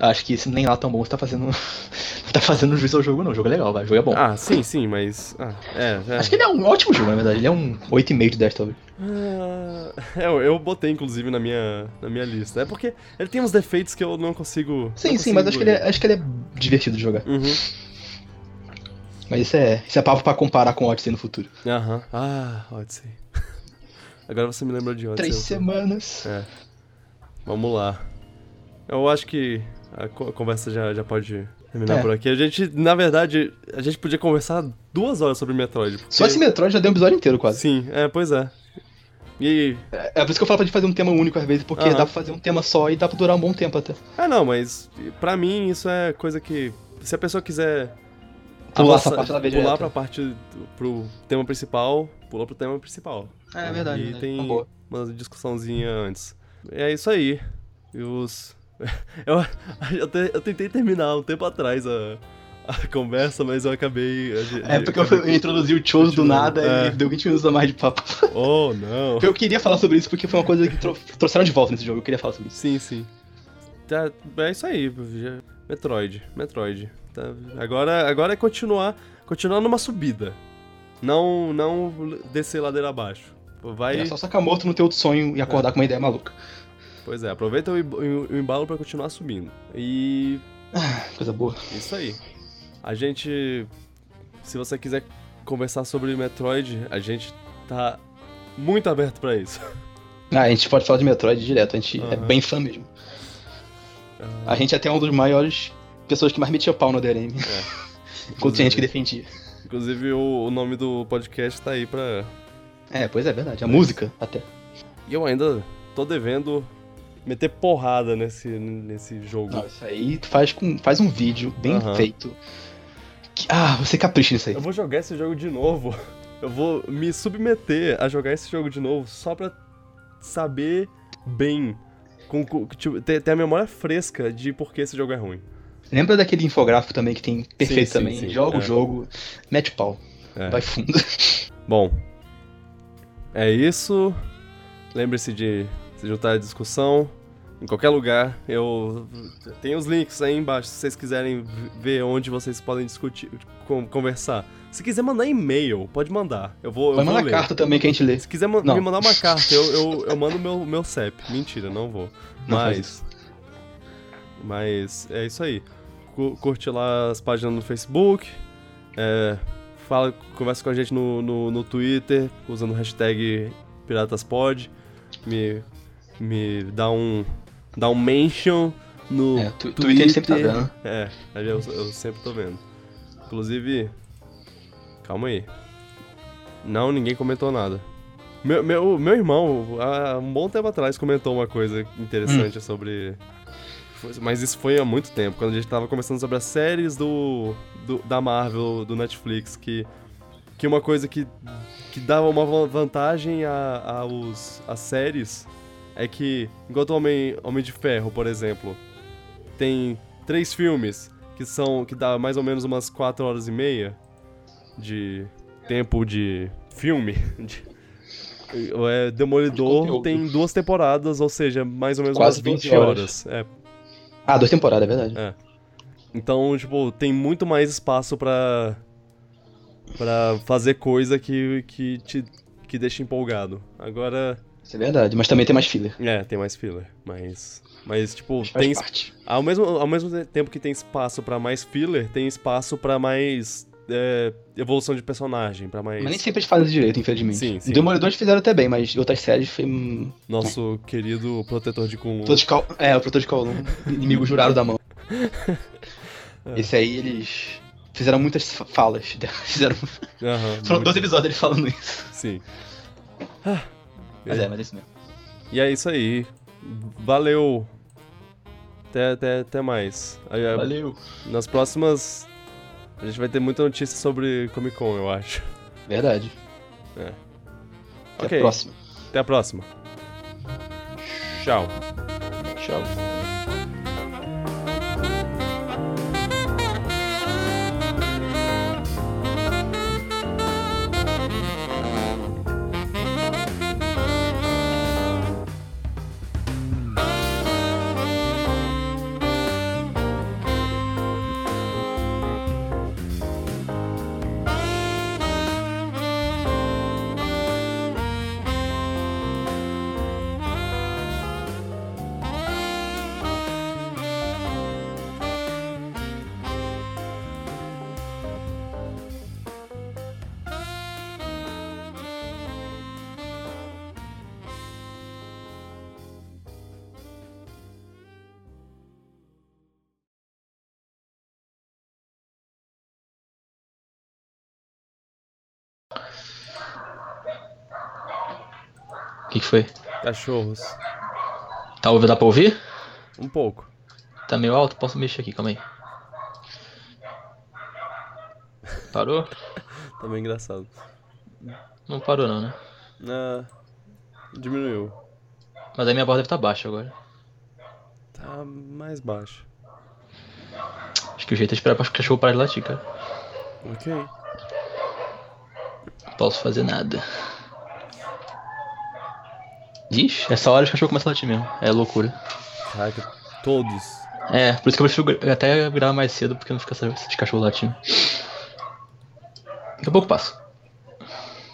[SPEAKER 2] Acho que esse nem lá tão bom você tá fazendo. não tá fazendo juízo ao jogo, não. O jogo é legal, vai. O jogo é bom.
[SPEAKER 1] Ah, sim, sim, mas. Ah, é, é.
[SPEAKER 2] Acho que ele é um ótimo jogo, na verdade. Ele é um 8,5 de 10, talvez.
[SPEAKER 1] Ah, eu, eu botei, inclusive, na minha, na minha lista. É porque ele tem uns defeitos que eu não consigo.
[SPEAKER 2] Sim,
[SPEAKER 1] não
[SPEAKER 2] sim,
[SPEAKER 1] consigo
[SPEAKER 2] mas acho que, ele
[SPEAKER 1] engolir.
[SPEAKER 2] é, acho que ele é divertido de jogar.
[SPEAKER 1] Uhum.
[SPEAKER 2] Mas isso é, isso é papo pra comparar com o Odyssey no futuro.
[SPEAKER 1] Aham. Ah, Odyssey. Agora você me lembra de Odyssey.
[SPEAKER 2] Três
[SPEAKER 1] eu-
[SPEAKER 2] semanas.
[SPEAKER 1] É. Vamos lá. Eu acho que a co- a conversa já, já pode terminar
[SPEAKER 2] É.
[SPEAKER 1] por aqui. A gente, na verdade, a gente podia conversar duas horas sobre Metroid. Porque...
[SPEAKER 2] Só esse Metroid já deu um episódio inteiro, quase.
[SPEAKER 1] Sim, é, pois é. E.
[SPEAKER 2] É por isso que eu falo pra gente fazer um tema único às vezes, porque
[SPEAKER 1] Aham.
[SPEAKER 2] dá pra fazer um tema só e dá pra durar um bom tempo até.
[SPEAKER 1] Ah, não, mas pra mim isso é coisa que. Se a pessoa quiser.
[SPEAKER 2] Pular essa
[SPEAKER 1] avançar-
[SPEAKER 2] parte da vez
[SPEAKER 1] Pular
[SPEAKER 2] direta.
[SPEAKER 1] pra parte. do- pro tema principal, pula pro tema principal.
[SPEAKER 2] É
[SPEAKER 1] E tem uma discussãozinha antes. É isso aí. E os. Eu, eu, te- eu tentei terminar um tempo atrás a, a conversa, mas eu acabei. a gente-
[SPEAKER 2] É porque eu, eu introduzi o Chose do nada e
[SPEAKER 1] É.
[SPEAKER 2] deu 20 minutos a mais de papo.
[SPEAKER 1] Oh, não.
[SPEAKER 2] Eu queria falar sobre isso porque foi uma coisa que tro- trouxeram de volta nesse jogo, eu queria falar sobre isso.
[SPEAKER 1] Sim, sim. Tá, é isso aí. já- Metroid. Metroid. Tá, agora, agora é continuar, continuar numa subida. Não, não descer ladeira abaixo. Vai. É.
[SPEAKER 2] É só Sakamoto não ter outro sonho e acordar com uma ideia maluca.
[SPEAKER 1] Pois é, aproveita o, o, o embalo para continuar subindo. E.
[SPEAKER 2] Ah, coisa boa.
[SPEAKER 1] Isso aí. A gente. Se você quiser conversar sobre Metroid, a gente tá muito aberto para isso.
[SPEAKER 2] Ah, a gente pode falar de Metroid direto, a gente uhum. é bem fã mesmo. Uhum. A gente é até um dos maiores pessoas que mais metia pau no DRM. É. Enquanto tinha gente que defendia.
[SPEAKER 1] Inclusive o, o, nome do podcast tá aí pra.
[SPEAKER 2] É, pois é verdade. A é. música até.
[SPEAKER 1] E eu ainda tô devendo meter porrada nesse, nesse jogo.
[SPEAKER 2] Não, isso aí faz, com, faz um vídeo bem uhum. feito. Que, ah, você capricha nisso aí.
[SPEAKER 1] Eu vou jogar esse jogo de novo. Eu vou me submeter a jogar esse jogo de novo só pra saber bem, com, com, tipo, ter, ter, a memória fresca de por que esse jogo é ruim.
[SPEAKER 2] Lembra daquele infográfico também que tem perfeito sim, sim, também? Sim, Joga o é. jogo, mete pau, é. vai fundo.
[SPEAKER 1] Bom, é isso. Lembre-se de se juntar à discussão em qualquer lugar. Eu tem os links aí embaixo se vocês quiserem ver onde vocês podem discutir, conversar. Se quiser mandar e-mail, pode mandar. Eu vou.
[SPEAKER 2] Vai
[SPEAKER 1] eu
[SPEAKER 2] mandar carta também que a gente lê.
[SPEAKER 1] Se quiser ma não. me mandar uma carta, eu, eu, eu mando meu meu CEP. Mentira, não vou. Não mas mas é isso aí. Curte lá as páginas no Facebook. É, fala, conversa com a gente no, no, no Twitter usando o hashtag PiratasPod. Me me dá um dá um mention no é,
[SPEAKER 2] tu, Twitter. Twitter sempre tá dando.
[SPEAKER 1] É, eu, eu, sempre tô vendo. Inclusive, calma aí. Não, ninguém comentou nada. Meu, meu, meu irmão, há um bom tempo atrás, comentou uma coisa interessante hum. sobre. Mas isso foi há muito tempo, quando a gente tava conversando sobre as séries do, do da Marvel, do Netflix, que, que uma coisa que, que dava uma vantagem às a, a séries é que, enquanto Homem, Homem de Ferro, por exemplo, tem três filmes que são. que dá mais ou menos umas 4 horas e meia de tempo de filme. De, é, Demolidor tem duas temporadas, ou seja, mais ou menos
[SPEAKER 2] Quase 20
[SPEAKER 1] horas.
[SPEAKER 2] horas.
[SPEAKER 1] É.
[SPEAKER 2] Ah, duas temporadas, é verdade.
[SPEAKER 1] É. Então, tipo, tem muito mais espaço pra. Pra fazer coisa que, que te que deixa empolgado. Agora,
[SPEAKER 2] isso é verdade, mas também tem mais filler.
[SPEAKER 1] É, tem mais filler, mas mas tipo, mas tem parte. ao mesmo ao mesmo tempo que tem espaço para mais filler, tem espaço para mais é, evolução de personagem, para mais
[SPEAKER 2] Mas nem sempre eles fazem direito, infelizmente. Sim, sim. Demolidor fizeram até bem, mas outras séries foi
[SPEAKER 1] Nosso é. querido protetor de Kulun.
[SPEAKER 2] Cal... É, o protetor de Kulun, inimigo jurado da mão. É. Esse aí eles fizeram muitas falas, fizeram uhum, Foram muito... dois episódios eles falando isso.
[SPEAKER 1] Sim.
[SPEAKER 2] Ah. Mas é, mas é isso mesmo.
[SPEAKER 1] E é isso aí. Valeu. Até, até, até mais. é,
[SPEAKER 2] Valeu.
[SPEAKER 1] Nas próximas. A gente vai ter muita notícia sobre Comic Con, eu acho.
[SPEAKER 2] Verdade.
[SPEAKER 1] É.
[SPEAKER 2] Até okay. a próxima.
[SPEAKER 1] Até a próxima. Tchau.
[SPEAKER 2] Tchau. O que, que, foi?
[SPEAKER 1] Cachorros.
[SPEAKER 2] Tá ouvindo? Dá pra ouvir?
[SPEAKER 1] Um pouco.
[SPEAKER 2] Tá meio alto? Posso mexer aqui, calma aí. Parou?
[SPEAKER 1] tá meio engraçado.
[SPEAKER 2] Não parou não, né?
[SPEAKER 1] Ah, diminuiu.
[SPEAKER 2] Mas aí minha voz deve estar tá baixa agora.
[SPEAKER 1] Tá mais baixa.
[SPEAKER 2] Acho que o jeito é esperar pra o cachorro parar de latir, cara.
[SPEAKER 1] Ok.
[SPEAKER 2] Não posso fazer nada. Ixi, essa hora os cachorros começam a latir mesmo. É loucura.
[SPEAKER 1] Caraca, todos.
[SPEAKER 2] É, por isso que eu prefiro até gravar mais cedo, porque não fica esses cachorros latindo. Daqui a pouco passo.